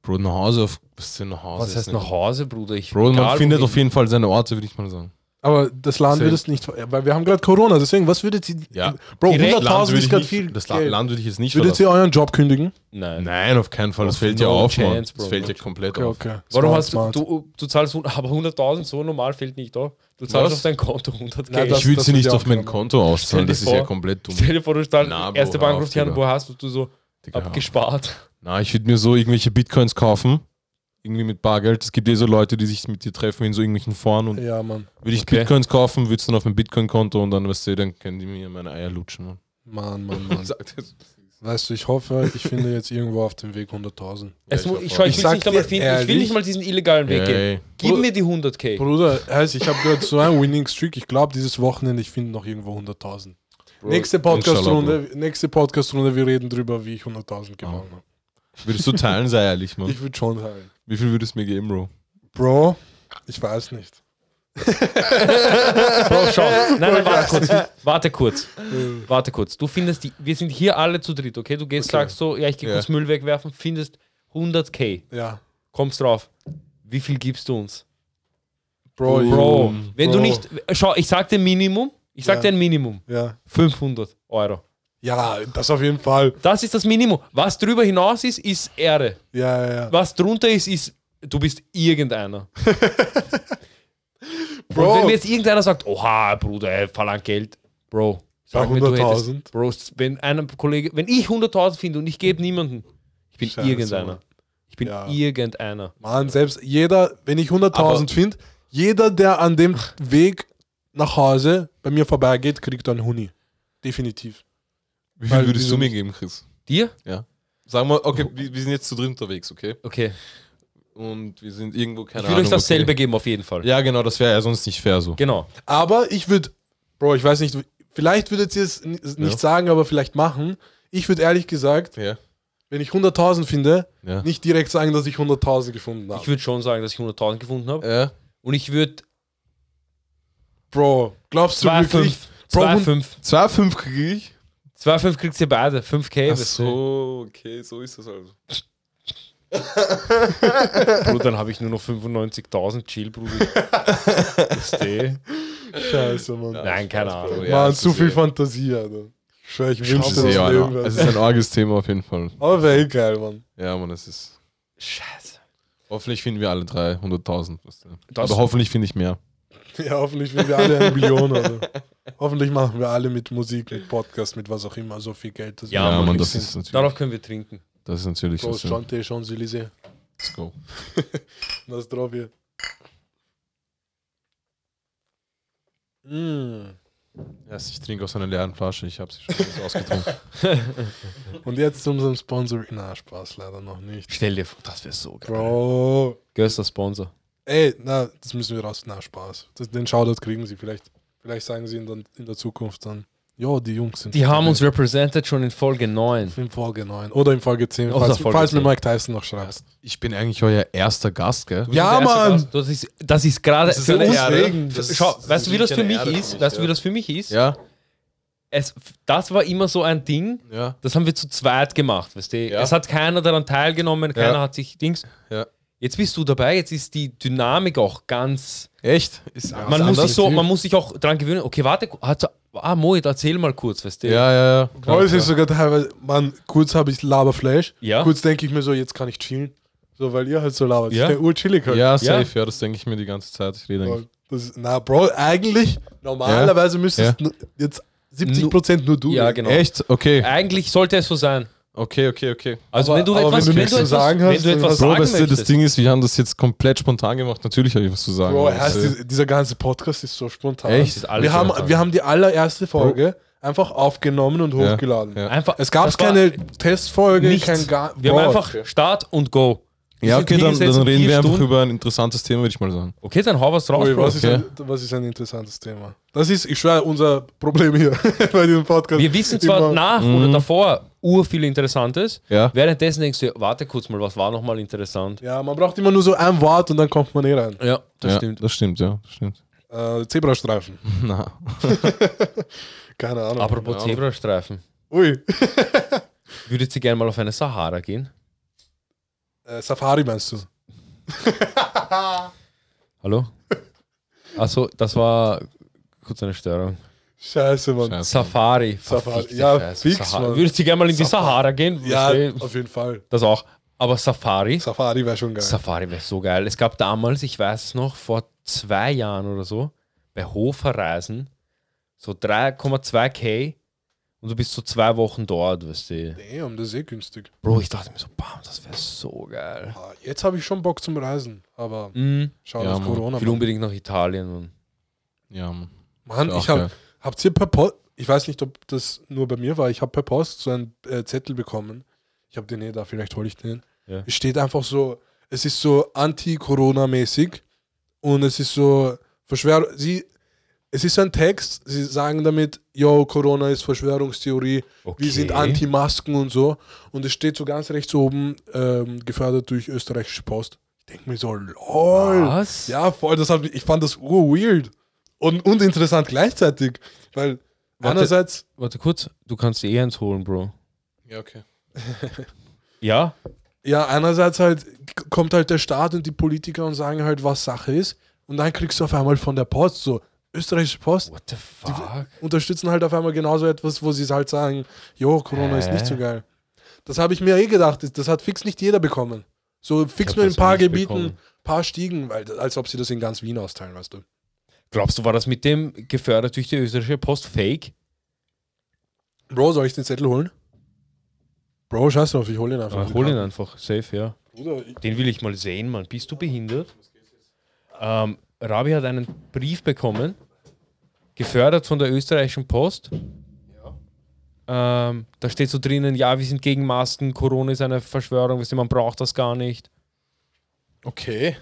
Speaker 2: Bro, nach Hause auf. Was ist denn nach Hause?
Speaker 3: was
Speaker 2: Ist
Speaker 3: heißt
Speaker 2: nicht-
Speaker 3: nach Hause, Bruder? Ich
Speaker 2: Bro, man
Speaker 3: egal,
Speaker 2: findet
Speaker 3: wohin.
Speaker 2: auf jeden Fall seine Orte, würde ich mal sagen.
Speaker 1: Aber das Land
Speaker 2: Same.
Speaker 1: wird es nicht, weil wir haben gerade Corona, deswegen, was würdet ihr,
Speaker 2: Ja.
Speaker 1: Bro,
Speaker 3: Direkt
Speaker 2: Land
Speaker 1: 100.000
Speaker 2: würde ich
Speaker 1: ist gerade
Speaker 2: nicht-
Speaker 1: viel
Speaker 2: Das La-
Speaker 1: Geld.
Speaker 2: Land würde ich jetzt nicht
Speaker 1: Würdet
Speaker 2: verlassen.
Speaker 1: ihr euren Job kündigen?
Speaker 3: Nein.
Speaker 2: Nein, auf keinen Fall. Das
Speaker 3: Auf
Speaker 2: fällt ja
Speaker 3: no
Speaker 2: auf, Mann.
Speaker 3: chance, Bro,
Speaker 2: Das fällt
Speaker 3: no
Speaker 2: ja komplett
Speaker 1: Okay,
Speaker 2: auf.
Speaker 1: okay.
Speaker 3: Warum
Speaker 1: Smart,
Speaker 3: hast du,
Speaker 1: smart.
Speaker 3: du, du zahlst, hun- aber 100.000 so normal fehlt nicht, da. Du zahlst
Speaker 2: Was?
Speaker 3: auf dein Konto 100
Speaker 1: Nein,
Speaker 3: Geld.
Speaker 1: das-
Speaker 2: Ich würde sie
Speaker 1: wird
Speaker 2: nicht
Speaker 1: ja
Speaker 2: auf
Speaker 1: auch
Speaker 2: mein
Speaker 1: keiner-
Speaker 2: Konto auszahlen.
Speaker 3: Stell dir
Speaker 2: Das ist ja
Speaker 3: vor-
Speaker 2: komplett dumm.
Speaker 3: Stell dir vor, du zahlst,
Speaker 2: Na, Bro,
Speaker 3: erste
Speaker 2: hör
Speaker 3: Bank
Speaker 2: auf,
Speaker 3: ruft dich an,
Speaker 2: Digga.
Speaker 3: wo hast du, du so
Speaker 2: Digga,
Speaker 3: abgespart?
Speaker 2: Na, ich würde mir so irgendwelche Bitcoins kaufen. Irgendwie mit Bargeld. Es gibt eh so Leute, die sich mit dir treffen in so irgendwelchen Foren und
Speaker 1: Ja, Mann.
Speaker 2: würde ich
Speaker 3: Okay.
Speaker 2: Bitcoins kaufen, würde es dann auf mein Bitcoin-Konto und dann, weißt du, dann können die mir meine Eier lutschen. Mann.
Speaker 1: Mann, Mann, Mann.
Speaker 2: Sagt das.
Speaker 1: Weißt du, ich hoffe, ich finde jetzt irgendwo auf dem Weg 100.000.
Speaker 3: Es
Speaker 2: ich
Speaker 3: mu-
Speaker 2: hab
Speaker 3: ich,
Speaker 2: auch-
Speaker 3: schau, ich,
Speaker 1: Ich
Speaker 3: will
Speaker 1: sag
Speaker 3: nicht einmal
Speaker 1: dir
Speaker 3: finden, ich will
Speaker 1: ehrlich-
Speaker 3: nicht mal diesen illegalen Weg
Speaker 2: Ja,
Speaker 3: gehen.
Speaker 2: ey.
Speaker 3: Gib mir die 100k.
Speaker 1: Bruder, heißt, ich habe gerade so einen Winning Streak. Ich glaube, dieses Wochenende, ich finde noch irgendwo 100.000. Nächste Podcast-Runde, nächste Podcast-Runde, wir reden drüber, wie ich 100.000 gewonnen habe.
Speaker 2: Würdest du teilen, sei ehrlich, Mann.
Speaker 1: Ich würde schon sagen.
Speaker 2: Wie viel würdest du mir geben, Bro?
Speaker 1: Bro, ich weiß nicht.
Speaker 3: Bro, schau. Nein, nein, warte kurz. Warte kurz. Warte kurz. Du findest die, wir sind hier alle zu dritt, okay? Du gehst, sagst so, ja, ich gehe
Speaker 2: Ja.
Speaker 3: kurz Müll wegwerfen, findest 100k.
Speaker 1: Ja.
Speaker 3: Kommst drauf. Wie viel gibst du uns?
Speaker 1: Bro, ich-
Speaker 3: Bro, wenn du
Speaker 1: Oh, Bro.
Speaker 3: nicht, schau, ich sag dir Minimum, ich sag
Speaker 1: Ja.
Speaker 3: dir ein Minimum.
Speaker 1: Ja.
Speaker 3: 500 Euro.
Speaker 1: ja, das auf jeden Fall.
Speaker 3: Das ist das Minimum. Was drüber hinaus ist, ist Ehre.
Speaker 1: Ja, ja, ja.
Speaker 3: Was drunter ist, ist, du bist irgendeiner. Und wenn
Speaker 1: Bro,
Speaker 3: mir jetzt irgendeiner sagt, oha, Bruder, ey, verlang Geld, Bro.
Speaker 1: Bei
Speaker 3: Sag mir, du
Speaker 1: 100.000.
Speaker 3: hättest- Bro, wenn einem Kollege, wenn ich 100.000 finde und ich gebe niemanden, ich bin
Speaker 1: Scheiße,
Speaker 3: irgendeiner.
Speaker 1: Mann.
Speaker 3: Ich bin
Speaker 1: Ja.
Speaker 3: irgendeiner.
Speaker 1: Mann, selbst jeder, wenn ich 100.000
Speaker 2: Aber-
Speaker 1: finde, jeder, der an dem Weg nach Hause bei mir vorbeigeht, kriegt einen Huni. Definitiv.
Speaker 2: Wie
Speaker 1: Weil
Speaker 2: viel würdest
Speaker 1: wieso
Speaker 2: du mir
Speaker 1: nicht?
Speaker 2: geben, Chris?
Speaker 3: Dir?
Speaker 2: Sagen wir, okay, wir, wir sind jetzt zu dritt unterwegs, okay?
Speaker 3: Okay.
Speaker 2: Und wir sind irgendwo, keine
Speaker 3: ich würde
Speaker 2: Ahnung.
Speaker 3: euch dasselbe
Speaker 2: okay.
Speaker 3: geben, auf jeden Fall.
Speaker 2: Ja, genau, das wäre ja sonst nicht fair so.
Speaker 3: Genau.
Speaker 1: Aber ich würde, Bro, ich weiß nicht, vielleicht würdet ihr es n- nicht
Speaker 2: Ja.
Speaker 1: sagen, aber vielleicht machen. Ich würde ehrlich gesagt,
Speaker 2: Ja.
Speaker 1: wenn ich 100.000 finde,
Speaker 2: Ja.
Speaker 1: nicht direkt sagen, dass ich 100.000 gefunden
Speaker 3: Ich
Speaker 1: habe.
Speaker 3: würde schon sagen, dass ich 100.000 gefunden habe.
Speaker 2: Ja.
Speaker 3: Und ich würde
Speaker 1: Bro, glaubst du wirklich?
Speaker 3: 2,5.
Speaker 1: Bro, hund-
Speaker 3: 2,5.
Speaker 2: 2,5 kriege ich.
Speaker 3: 2,5 kriegt ihr beide. 5k.
Speaker 2: Ach
Speaker 3: weißt du.
Speaker 2: so, okay, so ist das also.
Speaker 3: Bruder, dann habe ich nur noch 95.000 Chill, Bruder. Verstehe.
Speaker 1: Scheiße, Mann.
Speaker 3: Nein, keine Ahnung.
Speaker 2: Bro,
Speaker 1: Mann,
Speaker 2: ja, es
Speaker 1: zu
Speaker 2: ist
Speaker 1: viel
Speaker 2: eh-
Speaker 1: Fantasie, Alter. Ich schwör, ich
Speaker 2: Es
Speaker 1: wünschte,
Speaker 2: ist,
Speaker 1: das
Speaker 2: eh ein,
Speaker 1: Leben
Speaker 2: es
Speaker 1: wäre.
Speaker 2: ist ein arges Thema auf jeden Fall.
Speaker 1: Aber wäre eh geil, Mann.
Speaker 2: Ja, Mann, es ist.
Speaker 3: Scheiße.
Speaker 2: Hoffentlich finden wir alle drei 100.000. weißt du.
Speaker 3: Das-
Speaker 2: Aber hoffentlich finde ich mehr.
Speaker 1: Ja, hoffentlich werden wir alle eine Million. Also. Hoffentlich machen wir alle mit Musik, mit Podcast, mit was auch immer so viel Geld. dass
Speaker 3: Ja,
Speaker 1: wir
Speaker 2: Ja,
Speaker 1: alle
Speaker 2: Mann,
Speaker 1: glücklich
Speaker 2: das ist
Speaker 1: sind.
Speaker 2: natürlich.
Speaker 3: Darauf können wir trinken.
Speaker 2: Das ist natürlich.
Speaker 1: Prost,
Speaker 2: Das, ja.
Speaker 1: Chante, Champs-Élysées.
Speaker 2: Let's go.
Speaker 1: Das drauf hier. Mm.
Speaker 2: Erst, ich trinke aus einer leeren Flasche. Ich habe sie schon alles ausgetrunken.
Speaker 1: Und jetzt zu unserem Sponsor. Na, Spaß leider noch nicht.
Speaker 3: Stell dir vor, das wäre so geil.
Speaker 1: Bro.
Speaker 3: Größter Sponsor.
Speaker 1: Ey, na, das müssen wir raus. Na, Spaß. Das, den Shoutout kriegen sie vielleicht. Vielleicht sagen sie in, dann, in der Zukunft dann, jo, die Jungs sind.
Speaker 3: Die haben uns represented schon in Folge 9.
Speaker 1: in Folge 9 oder in Folge 10,
Speaker 3: Oder
Speaker 1: falls,
Speaker 3: Folge
Speaker 1: falls mir
Speaker 3: 10.
Speaker 1: Mike Tyson noch schreibt.
Speaker 2: Ich bin eigentlich euer erster Gast, gell?
Speaker 1: Ja, Ah, Mann!
Speaker 3: Das ist, das ist gerade
Speaker 2: ist
Speaker 3: für
Speaker 2: eine
Speaker 3: uns.
Speaker 2: Ehre.
Speaker 1: Deswegen,
Speaker 2: Das ist-
Speaker 3: Schau,
Speaker 2: das
Speaker 3: weißt
Speaker 2: ist
Speaker 3: du, wie das
Speaker 2: wirklich
Speaker 3: für
Speaker 2: eine
Speaker 3: mich
Speaker 2: Ehre
Speaker 3: ist? Weißt du, wie
Speaker 2: ja.
Speaker 3: das für mich ist?
Speaker 2: Ja,
Speaker 3: Es, das war immer so ein Ding,
Speaker 2: ja.
Speaker 3: das haben wir zu zweit gemacht, weißt du?
Speaker 2: Ja.
Speaker 3: Es hat keiner daran teilgenommen,
Speaker 2: Ja.
Speaker 3: keiner hat sich Dings.
Speaker 2: Ja.
Speaker 3: Jetzt bist du dabei, jetzt ist die Dynamik auch ganz.
Speaker 2: Echt? Ist
Speaker 3: man,
Speaker 2: ist
Speaker 3: muss sich
Speaker 2: anders.
Speaker 3: so, man muss sich auch dran gewöhnen. Okay, warte, hat, ah, Moit, erzähl mal kurz, weißt du?
Speaker 2: Ja, ja, ja.
Speaker 1: Weil
Speaker 2: Klar,
Speaker 1: es ist
Speaker 2: klar.
Speaker 1: sogar teilweise, Mann, kurz habe ich Laberflash,
Speaker 3: Ja.
Speaker 1: kurz denke ich mir so, jetzt kann ich chillen. So, weil ihr halt so labert.
Speaker 3: Ja.
Speaker 1: Ja. Der urchillig halt.
Speaker 2: Ja, safe, ja, das denke ich mir die ganze Zeit. Ich rede eigentlich.
Speaker 1: Das ist, na, Bro, eigentlich, normalerweise müsstest du jetzt 70% nur du.
Speaker 3: Ja,
Speaker 1: reden.
Speaker 3: genau.
Speaker 2: Echt? Okay.
Speaker 3: Eigentlich sollte es so sein.
Speaker 2: Okay, okay, okay.
Speaker 3: Also,
Speaker 1: Aber-
Speaker 3: wenn du
Speaker 1: aber
Speaker 3: etwas,
Speaker 1: wenn du
Speaker 3: wenn
Speaker 1: nichts
Speaker 3: du
Speaker 1: zu
Speaker 3: etwas,
Speaker 1: sagen
Speaker 3: wenn
Speaker 1: hast,
Speaker 3: du
Speaker 1: dann
Speaker 3: etwas
Speaker 1: hast-
Speaker 2: Bro,
Speaker 3: sagen
Speaker 2: weißt du, das
Speaker 3: möchtest.
Speaker 2: Ding ist, wir haben das jetzt komplett spontan gemacht. Natürlich habe ich was zu sagen.
Speaker 1: Bro,
Speaker 2: aber
Speaker 1: erst
Speaker 2: das, äh,
Speaker 1: die, dieser ganze Podcast ist so spontan.
Speaker 2: Echt?
Speaker 3: Das ist alles
Speaker 1: Wir haben,
Speaker 3: spontan.
Speaker 1: wir haben die allererste Folge einfach aufgenommen und
Speaker 2: Ja,
Speaker 1: hochgeladen.
Speaker 2: ja.
Speaker 3: Einfach,
Speaker 1: Es gab
Speaker 3: das war
Speaker 1: keine Testfolge,
Speaker 3: nichts.
Speaker 1: kein Gar.
Speaker 3: Wir haben einfach Start und Go.
Speaker 2: ja,
Speaker 3: sind
Speaker 2: okay, dann,
Speaker 3: hingesetzt
Speaker 2: dann
Speaker 3: und
Speaker 2: reden
Speaker 3: vier
Speaker 2: wir einfach
Speaker 3: Stunden-
Speaker 2: über Oh, ein interessantes Thema, würde ich mal sagen.
Speaker 3: Okay, dann hau was drauf,
Speaker 1: Ui,
Speaker 3: Bro.
Speaker 1: was, ist ein, was ist ein interessantes Thema? Das ist, ich schwöre, unser Problem hier bei diesem Podcast.
Speaker 3: Wir wissen zwar
Speaker 1: Immer-
Speaker 3: nach
Speaker 2: Mhm.
Speaker 3: oder davor ur viel Interessantes,
Speaker 2: Ja.
Speaker 3: währenddessen denkst du, warte kurz mal, was war nochmal interessant?
Speaker 1: Ja, man braucht immer nur so ein Wort und dann kommt man eh rein.
Speaker 3: Ja, das
Speaker 2: ja,
Speaker 3: stimmt.
Speaker 2: Das stimmt, ja. Das stimmt.
Speaker 1: Äh, Zebrastreifen.
Speaker 2: Na.
Speaker 1: Keine Ahnung.
Speaker 3: Apropos
Speaker 2: Ja.
Speaker 3: Zebrastreifen,
Speaker 1: Ui.
Speaker 3: würdet ihr gerne mal auf eine Sahara gehen?
Speaker 1: Äh, Safari meinst du?
Speaker 3: Hallo? Achso, Also, das war kurz eine Störung.
Speaker 1: Scheiße, Mann.
Speaker 2: Scheiße.
Speaker 3: Safari.
Speaker 1: Safari.
Speaker 3: Verfickte
Speaker 1: Ja,
Speaker 3: Scheiße,
Speaker 1: fix,
Speaker 3: Sahara.
Speaker 1: Mann.
Speaker 3: Würdet ihr gerne mal in die Sahara gehen?
Speaker 1: Ja,
Speaker 3: Verstehe.
Speaker 1: auf jeden Fall.
Speaker 3: Das auch. Aber Safari?
Speaker 1: Safari wäre schon geil.
Speaker 3: Safari wäre so geil. Es gab damals, ich weiß es noch, vor zwei Jahren oder so, bei Hoferreisen so 3,2k und du bist so zwei Wochen dort, weißt du.
Speaker 1: Damn, das ist eh günstig.
Speaker 3: Bro, ich dachte mir so, bam, das wäre so geil.
Speaker 1: Ah, Jetzt habe ich schon Bock zum Reisen, aber
Speaker 3: Mhm.
Speaker 1: schau
Speaker 2: Ja,
Speaker 1: auf
Speaker 2: Mann.
Speaker 1: Corona.
Speaker 3: Ich will unbedingt nach Italien. Mann.
Speaker 2: Ja, Mann.
Speaker 1: Mann,
Speaker 2: Ist
Speaker 1: ich
Speaker 2: auch
Speaker 1: habe, habt ihr per Post, ich weiß nicht, ob das nur bei mir war, ich habe per Post so einen äh, Zettel bekommen. Ich habe den eh da, vielleicht hole ich den.
Speaker 3: Ja.
Speaker 1: Es steht einfach so, es ist so anti-Corona-mäßig und es ist so Verschwörung. Sie, es ist ein Text, sie sagen damit, yo, Corona ist Verschwörungstheorie, wir sind anti-Masken und so. Und es steht so ganz rechts oben, ähm, gefördert durch österreichische Post. Ich denke mir so, lol.
Speaker 3: Was?
Speaker 1: Ja, voll, das hat, ich fand das ur-weird und, und interessant gleichzeitig, weil
Speaker 3: Warte.
Speaker 1: einerseits,
Speaker 3: Warte kurz, du kannst eh eins holen, Bro.
Speaker 2: Ja, okay.
Speaker 3: Ja?
Speaker 1: ja, einerseits halt k- kommt halt der Staat und die Politiker und sagen halt, was Sache ist und dann kriegst du auf einmal von der Post so, österreichische Post,
Speaker 3: What the fuck?
Speaker 1: unterstützen halt auf einmal genauso etwas, wo sie halt sagen, jo, Corona ist
Speaker 3: Hä?
Speaker 1: nicht so geil. Das habe ich mir eh gedacht, das- das hat fix nicht jeder bekommen. So fix nur in ein paar Gebieten, paar Stiegen, weil, als ob sie das in ganz Wien austeilen, weißt du.
Speaker 3: Glaubst du, war das mit dem gefördert durch die österreichische Post fake?
Speaker 1: Bro, soll ich den Zettel holen? Bro, scheiß drauf, ich hole ihn einfach.
Speaker 3: Ah, hol ihn einfach, safe, ja.
Speaker 1: Bruder, ich-
Speaker 3: Den will ich mal sehen, Mann. Bist du behindert? Ähm, Rabi hat einen Brief bekommen, gefördert von der österreichischen Post. Ähm, da steht so drinnen, ja, wir sind gegen Masken, Corona ist eine Verschwörung, weißt du, man braucht das gar nicht.
Speaker 2: Okay.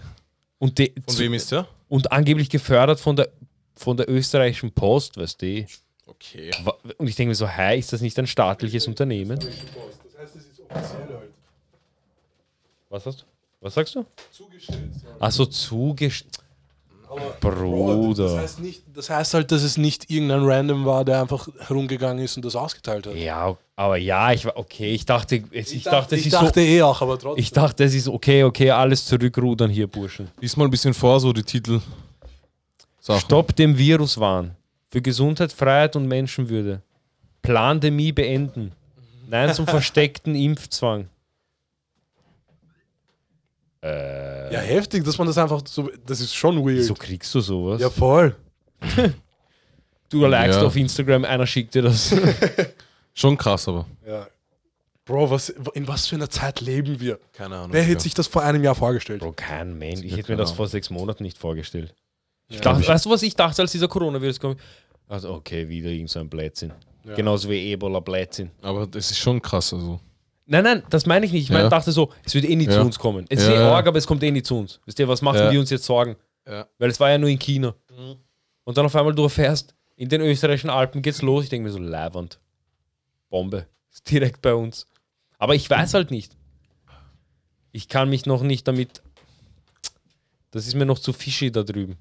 Speaker 3: Und, de-
Speaker 2: Von wem ist der?
Speaker 3: und angeblich gefördert von der, von der österreichischen Post, weißt du.
Speaker 2: Okay.
Speaker 3: Wa- Und ich denke mir so, hä, ist das nicht ein staatliches Unternehmen?
Speaker 1: Das heißt, es ist offiziell halt.
Speaker 3: Was hast du? Was sagst du?
Speaker 1: Zugestellt.
Speaker 3: Achso, zugestellt.
Speaker 1: Aber Das
Speaker 3: Bruder.
Speaker 1: heißt, nicht, das heißt halt, dass es nicht irgendein Random war, der einfach herumgegangen ist und das ausgeteilt hat.
Speaker 3: Ja, aber ja, ich war okay. Ich dachte, es, ich, dachte, es
Speaker 1: ich
Speaker 3: ist so.
Speaker 1: dachte eh auch, aber trotzdem.
Speaker 3: Ich dachte, es ist okay, okay, alles zurückrudern hier, Burschen.
Speaker 2: Diesmal ein bisschen vor, so die Titel. Sachen.
Speaker 3: Stopp dem Viruswahn. Für Gesundheit, Freiheit und Menschenwürde. Plandemie beenden. Nein zum versteckten Impfzwang.
Speaker 1: ja, heftig, dass man das einfach so. Das ist schon weird.
Speaker 3: Wieso kriegst du sowas?
Speaker 1: Ja, voll.
Speaker 3: du likest
Speaker 2: Ja.
Speaker 3: auf Instagram, einer schickt dir das.
Speaker 2: Schon krass, aber.
Speaker 1: Ja. Bro, was, in was für einer Zeit leben wir?
Speaker 2: Keine Ahnung.
Speaker 1: Wer hätte sich das vor einem Jahr vorgestellt?
Speaker 3: Bro, kein Mensch.
Speaker 2: Ja,
Speaker 3: Ich
Speaker 2: genau.
Speaker 3: hätte mir
Speaker 2: keine
Speaker 3: das
Speaker 2: Ahnung.
Speaker 3: vor sechs Monaten nicht vorgestellt. Ich dachte, weißt du, was ich dachte, als dieser Coronavirus kam? Also, okay, wieder irgendein Blödsinn. Genauso wie Ebola Blödsinn.
Speaker 2: Aber das ist schon krass, also.
Speaker 3: Nein, nein, das meine ich nicht. Ich meine,
Speaker 2: Ja.
Speaker 3: dachte so, es wird eh nie zu
Speaker 2: Ja.
Speaker 3: uns kommen. Es
Speaker 2: Ja,
Speaker 3: ist eh
Speaker 2: ja.
Speaker 3: arg, aber es kommt eh nie zu uns. Wisst ihr, was machen
Speaker 2: Ja.
Speaker 3: die uns jetzt Sorgen?
Speaker 2: Ja.
Speaker 3: Weil es war ja nur in China. Und dann auf einmal du erfährst, in den österreichischen Alpen geht's los. Ich denke mir so, leiwand. Bombe. Ist direkt bei uns. Aber ich weiß halt nicht. Ich kann mich noch nicht damit. Das ist mir noch zu fishy da drüben.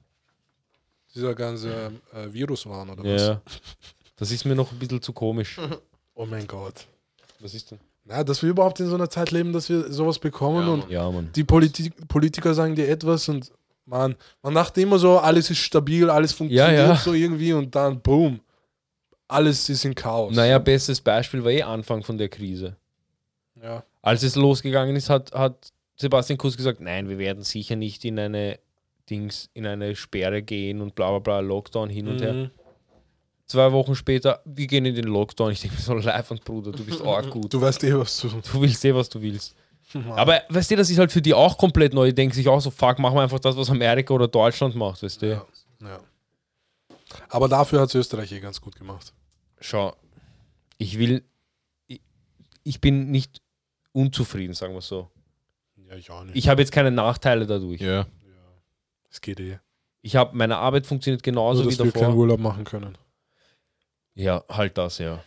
Speaker 1: Dieser ganze äh, Viruswahn oder was?
Speaker 3: Ja. Das ist mir noch ein bisschen zu komisch.
Speaker 1: Oh mein Gott.
Speaker 3: Was ist denn?
Speaker 1: Na, dass wir überhaupt in so einer Zeit leben, dass wir sowas bekommen
Speaker 2: Ja,
Speaker 1: und
Speaker 3: Ja, Mann.
Speaker 1: die Politi Politiker sagen dir etwas und man, man dachte immer so, alles ist stabil, alles funktioniert
Speaker 3: ja.
Speaker 1: so irgendwie und dann boom. Alles ist in Chaos.
Speaker 3: Naja, bestes Beispiel war eh Anfang von der Krise.
Speaker 1: Ja.
Speaker 3: Als es losgegangen ist, hat, hat Sebastian Kurz gesagt, nein, wir werden sicher nicht in eine Dings, in eine Sperre gehen und bla bla bla, Lockdown hin und her.
Speaker 1: Mhm.
Speaker 3: Zwei Wochen später, wir gehen in den Lockdown. Ich denke mir so, live und Bruder, du bist arg gut.
Speaker 1: Du weißt eh, was du.
Speaker 3: Du willst eh, was du willst. Aber weißt du, das ist halt für die auch komplett neu. Die denken sich auch so, fuck, machen wir einfach das, was Amerika oder Deutschland macht, weißt du?
Speaker 1: Ja. Ja. Aber dafür hat es Österreich eh ganz gut gemacht.
Speaker 3: Schau, ich will, ich, ich bin nicht unzufrieden, sagen wir so.
Speaker 1: Ja, ich auch nicht.
Speaker 3: Ich habe jetzt keine Nachteile dadurch.
Speaker 2: Ja.
Speaker 1: Es geht eh.
Speaker 3: Ich habe meine Arbeit funktioniert genauso
Speaker 1: Nur,
Speaker 3: wie
Speaker 1: dass wir keinen
Speaker 3: davor.
Speaker 1: Urlaub machen können.
Speaker 3: Ja, halt das, ja.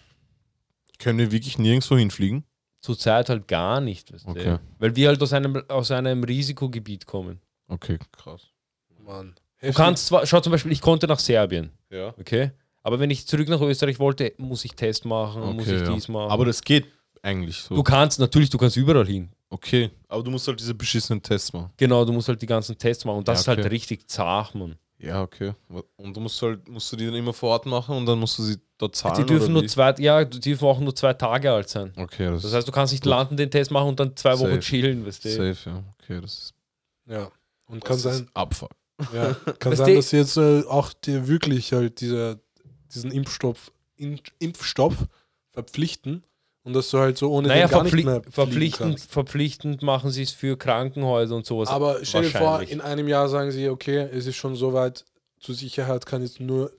Speaker 2: Können wir wirklich nirgendwo hinfliegen?
Speaker 3: Zurzeit halt gar nicht, weißt
Speaker 2: Okay.
Speaker 3: du? Weil wir halt aus einem, aus einem Risikogebiet kommen.
Speaker 2: Okay, krass.
Speaker 1: Mann.
Speaker 3: Du kannst zwar, schau zum Beispiel, ich konnte nach Serbien,
Speaker 2: Ja.
Speaker 3: okay? Aber wenn ich zurück nach Österreich wollte, muss ich Test machen, muss
Speaker 2: Okay,
Speaker 3: ich
Speaker 2: ja.
Speaker 3: dies machen.
Speaker 2: Aber das geht eigentlich so.
Speaker 3: du kannst, natürlich, du kannst überall hin.
Speaker 2: okay, aber du musst halt diese beschissenen Tests machen.
Speaker 3: Genau, du musst halt die ganzen Tests machen. Und das
Speaker 2: Ja, okay.
Speaker 3: ist halt richtig zart, Mann.
Speaker 2: Ja, okay. Und du musst halt, musst du die dann immer vor Ort machen und dann musst du sie dort zahlen.
Speaker 3: Also die dürfen
Speaker 2: oder
Speaker 3: nur
Speaker 2: wie?
Speaker 3: zwei, ja, die dürfen auch nur zwei Tage alt sein.
Speaker 2: Okay, das,
Speaker 3: Das
Speaker 2: ist
Speaker 3: heißt, du kannst nicht landen, den Test machen und dann zwei Wochen
Speaker 2: Safe.
Speaker 3: chillen, weißt du?
Speaker 2: safe, ja. Okay, das ist,
Speaker 1: Ja. Und
Speaker 2: das
Speaker 1: kann
Speaker 2: ist
Speaker 1: sein,
Speaker 2: Abfuck.
Speaker 1: ja, kann
Speaker 3: Weißt
Speaker 1: sein,
Speaker 3: du-
Speaker 1: dass jetzt äh, auch die wirklich halt diese, diesen Impfstoff, In Impfstoff verpflichten und dass du halt so ohne
Speaker 3: Naja,
Speaker 1: den gar
Speaker 3: verpfli
Speaker 1: nicht mehr fliegen
Speaker 3: verpflichtend,
Speaker 1: kannst.
Speaker 3: verpflichtend machen sie es für Krankenhäuser und sowas.
Speaker 1: Aber stell dir vor,
Speaker 3: wahrscheinlich.
Speaker 1: in einem Jahr sagen sie, okay, es ist schon soweit, zur Sicherheit kann jetzt nur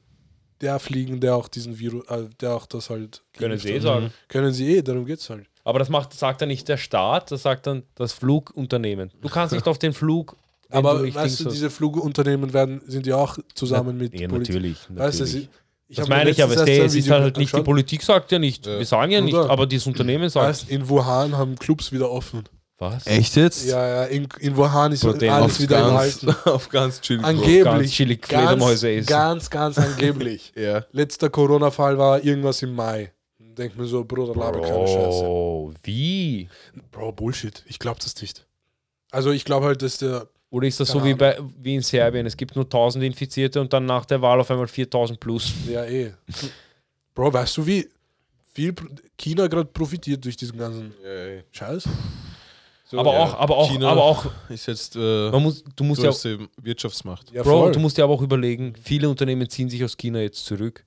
Speaker 1: der fliegen, der auch diesen Virus, äh, der auch das halt
Speaker 3: können
Speaker 1: geimpft
Speaker 3: sie eh
Speaker 1: hat.
Speaker 3: sagen.
Speaker 1: Können sie eh, darum geht's halt.
Speaker 3: Aber das macht, sagt dann nicht der Staat, das sagt dann das Flugunternehmen. Du kannst nicht auf den Flug. wenn
Speaker 1: Aber
Speaker 3: nicht
Speaker 1: weißt du,
Speaker 3: Dings
Speaker 1: diese Flugunternehmen werden, sind ja auch zusammen mit
Speaker 3: hast. ja,
Speaker 1: Politik.
Speaker 3: natürlich.
Speaker 1: Weißt du,
Speaker 3: natürlich.
Speaker 1: sie- ich
Speaker 3: das
Speaker 1: hab mir
Speaker 3: meine ich ja,
Speaker 1: letztens
Speaker 3: aber
Speaker 1: erst ein
Speaker 3: es ist
Speaker 1: Video
Speaker 3: halt, halt nicht, die
Speaker 1: angeschaut.
Speaker 3: Politik sagt ja nicht,
Speaker 2: Ja.
Speaker 3: wir sagen ja nicht,
Speaker 1: Oder?
Speaker 3: aber das Unternehmen sagt.
Speaker 1: Weißt, in Wuhan haben Clubs wieder offen.
Speaker 3: Was?
Speaker 2: Echt jetzt?
Speaker 1: Ja, ja, in, in Wuhan ist
Speaker 3: Protein
Speaker 1: alles
Speaker 2: Auf,
Speaker 1: wieder im
Speaker 2: ganz,
Speaker 1: Halten.
Speaker 2: auf ganz chill.
Speaker 1: Angeblich.
Speaker 3: Ganz chillig Fledermäuse
Speaker 1: ganz,
Speaker 3: essen.
Speaker 1: ganz, ganz angeblich.
Speaker 2: Ja.
Speaker 1: Letzter Corona-Fall war irgendwas im Mai. Denk mir so, Bruder, laber keine Scheiße.
Speaker 3: Bro, wie?
Speaker 1: Bro, Bullshit. Ich glaub das nicht. Also ich glaube halt, dass der...
Speaker 3: Oder ist das so
Speaker 1: Keine
Speaker 3: wie, bei, wie in Serbien? Es gibt nur 1000 Infizierte und dann nach der Wahl auf einmal 4000 plus.
Speaker 1: Ja, eh. Bro, weißt du, wie viel Pro- China gerade profitiert durch diesen ganzen Scheiß? So,
Speaker 3: aber,
Speaker 2: ja.
Speaker 3: auch, aber auch,
Speaker 2: China-
Speaker 3: aber auch,
Speaker 2: Ist jetzt äh,
Speaker 3: man muss, du musst ja
Speaker 2: größte Wirtschaftsmacht.
Speaker 1: Ja,
Speaker 3: Bro,
Speaker 1: voll.
Speaker 3: du musst dir aber auch überlegen, viele Unternehmen ziehen sich aus China jetzt zurück.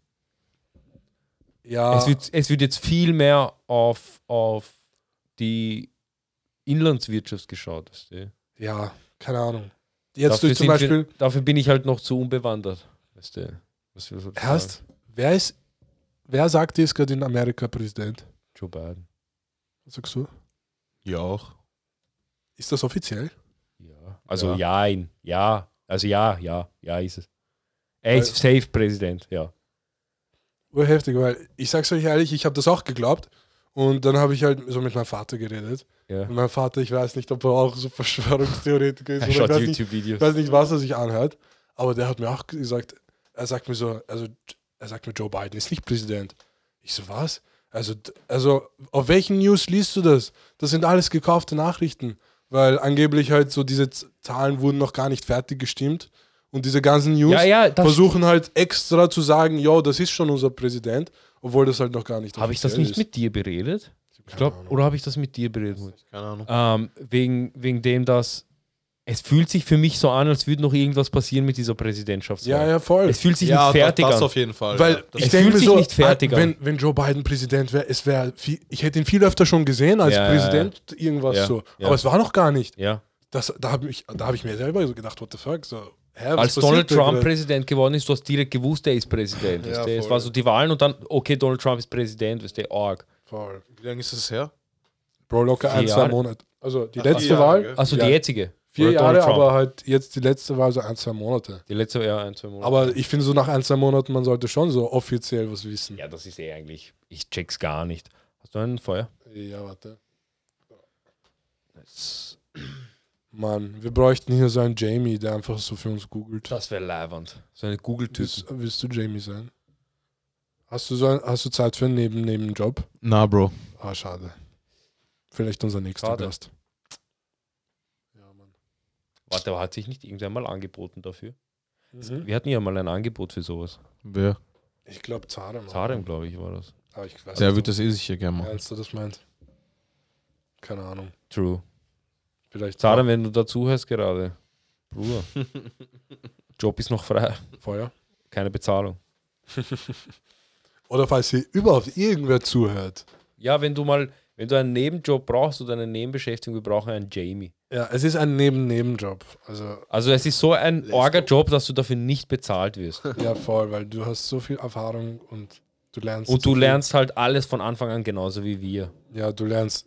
Speaker 1: ja,
Speaker 3: Es, wird, es wird jetzt viel mehr auf, auf die Inlandswirtschaft geschaut. Weißt du?
Speaker 1: ja, keine Ahnung. Jetzt
Speaker 3: dafür,
Speaker 1: durch zum
Speaker 3: sind
Speaker 1: Beispiel...
Speaker 3: wir, dafür bin ich halt noch zu unbewandert. Weißt du? Was wir so sagen.
Speaker 1: Erst, wer ist, wer sagt, der ist gerade in Amerika Präsident?
Speaker 3: Joe Biden.
Speaker 1: Was sagst du?
Speaker 2: Ja, auch.
Speaker 1: Ist das offiziell?
Speaker 3: Ja. Also ja. jein. Ja. Also ja, ja, ja ist es. Er ist safe Präsident, ja.
Speaker 1: Urheftig, weil ich sag's euch ehrlich, ich habe das auch geglaubt. Und dann habe ich halt so mit meinem Vater geredet.
Speaker 3: ja.
Speaker 1: Und mein Vater, ich weiß nicht, ob er auch so Verschwörungstheoretiker ist.
Speaker 3: Er
Speaker 1: Oder ich
Speaker 3: schaut
Speaker 1: weiß, nicht, ich
Speaker 3: YouTube-Videos.
Speaker 1: weiß nicht, was er sich anhört. Aber der hat mir auch gesagt, er sagt mir so, also er sagt mir, Joe Biden ist nicht Präsident. Ich so, was? Also, d- also auf welchen News liest du das? Das sind alles gekaufte Nachrichten, weil angeblich halt so diese Z- Zahlen wurden noch gar nicht fertig gestimmt und diese ganzen News
Speaker 3: Ja, ja, das
Speaker 1: versuchen halt extra zu sagen, jo, das ist schon unser Präsident, obwohl das halt noch gar nicht
Speaker 3: Habe ich das
Speaker 1: offiziell ist.
Speaker 3: nicht mit dir beredet? Ich
Speaker 1: Keine
Speaker 3: glaube,
Speaker 1: Ahnung.
Speaker 3: oder habe ich das mit dir beredet?
Speaker 2: Keine Ahnung.
Speaker 3: Ähm, wegen, wegen dem, dass es fühlt sich für mich so an, als würde noch irgendwas passieren mit dieser Präsidentschaftswahl.
Speaker 1: Ja, ja, voll.
Speaker 3: Es fühlt sich
Speaker 2: ja,
Speaker 3: nicht fertig
Speaker 2: das, das
Speaker 3: an.
Speaker 2: auf jeden Fall.
Speaker 1: Weil
Speaker 2: ja, das
Speaker 1: ich
Speaker 3: Es
Speaker 1: denke
Speaker 3: fühlt
Speaker 1: mir
Speaker 3: sich
Speaker 1: so,
Speaker 3: nicht fertig
Speaker 1: ah,
Speaker 3: an.
Speaker 1: wenn, wenn Joe Biden Präsident wäre, es wäre viel, ich hätte ihn viel öfter schon gesehen als
Speaker 3: Ja, ja, ja.
Speaker 1: Präsident irgendwas
Speaker 3: Ja,
Speaker 1: so.
Speaker 3: ja.
Speaker 1: Aber es war noch gar nicht.
Speaker 3: Ja.
Speaker 1: Das, da habe ich, da hab ich mir selber so gedacht, what the fuck? So, hä, was
Speaker 3: Als
Speaker 1: passiert
Speaker 3: Donald
Speaker 1: da
Speaker 3: Trump
Speaker 1: gerade?
Speaker 3: Präsident geworden ist, du hast direkt gewusst, er ist Präsident.
Speaker 1: Ja,
Speaker 3: weißt du? Es
Speaker 1: voll.
Speaker 3: war so die Wahlen und dann, okay, Donald Trump ist Präsident, weißt du, arg.
Speaker 1: Voll.
Speaker 2: Wie lange ist das her?
Speaker 1: Bro, locker ein,
Speaker 3: Vier
Speaker 1: zwei
Speaker 3: Jahre.
Speaker 1: Monate. Also die
Speaker 2: Ach,
Speaker 1: letzte
Speaker 2: vier Jahre,
Speaker 1: Wahl,
Speaker 2: gell?
Speaker 3: Also
Speaker 1: Ja.
Speaker 3: die jetzige.
Speaker 1: vier
Speaker 3: Oder Donald
Speaker 1: Jahre,
Speaker 3: Trump.
Speaker 1: aber halt jetzt die letzte Wahl so ein, zwei Monate.
Speaker 3: Die letzte, ja, ein, zwei Monate.
Speaker 1: Aber ich finde so nach ein, zwei Monaten, man sollte schon so offiziell was wissen.
Speaker 3: ja, das ist eh eigentlich, ich check's gar nicht. Hast du ein Feuer?
Speaker 1: Ja, warte. Mann, wir bräuchten hier so einen Jamie, der einfach so für uns googelt.
Speaker 3: Das wäre leiwand. So eine
Speaker 1: Willst,
Speaker 3: Google-Typ.
Speaker 1: willst du Jamie sein? Hast du, so ein, hast du Zeit für einen Neben Nebenjob?
Speaker 2: Na, Bro.
Speaker 1: Ah, schade. Vielleicht unser nächster
Speaker 3: Schade.
Speaker 1: Gast. Ja, Mann.
Speaker 3: Warte, aber hat sich nicht irgendwer mal angeboten dafür? Wir hatten ja mal ein Angebot für sowas.
Speaker 2: Wer?
Speaker 1: Mhm. Ich glaube Zarem. auch.
Speaker 3: Zarem, glaube ich, war das.
Speaker 1: Aber ich
Speaker 3: Also
Speaker 1: weiß
Speaker 2: Der
Speaker 1: nicht,
Speaker 2: wird das eh sicher gerne
Speaker 1: ob
Speaker 2: machen.
Speaker 1: Ernst du das meint. Keine Ahnung.
Speaker 3: True.
Speaker 1: Vielleicht
Speaker 3: Zarem, wenn du dazu hörst gerade. Bruder. Job ist noch frei.
Speaker 1: Feuer.
Speaker 3: Keine Bezahlung.
Speaker 1: Oder falls hier überhaupt irgendwer zuhört.
Speaker 3: Ja, wenn du mal, wenn du einen Nebenjob brauchst oder eine Nebenbeschäftigung, wir brauchen einen Jamie.
Speaker 1: Ja, es ist ein Neben-Nebenjob. Also,
Speaker 3: Also es ist so ein
Speaker 1: go.
Speaker 3: Orga-Job, dass du dafür nicht bezahlt wirst.
Speaker 1: ja, voll, weil du hast so viel Erfahrung und du lernst.
Speaker 3: Und
Speaker 1: so
Speaker 3: du
Speaker 1: viel.
Speaker 3: lernst halt alles von Anfang an genauso wie wir.
Speaker 1: Ja, du lernst.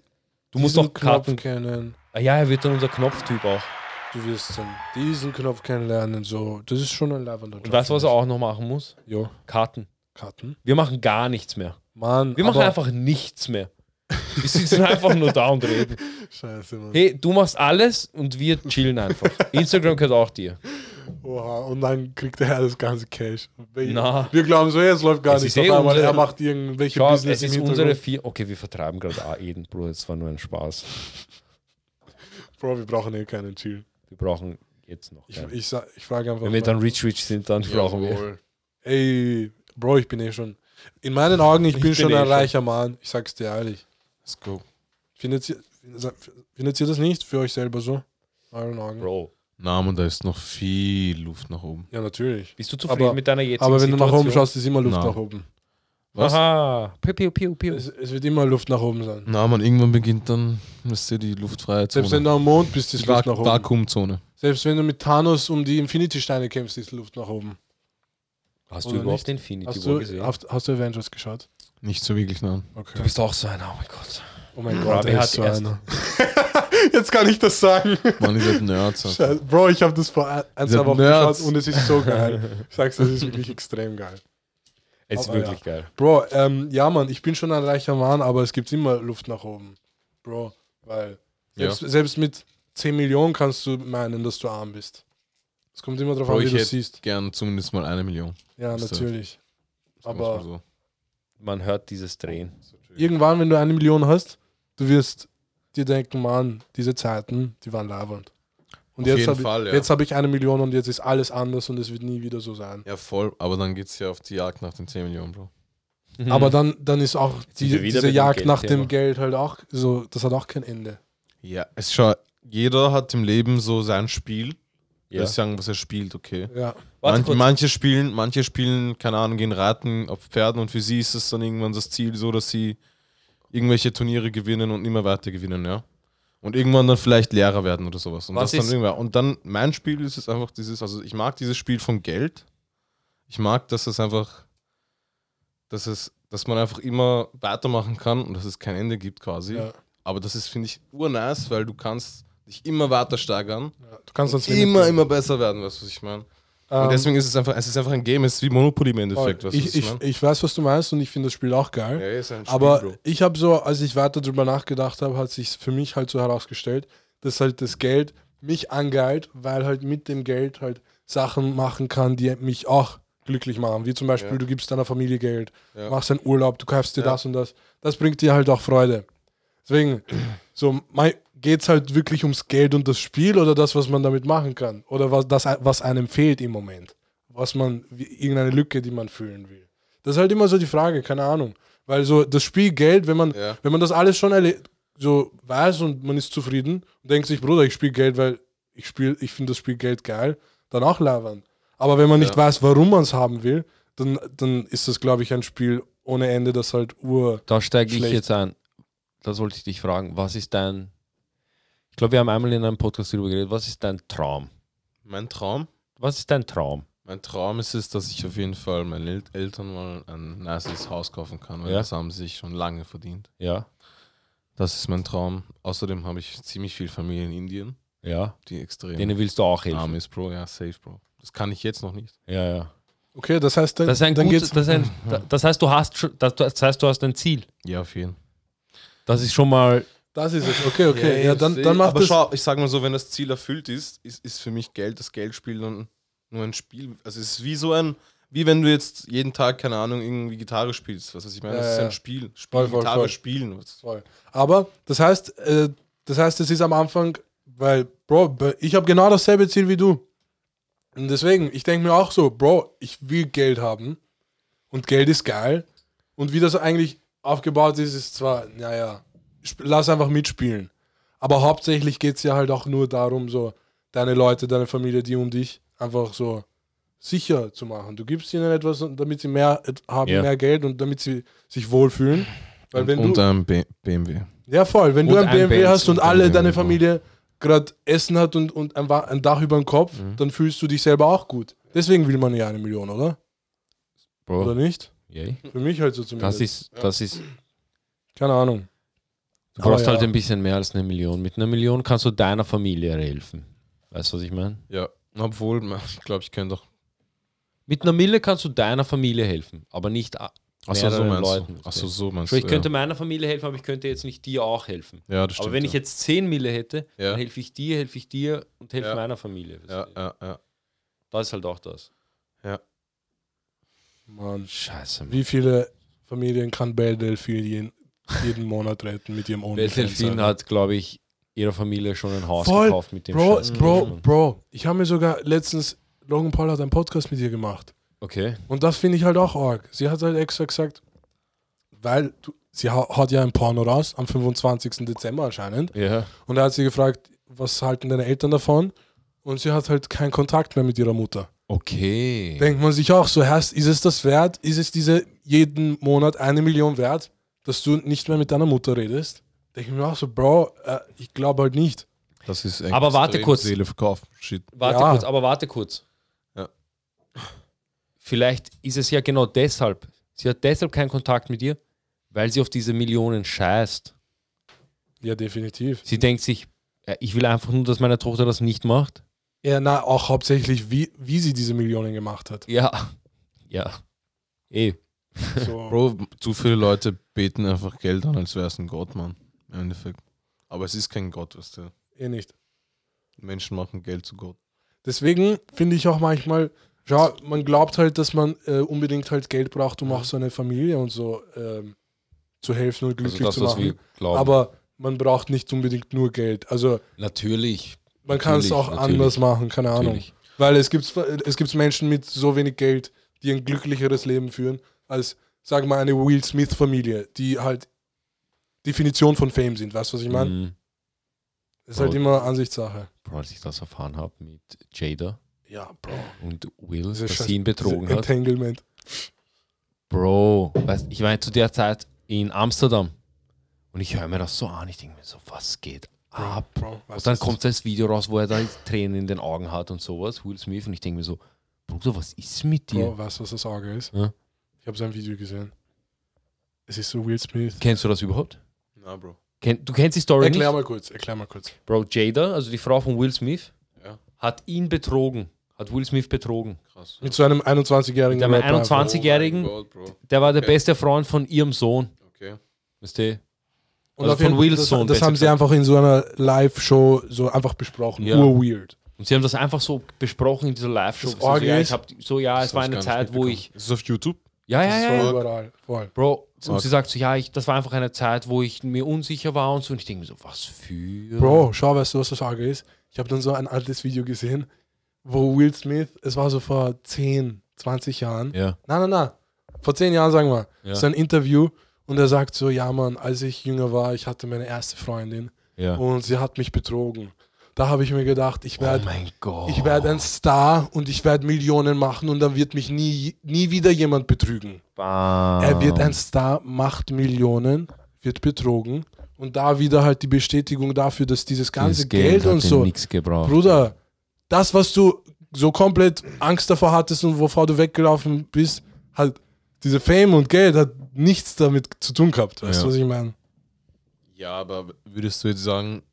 Speaker 3: Du musst
Speaker 1: diesen
Speaker 3: doch Karten.
Speaker 1: Knopf kennen.
Speaker 3: Ah, ja, er wird dann unser Knopftyp auch.
Speaker 1: Du wirst dann diesen Knopf kennenlernen. So, das ist schon ein leibender Job.
Speaker 3: Und weißt du, was er auch noch machen muss?
Speaker 1: Jo,
Speaker 3: Karten.
Speaker 1: Karten.
Speaker 3: Wir machen gar nichts mehr.
Speaker 1: Mann,
Speaker 3: Wir machen
Speaker 1: aber-
Speaker 3: einfach nichts mehr. Wir sitzen einfach nur da und reden.
Speaker 1: Scheiße, Mann.
Speaker 3: Hey, du machst alles und wir chillen einfach. Instagram gehört auch dir.
Speaker 1: Oha, und dann kriegt er das ganze Cash. Wir,
Speaker 3: Na.
Speaker 1: wir glauben so, jetzt läuft gar
Speaker 3: Es
Speaker 1: nichts.
Speaker 3: ist eh
Speaker 1: Auf einmal,
Speaker 3: unsere-
Speaker 1: er macht irgendwelche
Speaker 3: Schau, es
Speaker 1: Business
Speaker 3: ist
Speaker 1: im
Speaker 3: unsere
Speaker 1: Hintergrund.
Speaker 3: vier. Okay, wir vertreiben gerade auch Eden, Bruder. Das war nur ein Spaß.
Speaker 1: Bro, wir brauchen eh keinen Chill.
Speaker 3: Wir brauchen jetzt noch.
Speaker 1: Ich,
Speaker 3: keinen.
Speaker 1: ich, sa- ich frage einfach.
Speaker 3: Wenn wir
Speaker 1: mal.
Speaker 3: dann Rich Rich sind, dann brauchen wir.
Speaker 2: Jawohl.
Speaker 1: Ey, Bro, ich bin eh schon. In meinen Augen, ich, bin,
Speaker 3: bin
Speaker 1: schon
Speaker 3: eh
Speaker 1: ein
Speaker 3: schon.
Speaker 1: reicher Mann. Ich sag's dir ehrlich.
Speaker 2: Let's go.
Speaker 1: Findet ihr, findet ihr das nicht für euch selber so? In euren Augen.
Speaker 3: Bro,
Speaker 2: Na, man, da ist noch viel Luft nach oben.
Speaker 1: Ja, natürlich.
Speaker 3: bist du zufrieden
Speaker 1: Aber-
Speaker 3: mit deiner jetzigen
Speaker 1: Aber wenn du nach
Speaker 3: Situation?
Speaker 1: oben schaust, ist immer Luft
Speaker 2: Na.
Speaker 1: nach oben.
Speaker 2: Was?
Speaker 3: Aha. Piu, piu, piu, piu.
Speaker 1: Es, es wird immer Luft nach oben sein.
Speaker 2: Na, man, irgendwann beginnt dann, wisst ihr, die luftfreie Zone.
Speaker 1: Selbst wenn du am Mond bist, ist
Speaker 2: die
Speaker 1: Luft
Speaker 2: Vak
Speaker 1: nach oben.
Speaker 2: Vakuumzone.
Speaker 1: Selbst wenn du mit Thanos um die Infinity-Steine kämpfst, ist Luft nach oben.
Speaker 3: Hast
Speaker 1: Oder
Speaker 3: du überhaupt
Speaker 1: nicht?
Speaker 3: den Infinity
Speaker 1: Hast
Speaker 3: War
Speaker 1: du,
Speaker 3: gesehen?
Speaker 1: hast, hast du Avengers geschaut?
Speaker 2: Nicht so wirklich, nein.
Speaker 1: Okay.
Speaker 3: Du bist auch so einer, oh mein Gott.
Speaker 1: Oh mein
Speaker 3: Gott,
Speaker 1: Gott,
Speaker 3: er
Speaker 1: er
Speaker 3: hat
Speaker 1: ist so
Speaker 3: erst-
Speaker 1: einer. Jetzt kann ich das sagen.
Speaker 2: Man ist halt Nerds. Alter.
Speaker 1: Scheiße. Bro, ich habe das vor ein, ein, zwei
Speaker 2: Seid
Speaker 1: Wochen
Speaker 2: Nerds.
Speaker 1: geschaut und es ist so geil. Ich sag's, das ist wirklich extrem geil.
Speaker 3: Es ist
Speaker 1: Aber
Speaker 3: wirklich geil.
Speaker 1: Bro, ähm, ja, Mann, ich bin schon ein reicher Mann, aber es gibt immer Luft nach oben. Bro, weil
Speaker 2: Ja.
Speaker 1: selbst, selbst mit 10 Millionen kannst du meinen, dass du arm bist. Es kommt immer drauf
Speaker 2: Bro,
Speaker 1: an, wie
Speaker 2: ich
Speaker 1: du
Speaker 2: hätte
Speaker 1: siehst.
Speaker 2: gern zumindest mal eine Million.
Speaker 1: Ja,
Speaker 2: ist das-
Speaker 1: natürlich.
Speaker 2: sagen
Speaker 1: Aber-
Speaker 2: wir's mal
Speaker 3: Man hört dieses Drehen.
Speaker 1: Irgendwann, wenn du eine Million hast, du wirst dir denken, Mann, diese Zeiten, die waren labernd. Und
Speaker 2: Auf
Speaker 1: jetzt
Speaker 2: jeden
Speaker 1: habe
Speaker 2: Fall,
Speaker 1: ich,
Speaker 2: ja.
Speaker 1: jetzt hab ich eine Million und jetzt ist alles anders und es wird nie wieder so sein.
Speaker 2: so. ja, voll. Aber dann geht's ja auf die Jagd nach den 10 Millionen, Bro. Mhm.
Speaker 1: Aber dann, dann ist auch
Speaker 3: sind
Speaker 1: die,
Speaker 3: wir wieder
Speaker 1: diese
Speaker 3: bei dem
Speaker 1: Jagd nach dem
Speaker 3: Geldthema.
Speaker 1: Geld halt auch so, das hat auch kein Ende.
Speaker 2: Ja, es schau, jeder hat im Leben so sein Spiel.
Speaker 3: Ja.
Speaker 2: Ja. Ich sagen, was er spielt, okay.
Speaker 1: Ja,
Speaker 3: Warte
Speaker 2: Manch,
Speaker 3: kurz.
Speaker 2: manche spielen, manche spielen, keine Ahnung, gehen reiten auf Pferden und für sie ist es dann irgendwann das Ziel, so dass sie irgendwelche Turniere gewinnen und immer weiter gewinnen, ja. Und irgendwann dann vielleicht Lehrer werden oder sowas. Und, das
Speaker 3: Was
Speaker 2: dann
Speaker 3: ist-
Speaker 2: irgendwann. und dann mein Spiel ist es einfach dieses, also ich mag dieses Spiel von Geld. Ich mag, dass es einfach, dass es, dass man einfach immer weitermachen kann und dass es kein Ende gibt quasi.
Speaker 1: ja.
Speaker 2: Aber das ist, finde ich, urnice, weil du kannst dich immer weiter steigern.
Speaker 1: ja. Du kannst sonst
Speaker 2: Immer, immer besser werden, weißt du, was ich meine?
Speaker 1: Ähm,
Speaker 2: Und deswegen ist es einfach, es ist einfach ein Game, es ist wie Monopoly im Endeffekt,
Speaker 1: voll.
Speaker 2: weißt du, ne? was
Speaker 1: ich,
Speaker 2: ich
Speaker 1: ich,
Speaker 2: meine?
Speaker 1: ich weiß, was du meinst und ich finde das Spiel auch geil.
Speaker 2: Ja, ist ein Spiel,
Speaker 1: Aber
Speaker 2: Bro.
Speaker 1: ich habe so, als ich weiter drüber nachgedacht habe, hat sich für mich halt so herausgestellt, dass halt das Geld mich angeilt, weil halt mit dem Geld halt Sachen machen kann, die mich auch glücklich machen. Wie zum Beispiel,
Speaker 2: Ja.
Speaker 1: du gibst deiner Familie Geld,
Speaker 2: Ja.
Speaker 1: machst einen Urlaub, du kaufst dir
Speaker 2: Ja.
Speaker 1: das und das. Das bringt dir halt auch Freude. Deswegen, so geht es halt wirklich ums Geld und das Spiel oder das, was man damit machen kann. Oder was, das, was einem fehlt im Moment. Was man, wie- irgendeine Lücke, die man füllen will. Das ist halt immer so die Frage, keine Ahnung. Weil so das Spiel Geld, wenn man,
Speaker 2: Ja.
Speaker 1: wenn man das alles schon erle- so weiß und man ist zufrieden und denkt sich, Bruder, ich spiele Geld, weil ich spiel, ich finde das Spiel Geld geil, dann auch labern. Aber wenn man nicht
Speaker 2: Ja.
Speaker 1: weiß, warum man es haben will, dann, dann ist das, glaube ich, ein Spiel ohne Ende, das halt ur.
Speaker 3: Da steige ich
Speaker 1: Schlecht.
Speaker 3: jetzt ein. Das wollte ich dich fragen. Was ist dein. Ich glaube, wir haben einmal in einem Podcast darüber geredet. Was ist dein Traum?
Speaker 2: Mein Traum,
Speaker 3: Was ist dein Traum?
Speaker 2: mein Traum ist es, dass ich auf jeden Fall meinen El Eltern mal ein nices Haus kaufen kann, weil
Speaker 3: Ja.
Speaker 2: das haben sie sich schon lange verdient.
Speaker 3: Ja.
Speaker 2: Das ist mein Traum. Außerdem habe ich ziemlich viel Familie in Indien,
Speaker 3: Ja.
Speaker 2: die extrem
Speaker 3: Denen willst du auch helfen.
Speaker 2: arm ist, Bro. Ja, safe, Bro. Das kann ich jetzt noch nicht.
Speaker 3: Ja, ja.
Speaker 1: Okay, das heißt, dann,
Speaker 3: Das, ist ein
Speaker 1: dann
Speaker 3: gut,
Speaker 1: geht's.
Speaker 3: das, ist ein, da- das heißt, du hast schon- das, das heißt, du hast ein Ziel.
Speaker 2: Ja, auf jeden Fall.
Speaker 3: Das ist schon mal.
Speaker 1: Das ist es. Okay, okay. Ja, dann, dann macht
Speaker 2: Aber
Speaker 1: das.
Speaker 2: schau, ich sage mal so, wenn das Ziel erfüllt ist, ist, ist für mich Geld, das Geldspiel dann nur ein Spiel. Also es ist wie so ein, wie wenn du jetzt jeden Tag, keine Ahnung, irgendwie Gitarre spielst. Was weiß ich meine?
Speaker 1: Ja,
Speaker 2: das ist
Speaker 1: ja,
Speaker 2: ein
Speaker 1: ja.
Speaker 2: Spiel. Spiel
Speaker 1: Voll, voll,
Speaker 2: Gitarre
Speaker 1: voll.
Speaker 2: spielen. Was-
Speaker 1: Voll. Aber das heißt, äh, das heißt, es ist am Anfang, weil, Bro, b- ich habe genau dasselbe Ziel wie du. Und deswegen, ich denke mir auch so, Bro, ich will Geld haben. Und Geld ist geil. Und wie das eigentlich aufgebaut ist, ist zwar, naja, sp- lass einfach mitspielen. Aber hauptsächlich geht es ja halt auch nur darum, so deine Leute, deine Familie, die um dich einfach so sicher zu machen. Du gibst ihnen etwas, und damit sie mehr et- haben,
Speaker 3: Ja.
Speaker 1: mehr Geld und damit sie sich wohlfühlen. Weil wenn du,
Speaker 2: und ein B- BMW.
Speaker 1: ja, voll. Wenn du
Speaker 3: Und
Speaker 1: ein
Speaker 3: ein
Speaker 1: BMW
Speaker 3: Benz
Speaker 1: hast und
Speaker 2: und ein
Speaker 1: alle
Speaker 2: BMW,
Speaker 1: deine
Speaker 2: so.
Speaker 1: Familie gerade Essen hat und, und ein, Wa- ein Dach über dem Kopf,
Speaker 3: Mhm.
Speaker 1: dann fühlst du dich selber auch gut. Deswegen will man ja eine Million, oder? Oder
Speaker 3: Bro,
Speaker 1: nicht?
Speaker 3: yay.
Speaker 1: Für mich halt so zumindest.
Speaker 3: das ist, das ist.
Speaker 1: Keine Ahnung.
Speaker 3: Du
Speaker 1: Aber
Speaker 3: brauchst halt
Speaker 1: ja.
Speaker 3: ein bisschen mehr als eine Million. Mit einer Million kannst du deiner Familie helfen. Weißt du, was ich meine?
Speaker 2: Ja, obwohl, man- ich glaube, ich könnte doch.
Speaker 3: Mit einer Mille kannst du deiner Familie helfen, aber nicht a-
Speaker 2: Achso, so
Speaker 3: mehreren
Speaker 2: meinst
Speaker 3: Leuten.
Speaker 2: du. Achso, so meinst
Speaker 3: Sprich, ich
Speaker 2: du.
Speaker 3: könnte meiner Familie helfen, aber ich könnte jetzt nicht dir auch helfen.
Speaker 2: ja. ja, das stimmt.
Speaker 3: aber wenn
Speaker 2: ja.
Speaker 3: ich jetzt 10 Mille hätte,
Speaker 2: Ja.
Speaker 3: dann helfe ich dir, helfe ich dir und helfe
Speaker 2: Ja.
Speaker 3: meiner Familie.
Speaker 2: Ja, ja, ja.
Speaker 3: Das ist halt auch das.
Speaker 1: Mann.
Speaker 3: Scheiße,
Speaker 1: Wie viele Familien kann Belle Delphine jeden, jeden Monat retten mit ihrem
Speaker 3: Delfin
Speaker 1: Onlyfans?
Speaker 3: hat, glaube ich, ihrer Familie schon ein Haus
Speaker 1: Voll,
Speaker 3: gekauft mit dem
Speaker 1: Bro,
Speaker 3: Scheiß.
Speaker 1: Bro, Bro, ich habe mir sogar letztens, Logan Paul hat einen Podcast mit ihr gemacht.
Speaker 3: Okay.
Speaker 1: Und das finde ich halt auch arg. Sie hat halt extra gesagt, weil du, sie hau- haut ja ein Porno raus am 25. Dezember anscheinend.
Speaker 3: Ja.
Speaker 1: Und da hat sie gefragt, was halten deine Eltern davon? Und sie hat halt keinen Kontakt mehr mit ihrer Mutter.
Speaker 3: Okay.
Speaker 1: Denkt man sich auch so, heißt, ist es das wert? Ist es diese jeden Monat eine Million wert, dass du nicht mehr mit deiner Mutter redest? Denke ich mir auch so, Bro, äh, ich glaube halt nicht.
Speaker 2: Das ist echt
Speaker 3: Aber warte
Speaker 2: extrem
Speaker 3: kurz.
Speaker 2: Seele verkauft. Shit.
Speaker 3: Warte
Speaker 1: Ja.
Speaker 3: kurz, aber warte kurz.
Speaker 2: Ja.
Speaker 3: Vielleicht ist es ja genau deshalb. Sie hat deshalb keinen Kontakt mit dir, weil sie auf diese Millionen scheißt.
Speaker 1: Ja, definitiv.
Speaker 3: Sie denkt sich, ja, ich will einfach nur, dass meine Tochter das nicht macht.
Speaker 1: Ja, na, auch hauptsächlich, wie, wie sie diese Millionen gemacht hat.
Speaker 3: Ja. Ja. Eh.
Speaker 1: So.
Speaker 2: Bro, zu viele Leute beten einfach Geld an, als wäre es ein Gott, Mann. Im Endeffekt. Aber es ist kein Gott, weißt du.
Speaker 1: eh nicht.
Speaker 2: Menschen machen Geld zu Gott.
Speaker 1: Deswegen finde ich auch manchmal, ja, man glaubt halt, dass man äh, unbedingt halt Geld braucht,
Speaker 3: Mhm.
Speaker 1: um auch seine Familie und so ähm, zu helfen
Speaker 3: Also
Speaker 1: und glücklich zu machen.
Speaker 3: glauben.
Speaker 1: Aber man braucht nicht unbedingt nur Geld. Also
Speaker 3: natürlich.
Speaker 1: man kann es
Speaker 3: Natürlich,
Speaker 1: auch
Speaker 3: natürlich.
Speaker 1: anders machen, keine Ahnung.
Speaker 3: Natürlich.
Speaker 1: Weil es gibt es gibt Menschen mit so wenig Geld, die ein glücklicheres Leben führen als, sagen wir mal, eine Will Smith-Familie, die halt Definition von Fame sind. Weißt du, was ich meine?
Speaker 3: Mhm.
Speaker 1: Das ist halt
Speaker 3: Bro.
Speaker 1: immer Ansichtssache.
Speaker 3: Bro, als ich das erfahren habe mit Jada
Speaker 1: Ja, Bro.
Speaker 3: und Will,
Speaker 1: Diese
Speaker 3: dass
Speaker 1: scheiß-
Speaker 3: sie ihn betrogen hat.
Speaker 1: Entanglement.
Speaker 3: Bro, weißt, ich war zu der Zeit in Amsterdam und ich höre mir das so an. Ich denke mir so, was geht ab?
Speaker 1: Bro, weißt du,
Speaker 3: Und dann
Speaker 1: das-
Speaker 3: kommt das Video raus, wo er da jetzt Tränen in den Augen hat und sowas, Will Smith. Und ich denke mir so, Bruder, was ist mit dir?
Speaker 1: Bro, weißt du, was das Auge ist?
Speaker 3: Ja.
Speaker 1: Ich habe sein Video gesehen. Es ist so Will Smith.
Speaker 3: Kennst du das überhaupt?
Speaker 2: Na, Bro.
Speaker 3: Ken, du kennst die Story
Speaker 1: Erklär
Speaker 3: nicht?
Speaker 1: mal kurz, erklär mal kurz.
Speaker 3: Bro, Jada, also die Frau von Will Smith,
Speaker 2: Ja.
Speaker 3: hat ihn betrogen. Hat Will Smith betrogen.
Speaker 2: Krass.
Speaker 1: Mit so einem 21-jährigen.
Speaker 3: Mit einem
Speaker 1: Rapper einfach.
Speaker 3: 21 20-Jährigen?
Speaker 2: Oh mein Gott, Bro.
Speaker 3: Der war der
Speaker 2: Okay.
Speaker 3: beste Freund von ihrem Sohn.
Speaker 2: Okay.
Speaker 3: Weißt du?
Speaker 1: Und
Speaker 3: also
Speaker 1: auf jeden,
Speaker 3: von Wills
Speaker 1: das,
Speaker 3: Sohn,
Speaker 1: Das
Speaker 3: besser
Speaker 1: haben sie
Speaker 3: gesagt.
Speaker 1: einfach in so einer Live-Show so einfach besprochen.
Speaker 3: Ja.
Speaker 1: Ur-weird.
Speaker 3: Und sie haben das einfach so besprochen in dieser Live-Show.
Speaker 1: Das
Speaker 3: So, ja,
Speaker 1: Orgel
Speaker 3: ich hab, so, ja, es war eine Zeit, wo ich.
Speaker 2: Ist es auf YouTube?
Speaker 3: Ja,
Speaker 1: Das
Speaker 3: ja,
Speaker 1: ist
Speaker 3: ja,
Speaker 1: voll
Speaker 3: ja.
Speaker 1: überall. Voll.
Speaker 3: Bro, und
Speaker 2: Fuck.
Speaker 3: sie sagt so, ja, ich, das war einfach eine Zeit, wo ich mir unsicher war und so. Und ich denke mir so, was für...
Speaker 1: Bro, schau, weißt du, was das Auge ist? Ich habe dann so ein altes Video gesehen, wo Will Smith, es war so vor 10, 20 Jahren.
Speaker 3: Ja.
Speaker 1: Nein, nein, nein. Vor 10 Jahren, sagen wir.
Speaker 3: Ja.
Speaker 1: So ein Interview. Und er sagt so, ja, Mann, als ich jünger war, ich hatte meine erste Freundin.
Speaker 3: ja.
Speaker 1: und sie hat mich betrogen. Da habe ich mir gedacht, ich
Speaker 3: Oh
Speaker 1: werde
Speaker 3: mein Gott.
Speaker 1: ich werd ein Star und ich werde Millionen machen und dann wird mich nie, nie wieder jemand betrügen.
Speaker 3: Bam.
Speaker 1: Er wird ein Star, macht Millionen, wird betrogen und da wieder halt die Bestätigung dafür, dass dieses ganze
Speaker 3: Dieses
Speaker 1: Geld,
Speaker 3: hat
Speaker 1: und
Speaker 3: ihm
Speaker 1: so,
Speaker 3: nichts gebraucht.
Speaker 1: Bruder, das, was du so komplett Angst davor hattest und wovor du weggelaufen bist, halt hat diese Fame und Geld hat nichts damit zu tun gehabt. Weißt du,
Speaker 2: Ja.
Speaker 1: was ich meine?
Speaker 2: Ja, aber würdest du jetzt sagen,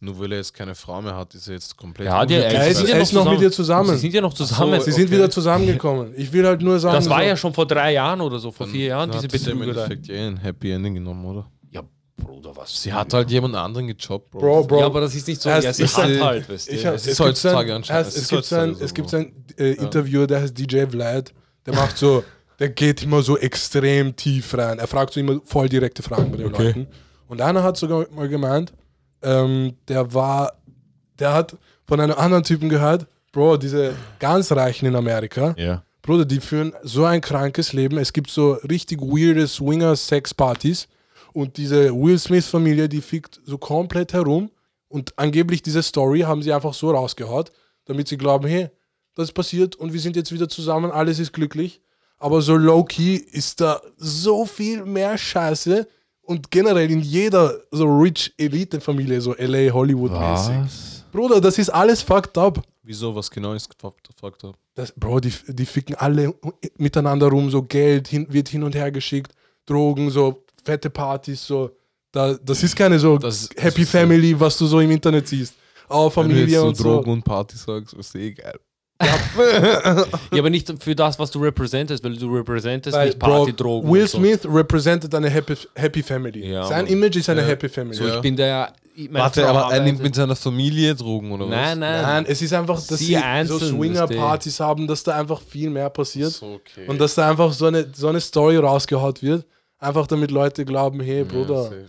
Speaker 2: nur weil er jetzt keine Frau mehr hat, ist er jetzt komplett.
Speaker 4: Er hat ja-
Speaker 2: unglücklich?
Speaker 1: Er
Speaker 4: sie
Speaker 1: ist,
Speaker 4: sind ja
Speaker 1: er
Speaker 4: noch
Speaker 1: ist noch mit
Speaker 4: zusammen.
Speaker 1: ihr zusammen.
Speaker 4: Sie sind ja noch zusammen.
Speaker 1: Sie sind
Speaker 2: Okay.
Speaker 1: wieder zusammengekommen. Ich will halt nur sagen,
Speaker 4: das war
Speaker 1: so-
Speaker 4: ja schon vor drei Jahren oder so, vor
Speaker 2: Dann-
Speaker 4: vier Jahren,
Speaker 2: dann
Speaker 4: diese
Speaker 2: hat das ja im
Speaker 4: Betrügerei.
Speaker 2: Endeffekt eh ein Happy Ending genommen, oder?
Speaker 3: Ja, Bruder, was?
Speaker 2: Sie hat halt jemand anderen gejobbt, Bro.
Speaker 1: Bro, Bro.
Speaker 3: Ja, aber das ist nicht so.
Speaker 1: Erst-
Speaker 3: Ja, sie
Speaker 1: ich
Speaker 3: hat
Speaker 2: seh-
Speaker 3: halt, weißt du.
Speaker 1: Ich hab,
Speaker 2: Es
Speaker 1: es,
Speaker 2: ist
Speaker 1: gibt so
Speaker 2: heutzutage
Speaker 1: ein,
Speaker 2: anscheinend-
Speaker 1: heißt,
Speaker 2: es
Speaker 1: es
Speaker 2: ist
Speaker 1: gibt so ein,
Speaker 2: heutzutage
Speaker 1: es
Speaker 2: so,
Speaker 1: gibt so ein äh, Interview, der heißt DJ Vlad. Der macht so, der geht immer so extrem tief rein. Er fragt so immer voll direkte Fragen bei den Leuten. Und einer hat sogar mal gemeint, ähm, der war, der hat von einem anderen Typen gehört, Bro, diese ganz Reichen in Amerika,
Speaker 2: Ja.
Speaker 1: Bruder, die führen so ein krankes Leben. Es gibt so richtig weirde Swinger-Sex-Partys. Und diese Will Smith-Familie, die fickt so komplett herum. Und angeblich diese Story haben sie einfach so rausgehaut, damit sie glauben, hey, das ist passiert und wir sind jetzt wieder zusammen, alles ist glücklich. Aber so low-key ist da so viel mehr Scheiße. Und generell in jeder so rich Elite-Familie, so LA,
Speaker 3: Ah.
Speaker 1: Hollywood-mäßig. Bruder, das ist alles fucked up.
Speaker 2: Wieso, was genau ist gefuckt gefuckt hab?
Speaker 1: Das, Bro, die, die ficken alle miteinander rum, so Geld hin, wird hin und her geschickt, Drogen, so fette Partys, so. Da, das ist keine so
Speaker 2: Das- das
Speaker 1: Happy
Speaker 2: ist so-
Speaker 1: Family, was du so im Internet siehst. Oh,
Speaker 2: Wenn du jetzt
Speaker 1: Familie
Speaker 2: so
Speaker 1: und so.
Speaker 2: Drogen und Party sagst, ist eh geil.
Speaker 3: Ja, aber nicht für das, was du representest, weil du representest
Speaker 1: Weil,
Speaker 3: nicht
Speaker 1: Bro,
Speaker 3: Partydrogen.
Speaker 1: Will
Speaker 3: und so.
Speaker 1: Smith represented eine Happy, happy Family.
Speaker 3: Ja,
Speaker 1: Sein
Speaker 3: Mann.
Speaker 1: Image ist eine
Speaker 2: Ja.
Speaker 1: Happy Family.
Speaker 2: So,
Speaker 3: Ich bin da ja. ich- meine
Speaker 2: Warte,
Speaker 3: Frau
Speaker 2: aber er nimmt
Speaker 3: arbeitet-
Speaker 2: mit seiner Familie Drogen oder
Speaker 3: Nein, nein.
Speaker 1: Nein, es ist einfach, dass
Speaker 3: Sie
Speaker 1: sie, so
Speaker 3: einzeln,
Speaker 1: Swinger-Partys haben, dass da einfach viel mehr
Speaker 2: was?
Speaker 1: passiert.
Speaker 2: So, okay.
Speaker 1: Und dass da einfach so eine, so eine Story rausgehaut wird. Einfach damit Leute glauben, hey,
Speaker 2: Ja,
Speaker 1: Bruder.
Speaker 2: safe.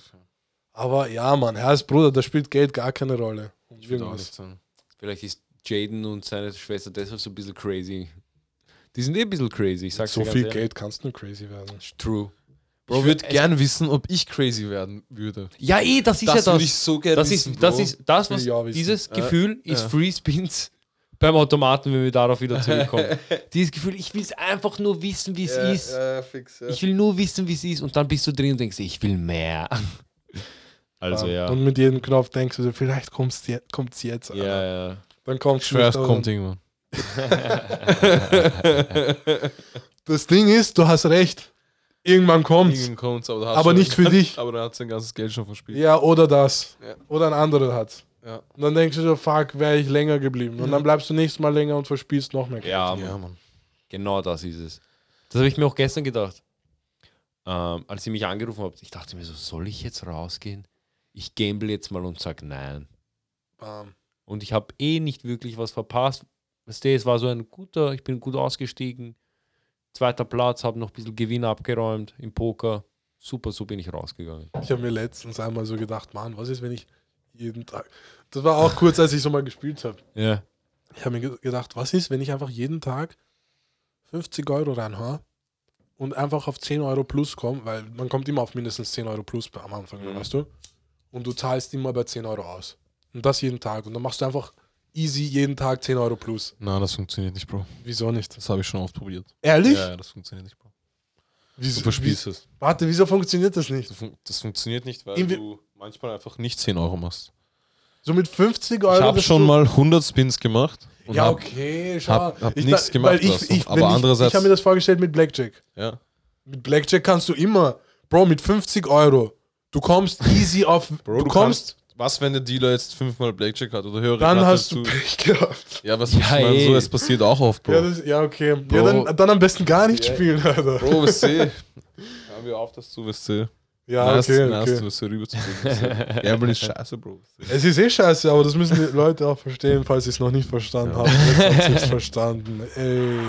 Speaker 1: Aber ja, Mann, Herz Bruder, da spielt Geld gar keine Rolle.
Speaker 2: Ich will auch nicht sagen.
Speaker 3: Vielleicht ist Jaden und seine Schwester deshalb so ein bisschen crazy. Die sind eh ein bisschen crazy, ich sag's
Speaker 1: So
Speaker 3: dir ganz
Speaker 1: viel
Speaker 3: ehrlich. Also,
Speaker 1: Geld kannst du nur crazy werden.
Speaker 3: True.
Speaker 2: ich würde
Speaker 3: es-
Speaker 2: gern wissen, ob ich crazy werden würde.
Speaker 3: Ja, eh, das ist
Speaker 2: Das
Speaker 3: ja
Speaker 2: würde
Speaker 3: das.
Speaker 2: ich so gerne
Speaker 3: das,
Speaker 2: wissen,
Speaker 3: ist, das
Speaker 2: Bro.
Speaker 3: ist das,
Speaker 1: Will
Speaker 3: was
Speaker 1: ich auch wissen.
Speaker 3: dieses
Speaker 2: Äh,
Speaker 3: Gefühl ist
Speaker 2: ja.
Speaker 3: Free Spins beim Automaten, wenn wir darauf wieder zurückkommen. dieses Gefühl, ich will es einfach nur wissen, wie es ist. Ich will nur wissen, wie es ist. Und dann bist du drin und denkst, ich will mehr. Also
Speaker 1: Mann.
Speaker 3: ja.
Speaker 1: Und mit jedem Knopf denkst du, so, vielleicht kommt's je, kommt's jetzt. Alter.
Speaker 3: Ja, ja.
Speaker 1: Dann kommt's
Speaker 2: Schwerst
Speaker 1: nicht,
Speaker 2: kommt
Speaker 1: aber-
Speaker 2: irgendwann.
Speaker 1: Das Ding ist, du hast recht. Irgendwann kommt's.
Speaker 2: Irgendwann kommt's, aber, da hast
Speaker 1: aber
Speaker 2: du-
Speaker 1: nicht für dich.
Speaker 2: Aber dann hat sein ganzes Geld schon verspielt.
Speaker 1: Ja, oder das.
Speaker 2: Ja.
Speaker 1: Oder ein anderer hat's.
Speaker 2: Ja.
Speaker 1: Und dann denkst du so, fuck, wäre ich länger geblieben. Und dann bleibst du nächstes Mal länger und verspielst noch mehr Geld.
Speaker 3: Ja, Mann.
Speaker 2: Ja, Mann.
Speaker 3: Genau das ist es. Das habe ich mir auch gestern gedacht. Ähm, als ihr mich angerufen habt, ich dachte mir so, soll ich jetzt rausgehen? Ich gamble jetzt mal und sag nein.
Speaker 1: Bam.
Speaker 3: Und ich habe eh nicht wirklich was verpasst. Weißt du, es war so ein guter, ich bin gut ausgestiegen. Zweiter Platz, habe noch ein bisschen Gewinn abgeräumt im Poker. Super, so bin ich rausgegangen.
Speaker 1: Ich habe mir letztens einmal so gedacht, Mann, was ist, wenn ich jeden Tag. Das war auch kurz, als ich so mal gespielt habe.
Speaker 3: Ja.
Speaker 1: Ich habe mir ge- gedacht, was ist, wenn ich einfach jeden Tag 50 Euro reinhaue und einfach auf 10 Euro plus komme, weil man kommt immer auf mindestens 10 Euro plus am Anfang,
Speaker 3: Mhm.
Speaker 1: weißt du? Und du zahlst immer bei 10 Euro aus. Und das jeden Tag. Und dann machst du einfach easy jeden Tag 10 Euro plus.
Speaker 2: Nein, das funktioniert nicht, Bro.
Speaker 1: Wieso nicht?
Speaker 2: Das habe ich schon oft probiert.
Speaker 1: Ehrlich?
Speaker 2: Ja, ja, das funktioniert nicht, Bro.
Speaker 1: Wieso,
Speaker 2: Du verspielst es.
Speaker 1: wie- Warte, wieso funktioniert das nicht?
Speaker 2: Das fun- Das funktioniert nicht, weil
Speaker 1: Inwie-
Speaker 2: du manchmal einfach nicht 10 Euro machst.
Speaker 1: So mit 50 Euro.
Speaker 2: Ich habe
Speaker 1: dass
Speaker 2: schon
Speaker 1: du-
Speaker 2: mal 100 Spins gemacht. und
Speaker 1: Ja,
Speaker 2: hab-
Speaker 1: okay, schau.
Speaker 2: hab- hab
Speaker 1: Ich
Speaker 2: nichts
Speaker 1: da-
Speaker 2: gemacht,
Speaker 1: weil
Speaker 2: weißt
Speaker 1: ich,
Speaker 2: du.
Speaker 1: ich,
Speaker 2: Aber
Speaker 1: wenn ich,
Speaker 2: andererseits-
Speaker 1: ich habe mir das vorgestellt mit Blackjack.
Speaker 2: Ja.
Speaker 1: Mit Blackjack kannst du immer, Bro, mit 50 Euro, du kommst easy auf, du, kommst,
Speaker 2: kannst- was, wenn der Dealer jetzt fünfmal Blackjack hat oder höhere
Speaker 1: dann
Speaker 2: Raten
Speaker 1: hast du
Speaker 2: dazu?
Speaker 1: Pech gehabt.
Speaker 2: Ja, was ich meine,
Speaker 3: ey.
Speaker 2: so, es passiert auch oft, Bro.
Speaker 1: Ja, das, ja okay. Ja,
Speaker 2: Bro.
Speaker 1: dann, dann am besten gar nicht spielen, Alter.
Speaker 2: Bro, was seh? Hören wir auf, dass du was seh.
Speaker 1: Ja, okay,
Speaker 2: nice,
Speaker 1: okay.
Speaker 2: du was seh rüber zu bringen. Gambling ist scheiße, Bro.
Speaker 1: Es ist eh scheiße, aber das müssen die Leute auch verstehen, falls sie es noch nicht verstanden haben. Jetzt haben sie es verstanden. Ey.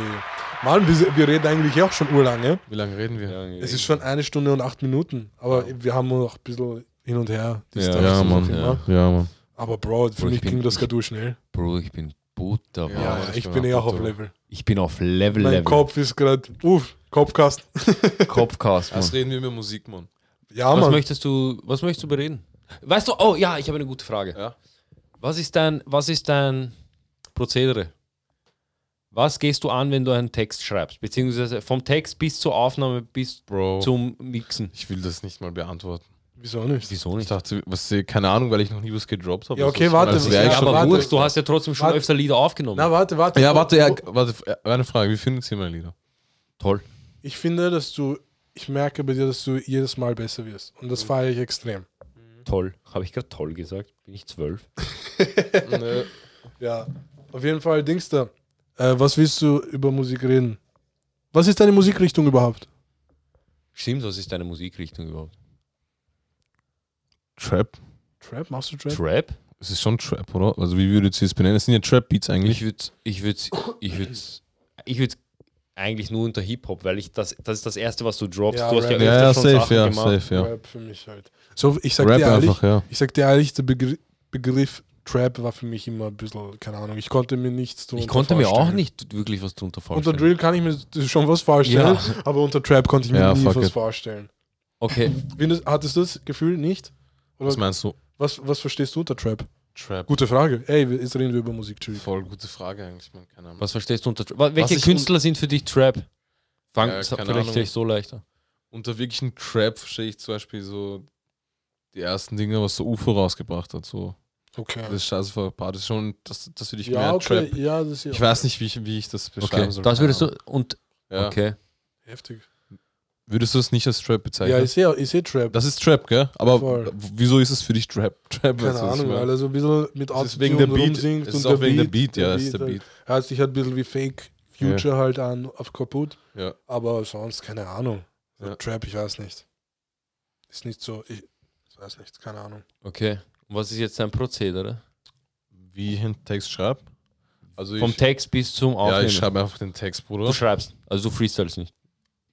Speaker 1: Mann, wir, wir reden eigentlich auch schon urlange.
Speaker 2: Wie lange reden wir?
Speaker 1: Es ist schon eine Stunde und acht Minuten, aber wir haben noch ein bisschen hin und her. die
Speaker 2: ja,
Speaker 1: Stories
Speaker 2: ja,
Speaker 1: und so
Speaker 2: Mann,
Speaker 1: viel,
Speaker 2: ja,
Speaker 1: ne?
Speaker 2: ja, Mann.
Speaker 1: Aber Bro, für
Speaker 3: Bro, ich
Speaker 1: mich
Speaker 3: bin-
Speaker 1: ging das gerade schnell.
Speaker 3: Bro, ich bin
Speaker 2: Ja,
Speaker 3: Butter.
Speaker 1: Ja,
Speaker 3: Mann.
Speaker 2: das
Speaker 1: ja,
Speaker 2: ist
Speaker 1: ich
Speaker 2: schon
Speaker 1: bin eh
Speaker 2: ein
Speaker 1: auch auf
Speaker 2: guter-
Speaker 1: Level.
Speaker 3: Ich bin auf Level
Speaker 1: Mein
Speaker 3: Level.
Speaker 1: Kopf ist gerade, uff, Kopfkasten.
Speaker 3: Kopfcast. Mann.
Speaker 2: Jetzt reden wir über Musik, Mann.
Speaker 1: Ja,
Speaker 3: Was
Speaker 1: Mann.
Speaker 3: möchtest du, was möchtest du bereden? Weißt du, oh ja, ich habe eine gute Frage.
Speaker 2: Ja.
Speaker 3: Was ist dein, was ist dein Prozedere? Was gehst du an, wenn du einen Text schreibst? Beziehungsweise vom Text bis zur Aufnahme bis
Speaker 1: Oh.
Speaker 2: Bro,
Speaker 3: zum Mixen.
Speaker 2: ich will das nicht mal beantworten.
Speaker 1: Wieso nicht?
Speaker 3: Wieso
Speaker 2: Ich dachte, was seh, keine Ahnung, weil ich noch nie was gedroppt habe.
Speaker 1: Ja, okay,
Speaker 2: Also,
Speaker 1: warte,
Speaker 2: als wär
Speaker 1: ja,
Speaker 2: ich
Speaker 3: Ja,
Speaker 2: schon
Speaker 3: aber
Speaker 1: warte.
Speaker 2: durch.
Speaker 3: wurscht, du hast ja trotzdem schon
Speaker 1: Warte.
Speaker 3: öfter Lieder aufgenommen.
Speaker 1: Na, warte, warte.
Speaker 2: Ja, warte, ja, warte, eine Frage, wie findet ihr meine Lieder?
Speaker 3: Toll.
Speaker 1: Ich finde, dass du, ich merke bei dir, dass du jedes Mal besser wirst. Und das feiere ich extrem.
Speaker 3: Toll. Habe ich gerade toll gesagt? Bin ich zwölf?
Speaker 2: Nö.
Speaker 1: Ja, auf jeden Fall, Dings da. Äh, was willst du über Musik reden? Was ist deine Musikrichtung überhaupt?
Speaker 3: Stimmt, was ist deine Musikrichtung überhaupt?
Speaker 2: Trap.
Speaker 1: Trap? Machst du Trap?
Speaker 3: Trap?
Speaker 2: Es ist schon Trap, oder? Also wie würdet ihr es benennen? Es sind ja Trap-Beats
Speaker 3: Ich
Speaker 2: eigentlich.
Speaker 3: würde ich würd, ich würd, ich würd eigentlich nur unter Hip-Hop, weil ich das, das ist das Erste, was du droppst.
Speaker 1: Ja,
Speaker 3: du hast ja
Speaker 1: Rap.
Speaker 2: Ja,
Speaker 3: öfter
Speaker 2: ja,
Speaker 3: schon
Speaker 2: safe,
Speaker 3: Sachen
Speaker 2: ja,
Speaker 3: gemacht.
Speaker 2: safe, ja.
Speaker 1: Rap für mich halt. So, ich sag
Speaker 2: Rap
Speaker 1: dir ehrlich,
Speaker 2: einfach, ja.
Speaker 1: ich sag dir ehrlich, der Begr Begriff Trap war für mich immer ein bisschen, keine Ahnung, ich konnte mir nichts tun.
Speaker 3: Ich konnte mir auch nicht wirklich was drunter
Speaker 1: Unter
Speaker 3: vorstellen.
Speaker 1: Drill kann ich mir schon was vorstellen, aber unter Trap konnte ich mir
Speaker 2: Ja,
Speaker 1: nie
Speaker 2: fuck
Speaker 1: was
Speaker 2: it.
Speaker 1: vorstellen.
Speaker 3: okay,
Speaker 1: Wie, das- hattest du das Gefühl nicht?
Speaker 2: Was meinst du?
Speaker 1: Was, was verstehst du unter Trap?
Speaker 2: Trap.
Speaker 1: Gute Frage. Ey, jetzt reden wir über Musik. Tschüss.
Speaker 2: Voll gute Frage eigentlich, man. Keine Ahnung.
Speaker 3: was verstehst du unter Trap? Wa- Welche
Speaker 2: ich-
Speaker 3: Künstler sind für dich Trap? Fang,
Speaker 2: Ja,
Speaker 3: sa-
Speaker 2: keine
Speaker 3: vielleicht
Speaker 2: Ahnung.
Speaker 3: gleich so leichter.
Speaker 2: Unter wirklichen Trap verstehe ich zum Beispiel so die ersten Dinge, was so UFO rausgebracht hat. So.
Speaker 1: Okay.
Speaker 2: Das ist scheiße verpackt. Das ist schon, das, das würde ich
Speaker 1: ja,
Speaker 2: mehr
Speaker 1: okay.
Speaker 2: Trap.
Speaker 1: Ja, das ist ja
Speaker 2: Ich weiß nicht, wie ich, wie ich das beschreiben
Speaker 3: Okay,
Speaker 2: soll.
Speaker 3: das
Speaker 2: keine
Speaker 3: würdest
Speaker 2: Ahnung.
Speaker 3: du und
Speaker 2: Ja.
Speaker 3: okay.
Speaker 1: heftig.
Speaker 2: Würdest du es nicht als Trap
Speaker 1: Ja,
Speaker 2: bezeichnen?
Speaker 1: ich sehe ich sehe Trap.
Speaker 2: das ist Trap, gell? Aber
Speaker 1: Voll.
Speaker 2: w- wieso ist es für dich Trap? Trap
Speaker 1: Keine
Speaker 2: weißt du, was ich
Speaker 1: Ahnung,
Speaker 2: meine?
Speaker 1: weil er so ein bisschen mit
Speaker 2: Es ist wegen der Beat. Es
Speaker 1: rumsingt
Speaker 2: ist auch wegen der Beat, ja,
Speaker 1: der
Speaker 2: es ist der Beat.
Speaker 1: Halt. Hört sich halt ein bisschen wie Fake Future halt an, auf kaputt.
Speaker 2: Ja.
Speaker 1: Aber sonst, keine Ahnung. So
Speaker 2: Ja.
Speaker 1: Trap, ich weiß nicht. Ist nicht so, ich, ich weiß nicht, keine Ahnung.
Speaker 3: Okay. Und was ist jetzt dein Prozedere?
Speaker 1: halt.
Speaker 2: Wie ich einen Text schreibe? Also
Speaker 3: Vom
Speaker 2: ich,
Speaker 3: Text bis zum
Speaker 2: ja,
Speaker 3: Aufnehmen.
Speaker 2: ich schreibe einfach den Text, Bruder.
Speaker 3: du schreibst, also du freestylst nicht.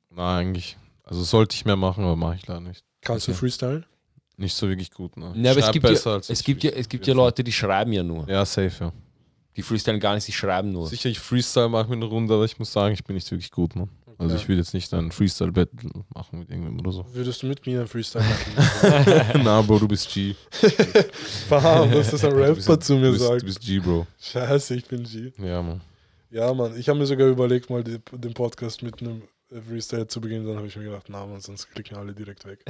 Speaker 2: Nein, eigentlich. Also sollte ich mehr machen, aber mache ich leider nicht.
Speaker 1: Kannst du
Speaker 3: Okay.
Speaker 1: freestylen?
Speaker 2: Nicht so wirklich gut. Ne?
Speaker 3: Ja, aber es
Speaker 2: Schreib
Speaker 3: gibt,
Speaker 2: besser
Speaker 3: ja,
Speaker 2: als
Speaker 3: es,
Speaker 2: ich
Speaker 3: gibt ja,
Speaker 2: freestyle.
Speaker 3: es gibt ja Leute, die schreiben ja nur.
Speaker 2: Ja, safe, ja.
Speaker 3: Die freestylen gar nicht, die schreiben nur.
Speaker 2: Sicher, ich Freestyle mache mit einer Runde, aber ich muss sagen, ich bin nicht wirklich gut, ne? Also ich will jetzt nicht einen Freestyle-Battle machen mit irgendwem oder so.
Speaker 1: Würdest du mit mir einen Freestyle machen?
Speaker 2: Na, Bro, du bist G.
Speaker 1: Warum, dass das ein
Speaker 2: Du bist-
Speaker 1: Rapper zu
Speaker 2: du
Speaker 1: mir
Speaker 2: bist,
Speaker 1: sagt.
Speaker 2: Du bist G, Bro.
Speaker 1: Scheiße, ich bin G.
Speaker 2: Ja, Mann.
Speaker 1: Ja, Mann, ich habe mir sogar überlegt, mal die, den Podcast mit einem äh, Freestyle zu beginnen. Dann habe ich mir gedacht, na, Mann, sonst klicken alle direkt weg.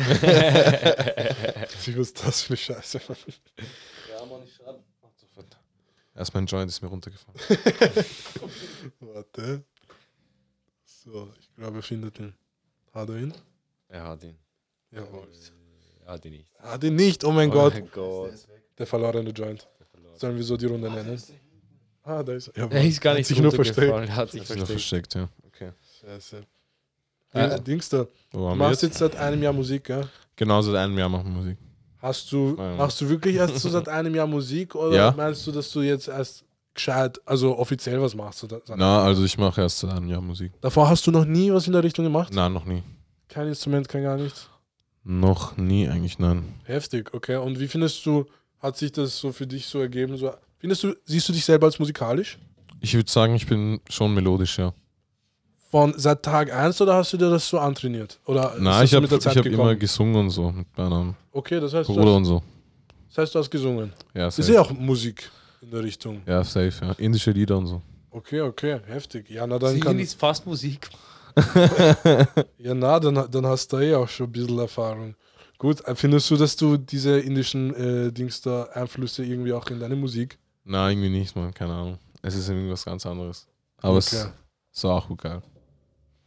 Speaker 1: Wie was ist das für eine Scheiße, Mann?
Speaker 2: Erst mein Joint ist mir runtergefallen.
Speaker 1: Warte. So, ich glaube, er findet ihn. Hat er ihn?
Speaker 3: Er hat ihn.
Speaker 1: Jawohl.
Speaker 3: Er hat ihn nicht.
Speaker 1: Hat ihn nicht, oh mein Gott.
Speaker 3: Gott.
Speaker 1: Der verlorene Joint. Sollen wir so die Runde nennen? Ah, da ist er. Jawohl.
Speaker 2: Äh.
Speaker 3: Er ist gar
Speaker 1: Hat
Speaker 3: nicht
Speaker 1: sich nur
Speaker 3: runtergefallen, er Hat sich
Speaker 2: Ist nur versteckt, ja.
Speaker 1: Scheiße.
Speaker 3: Ah.
Speaker 1: Ja, Dings da.
Speaker 2: Wo
Speaker 1: Du
Speaker 2: waren wir
Speaker 1: machst jetzt
Speaker 2: jetzt?
Speaker 1: seit einem Jahr Musik, gell?
Speaker 2: Genau seit einem Jahr machen wir Musik.
Speaker 1: Hast du,
Speaker 2: Ja.
Speaker 1: machst du wirklich erst so seit einem Jahr Musik oder
Speaker 2: Ja.
Speaker 1: meinst du, dass du jetzt erst gescheit, also offiziell was machst? Oder?
Speaker 2: Na, also ich mache erst seit einem Jahr Musik.
Speaker 1: Davor hast du noch nie was in der Richtung gemacht?
Speaker 2: Na, noch nie.
Speaker 1: Kein Instrument, kein gar nichts.
Speaker 2: Noch nie eigentlich, nein.
Speaker 1: Heftig, okay. Und wie findest du, hat sich das so für dich so ergeben? So, findest du, siehst du dich selber als musikalisch?
Speaker 2: Ich würde sagen, ich bin schon melodisch, ja.
Speaker 1: Von seit Tag 1 oder hast du dir das so antrainiert? Oder
Speaker 2: Na, ich
Speaker 1: das
Speaker 2: habe
Speaker 1: mit der
Speaker 2: hab immer
Speaker 1: gekommen?
Speaker 2: gesungen und so mit meinem
Speaker 1: Okay, das heißt, du
Speaker 2: Bruder
Speaker 1: hast,
Speaker 2: und so.
Speaker 1: das heißt, du hast gesungen.
Speaker 2: Ja,
Speaker 1: Das
Speaker 2: safe.
Speaker 1: ist ja auch Musik in der Richtung.
Speaker 2: Ja, safe, ja. Indische Lieder und so.
Speaker 1: Okay, okay, heftig. Ja, na dann
Speaker 3: Singen
Speaker 1: kann,
Speaker 3: ist fast Musik.
Speaker 1: ja, na, dann, dann hast du eh auch schon ein bisschen Erfahrung. Gut, äh, findest du, dass du diese indischen äh, Dings da Einflüsse irgendwie auch in deine Musik?
Speaker 2: Na, irgendwie nicht, man. Keine Ahnung. Es ist irgendwas ganz anderes. Aber es
Speaker 1: Okay,
Speaker 2: ist auch gut geil.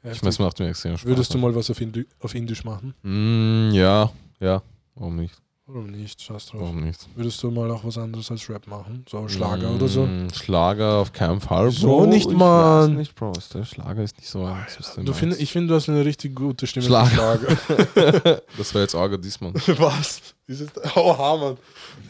Speaker 2: Ich
Speaker 1: heftig.
Speaker 2: meine, es macht mir extrem Spaß.
Speaker 1: Würdest du mal was auf, Indi auf Indisch machen?
Speaker 2: Mm, ja, ja. Warum nicht?
Speaker 1: Warum nicht? Scheiß drauf.
Speaker 2: Warum nicht?
Speaker 1: Würdest du mal auch was anderes als Rap machen? So Schlager oder so?
Speaker 2: Mm, Schlager auf keinen Fall, Bro.
Speaker 1: So nicht,
Speaker 2: Ich
Speaker 1: Mann.
Speaker 2: weiß nicht, Bro. Ist der Schlager ist nicht so eins, was
Speaker 1: Du find,
Speaker 2: meinst.
Speaker 1: ich finde, du hast eine richtig gute Stimme. für
Speaker 2: Schlager. das war jetzt Auge diesmal.
Speaker 1: Schlager. was? Dieses, oha, Mann.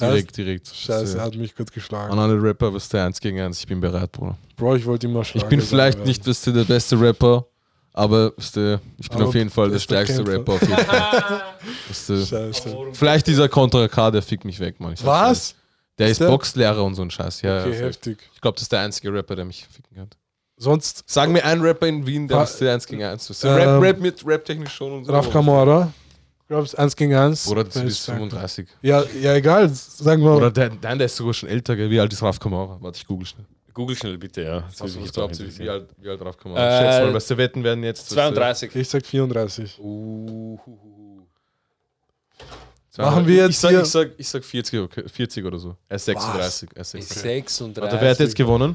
Speaker 2: Direkt, direkt.
Speaker 1: Scheiße, er
Speaker 2: An
Speaker 1: hat mich gut geschlagen.
Speaker 2: alle Rapper, was der eins gegen eins. Ich bin bereit, Bruder.
Speaker 1: Bro, ich wollte immer
Speaker 2: Ich
Speaker 1: Schlager.
Speaker 2: bin vielleicht
Speaker 1: sagen,
Speaker 2: nicht wisst ihr, der beste Rapper, aber wisst ihr, ich bin
Speaker 1: Aber
Speaker 2: auf jeden Fall
Speaker 1: der
Speaker 2: der
Speaker 1: ist der
Speaker 2: stärkste
Speaker 1: Kämpfer.
Speaker 2: Rapper. Auf jeden Fall. Wisst ihr,
Speaker 1: Scheiße.
Speaker 2: vielleicht dieser Contra K, der fickt mich weg, Mann. Ich sag's ehrlich.
Speaker 1: Was?
Speaker 2: Der
Speaker 1: Ist
Speaker 2: ist
Speaker 1: der?
Speaker 2: Boxlehrer und so ein Scheiß. Ja,
Speaker 1: okay,
Speaker 2: ja, safe.
Speaker 1: heftig.
Speaker 2: ich glaube, das ist der einzige Rapper, der mich ficken kann.
Speaker 1: Sonst
Speaker 2: Sag mir einen Rapper in Wien, der
Speaker 1: Ah,
Speaker 2: was der eins gegen eins ist.
Speaker 1: ähm,
Speaker 2: Rap, Rap mit Rap-technisch schon und so.
Speaker 1: Raf Kamora. Glaubst 1 gegen 1.
Speaker 2: Oder du bist 35.
Speaker 1: Ja, ja, egal. Sagen wir
Speaker 2: Oder der, nein, der ist sogar schon älter, gell? Wie alt ist Raf Kamara? Warte, ich google schnell.
Speaker 3: Google schnell bitte, ja. Das
Speaker 2: Also,
Speaker 3: würde mich
Speaker 2: was
Speaker 3: jetzt
Speaker 2: glaubt ihr,
Speaker 3: auch
Speaker 2: wie
Speaker 3: interessieren.
Speaker 2: alt, wie alt Raf Kamara ist? Schätzt
Speaker 3: Äh,
Speaker 2: mal, was der Wetten werden jetzt? wisst ihr?
Speaker 3: 32.
Speaker 1: ich sag 34.
Speaker 3: Uh,
Speaker 1: Machen wir jetzt
Speaker 2: ich sag,
Speaker 1: hier-
Speaker 2: ich sag, ich sag 40, okay, 40 oder so. Er ist 36. Er ist 36.
Speaker 3: 36.
Speaker 2: Warte, wer hat jetzt gewonnen?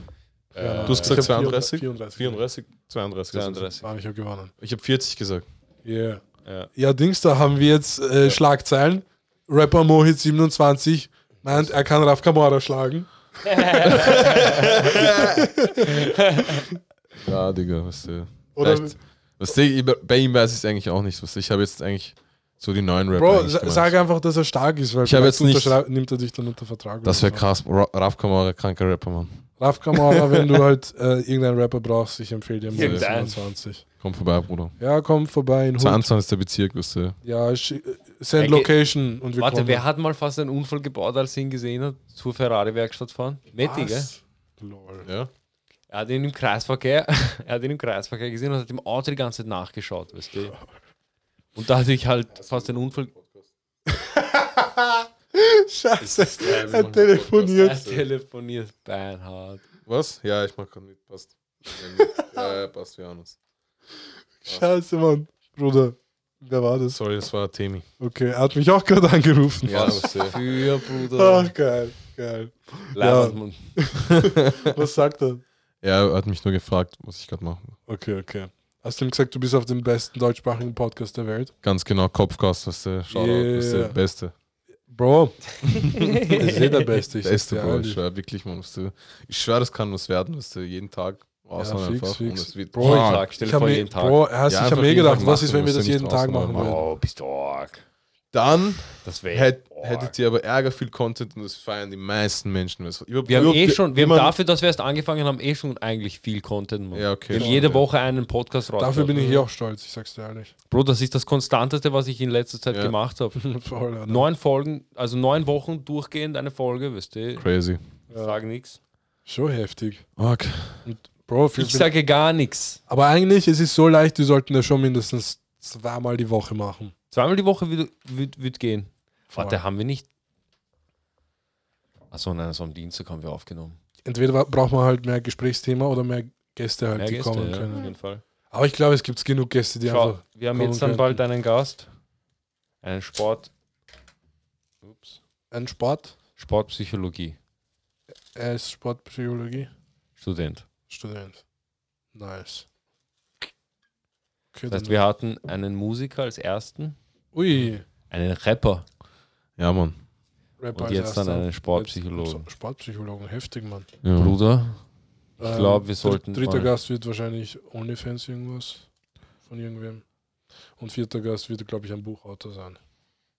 Speaker 2: Du hast gesagt
Speaker 1: Ich hab
Speaker 2: 32?
Speaker 1: 34.
Speaker 2: 34? 32.
Speaker 3: 32.
Speaker 1: Mann, ich habe gewonnen.
Speaker 2: Ich habe 40 gesagt.
Speaker 1: Yeah.
Speaker 3: Ja.
Speaker 1: Ja, Dings, da haben wir jetzt äh, Schlagzeilen. Rapper Mohit27 meint, er kann Raf Kamora schlagen.
Speaker 2: Ja, Digga, was du.
Speaker 1: Oder
Speaker 2: Vielleicht- Was ich, bei ihm weiß ich es eigentlich auch nicht. Was ich habe jetzt eigentlich so die neuen Rapper.
Speaker 1: Bro,
Speaker 2: eigentlich
Speaker 1: sa-
Speaker 2: gemeint.
Speaker 1: sag einfach, dass er stark ist, weil
Speaker 2: Ich hab
Speaker 1: vielleicht
Speaker 2: jetzt nicht-
Speaker 1: unterschrei- nimmt er dich dann unter Vertrag.
Speaker 2: Das
Speaker 1: oder
Speaker 2: wäre krass. Ra- Raf Kamara, kranker Rapper, Mann.
Speaker 1: so. Raf Kamora, wenn du halt äh, irgendeinen Rapper brauchst, ich empfehle dir Mohit
Speaker 3: Irgendeinen.
Speaker 1: 27.
Speaker 2: Komm vorbei, Bruder.
Speaker 1: Ja, komm vorbei in Hund.
Speaker 2: 22. Bezirk, weißt du.
Speaker 1: Ja, schi- äh, send
Speaker 3: Ey, ge-
Speaker 1: Location und wir
Speaker 3: Warte,
Speaker 1: kommen.
Speaker 3: wer hat mal fast einen Unfall gebaut, als sie ihn gesehen hat? Zur Ferrari-Werkstatt fahren? Metti, gell?
Speaker 1: Was? Lol.
Speaker 2: Ja.
Speaker 3: Er hat ihn im Kreisverkehr, er hat ihn im Kreisverkehr gesehen und hat im Auto die ganze Zeit nachgeschaut, weißt du? Und da hatte ich halt fast einen Unfall.
Speaker 1: Scheiße, er telefoniert.
Speaker 3: Er telefoniert beinhart.
Speaker 2: Was? Ja, ich mach gerade mit. Passt. ja, passt, wir haben uns.
Speaker 1: Scheiße, Mann. Bruder, wer war das?
Speaker 2: Sorry, das war Temi.
Speaker 1: Okay, er hat mich auch gerade angerufen.
Speaker 2: Ja, äh.
Speaker 3: Was
Speaker 2: aber sehr.
Speaker 3: für Bruder.
Speaker 1: Ach, geil, geil.
Speaker 3: Leibwand, Mann.
Speaker 1: Was sagt er?
Speaker 2: Ja, er hat mich nur gefragt, was ich gerade mache.
Speaker 1: Okay, okay. Hast du ihm gesagt, du bist auf dem besten deutschsprachigen Podcast der Welt?
Speaker 2: Ganz genau, Kopfgast, weißt du. Shoutout, weißt
Speaker 1: Yeah.
Speaker 2: du, Beste.
Speaker 1: Bro, das ist eh der Beste. Ich
Speaker 2: Beste,
Speaker 1: sag's dir
Speaker 2: Bro. Ich
Speaker 1: ehrlich.
Speaker 2: schwör, wirklich, Mann, weißt du. Ich schwör, das kann was werden, weißt du. Jeden Tag. Außer
Speaker 1: fix,
Speaker 2: einfach.
Speaker 1: fix.
Speaker 2: Und es wird
Speaker 1: Bro,
Speaker 3: Jeden
Speaker 2: Ah,
Speaker 3: Tag, stell
Speaker 1: Ich
Speaker 3: dir
Speaker 1: hab
Speaker 3: vor,
Speaker 1: mir,
Speaker 3: jeden Tag.
Speaker 1: Bro, hast,
Speaker 2: Ja,
Speaker 1: ich hab
Speaker 2: einfach
Speaker 1: mir
Speaker 2: jeden
Speaker 1: gedacht,
Speaker 2: Tag
Speaker 1: was ist,
Speaker 2: machen,
Speaker 1: wenn wir
Speaker 2: musst
Speaker 1: das
Speaker 2: du
Speaker 1: jeden
Speaker 2: nicht
Speaker 1: Tag
Speaker 2: draußen
Speaker 1: machen
Speaker 2: machen.
Speaker 1: würden?
Speaker 3: Oh, bist du arg.
Speaker 2: Dann
Speaker 3: Das wäre.
Speaker 2: hätt, hättet ihr aber Ärger viel Content und das feiern die meisten Menschen. Also, weißt du. Über-
Speaker 3: Wir haben
Speaker 2: über-
Speaker 3: eh schon, wir haben
Speaker 2: immer-
Speaker 3: dafür, dass wir erst angefangen haben, eh schon eigentlich viel Content. Mann.
Speaker 2: Ja, okay,
Speaker 3: wir haben
Speaker 2: schon,
Speaker 3: jede
Speaker 2: ja.
Speaker 3: Woche einen Podcast raus.
Speaker 1: Dafür bin ich eh auch stolz, ich sag's dir ehrlich.
Speaker 3: Bro, das ist das Konstanteste, was ich in letzter Zeit
Speaker 2: Ja. ne.
Speaker 3: gemacht habe.
Speaker 1: Voll, Alter.
Speaker 3: Neun Folgen, also neun Wochen durchgehend eine Folge, weißt du?
Speaker 2: Crazy.
Speaker 3: Ich sage nichts.
Speaker 1: Schon heftig.
Speaker 2: Okay.
Speaker 1: Bro, viel,
Speaker 3: Ich sage gar nichts.
Speaker 1: aber eigentlich, es ist so leicht, wir sollten das schon mindestens zweimal die Woche machen.
Speaker 3: Zweimal die Woche wird, wird, wird gehen.
Speaker 1: Voll.
Speaker 3: Warte, haben wir nicht. Achso, nein, so am Dienstag haben wir aufgenommen.
Speaker 1: Entweder wa- braucht man halt mehr Gesprächsthema oder mehr Gäste halt,
Speaker 3: Mehr
Speaker 1: die
Speaker 3: Gäste,
Speaker 1: kommen
Speaker 3: ja, auf
Speaker 1: können.
Speaker 3: jeden Fall.
Speaker 1: Aber ich glaube, es gibt genug Gäste, die
Speaker 3: Schau,
Speaker 2: also,
Speaker 1: einfach.
Speaker 3: wir haben
Speaker 1: kommen
Speaker 3: jetzt dann
Speaker 1: könnten.
Speaker 3: bald einen Gast. Einen Sport. Ups.
Speaker 1: Ein Sport,
Speaker 3: Sportpsychologie.
Speaker 1: er ist Sportpsychologie.
Speaker 3: Student.
Speaker 1: Student. Nice. Okay,
Speaker 3: Das heißt,
Speaker 1: dann-
Speaker 3: wir hatten einen Musiker als ersten,
Speaker 1: Ui,
Speaker 3: einen Rapper
Speaker 2: Ja, Mann.
Speaker 1: Rapper
Speaker 3: und
Speaker 1: als
Speaker 3: jetzt dann
Speaker 1: erster.
Speaker 3: einen Sportpsychologen.
Speaker 1: Jetzt- Sportpsychologen, heftig, Mann.
Speaker 2: Ja.
Speaker 3: Bruder,
Speaker 1: Ich
Speaker 3: glaub, wir sollten
Speaker 1: Dritter
Speaker 3: mal-
Speaker 1: Gast wird wahrscheinlich OnlyFans irgendwas von irgendwem. Und vierter Gast wird, glaube ich, ein Buchautor sein.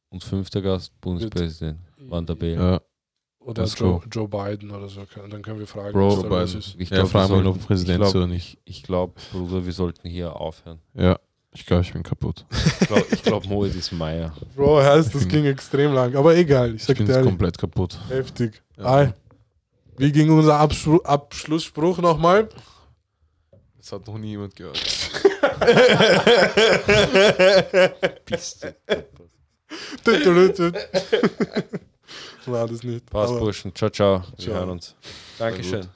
Speaker 3: und fünfter Gast, Bundespräsident, Van der Bellen.
Speaker 2: Ja,
Speaker 1: Oder
Speaker 2: Let's
Speaker 1: Joe,
Speaker 2: go.
Speaker 1: Joe Biden oder so. Und dann können wir fragen,
Speaker 3: Bro,
Speaker 1: was da
Speaker 2: Joe
Speaker 1: los
Speaker 2: Biden.
Speaker 1: ist.
Speaker 3: Ich
Speaker 2: ja
Speaker 3: glaub, wir
Speaker 2: fragen wir ihn, ob
Speaker 3: sollten-
Speaker 2: Präsident
Speaker 3: ich
Speaker 2: ist
Speaker 3: glaub,
Speaker 2: oder nicht.
Speaker 3: Ich glaube, Bruder, wir sollten hier aufhören.
Speaker 2: Ja, ich glaube, ich bin kaputt.
Speaker 3: Ich glaube, glaub, Moritz ist Meier.
Speaker 1: Bro, heißt, das
Speaker 2: Ich bin-
Speaker 1: ging extrem lang. Aber egal, ich
Speaker 2: Ich
Speaker 1: sag
Speaker 2: bin
Speaker 1: dir ehrlich,
Speaker 2: komplett kaputt.
Speaker 1: heftig.
Speaker 2: Ja.
Speaker 1: Ei. Wie ging unser Abschlu Abschlussspruch nochmal?
Speaker 2: Das hat noch nie jemand gehört.
Speaker 3: Bist du.
Speaker 1: War das nicht.
Speaker 3: Passt,
Speaker 1: Aber-
Speaker 3: Burschen. Ciao, ciao. Wir
Speaker 1: Ciao.
Speaker 3: hören uns. Dankeschön.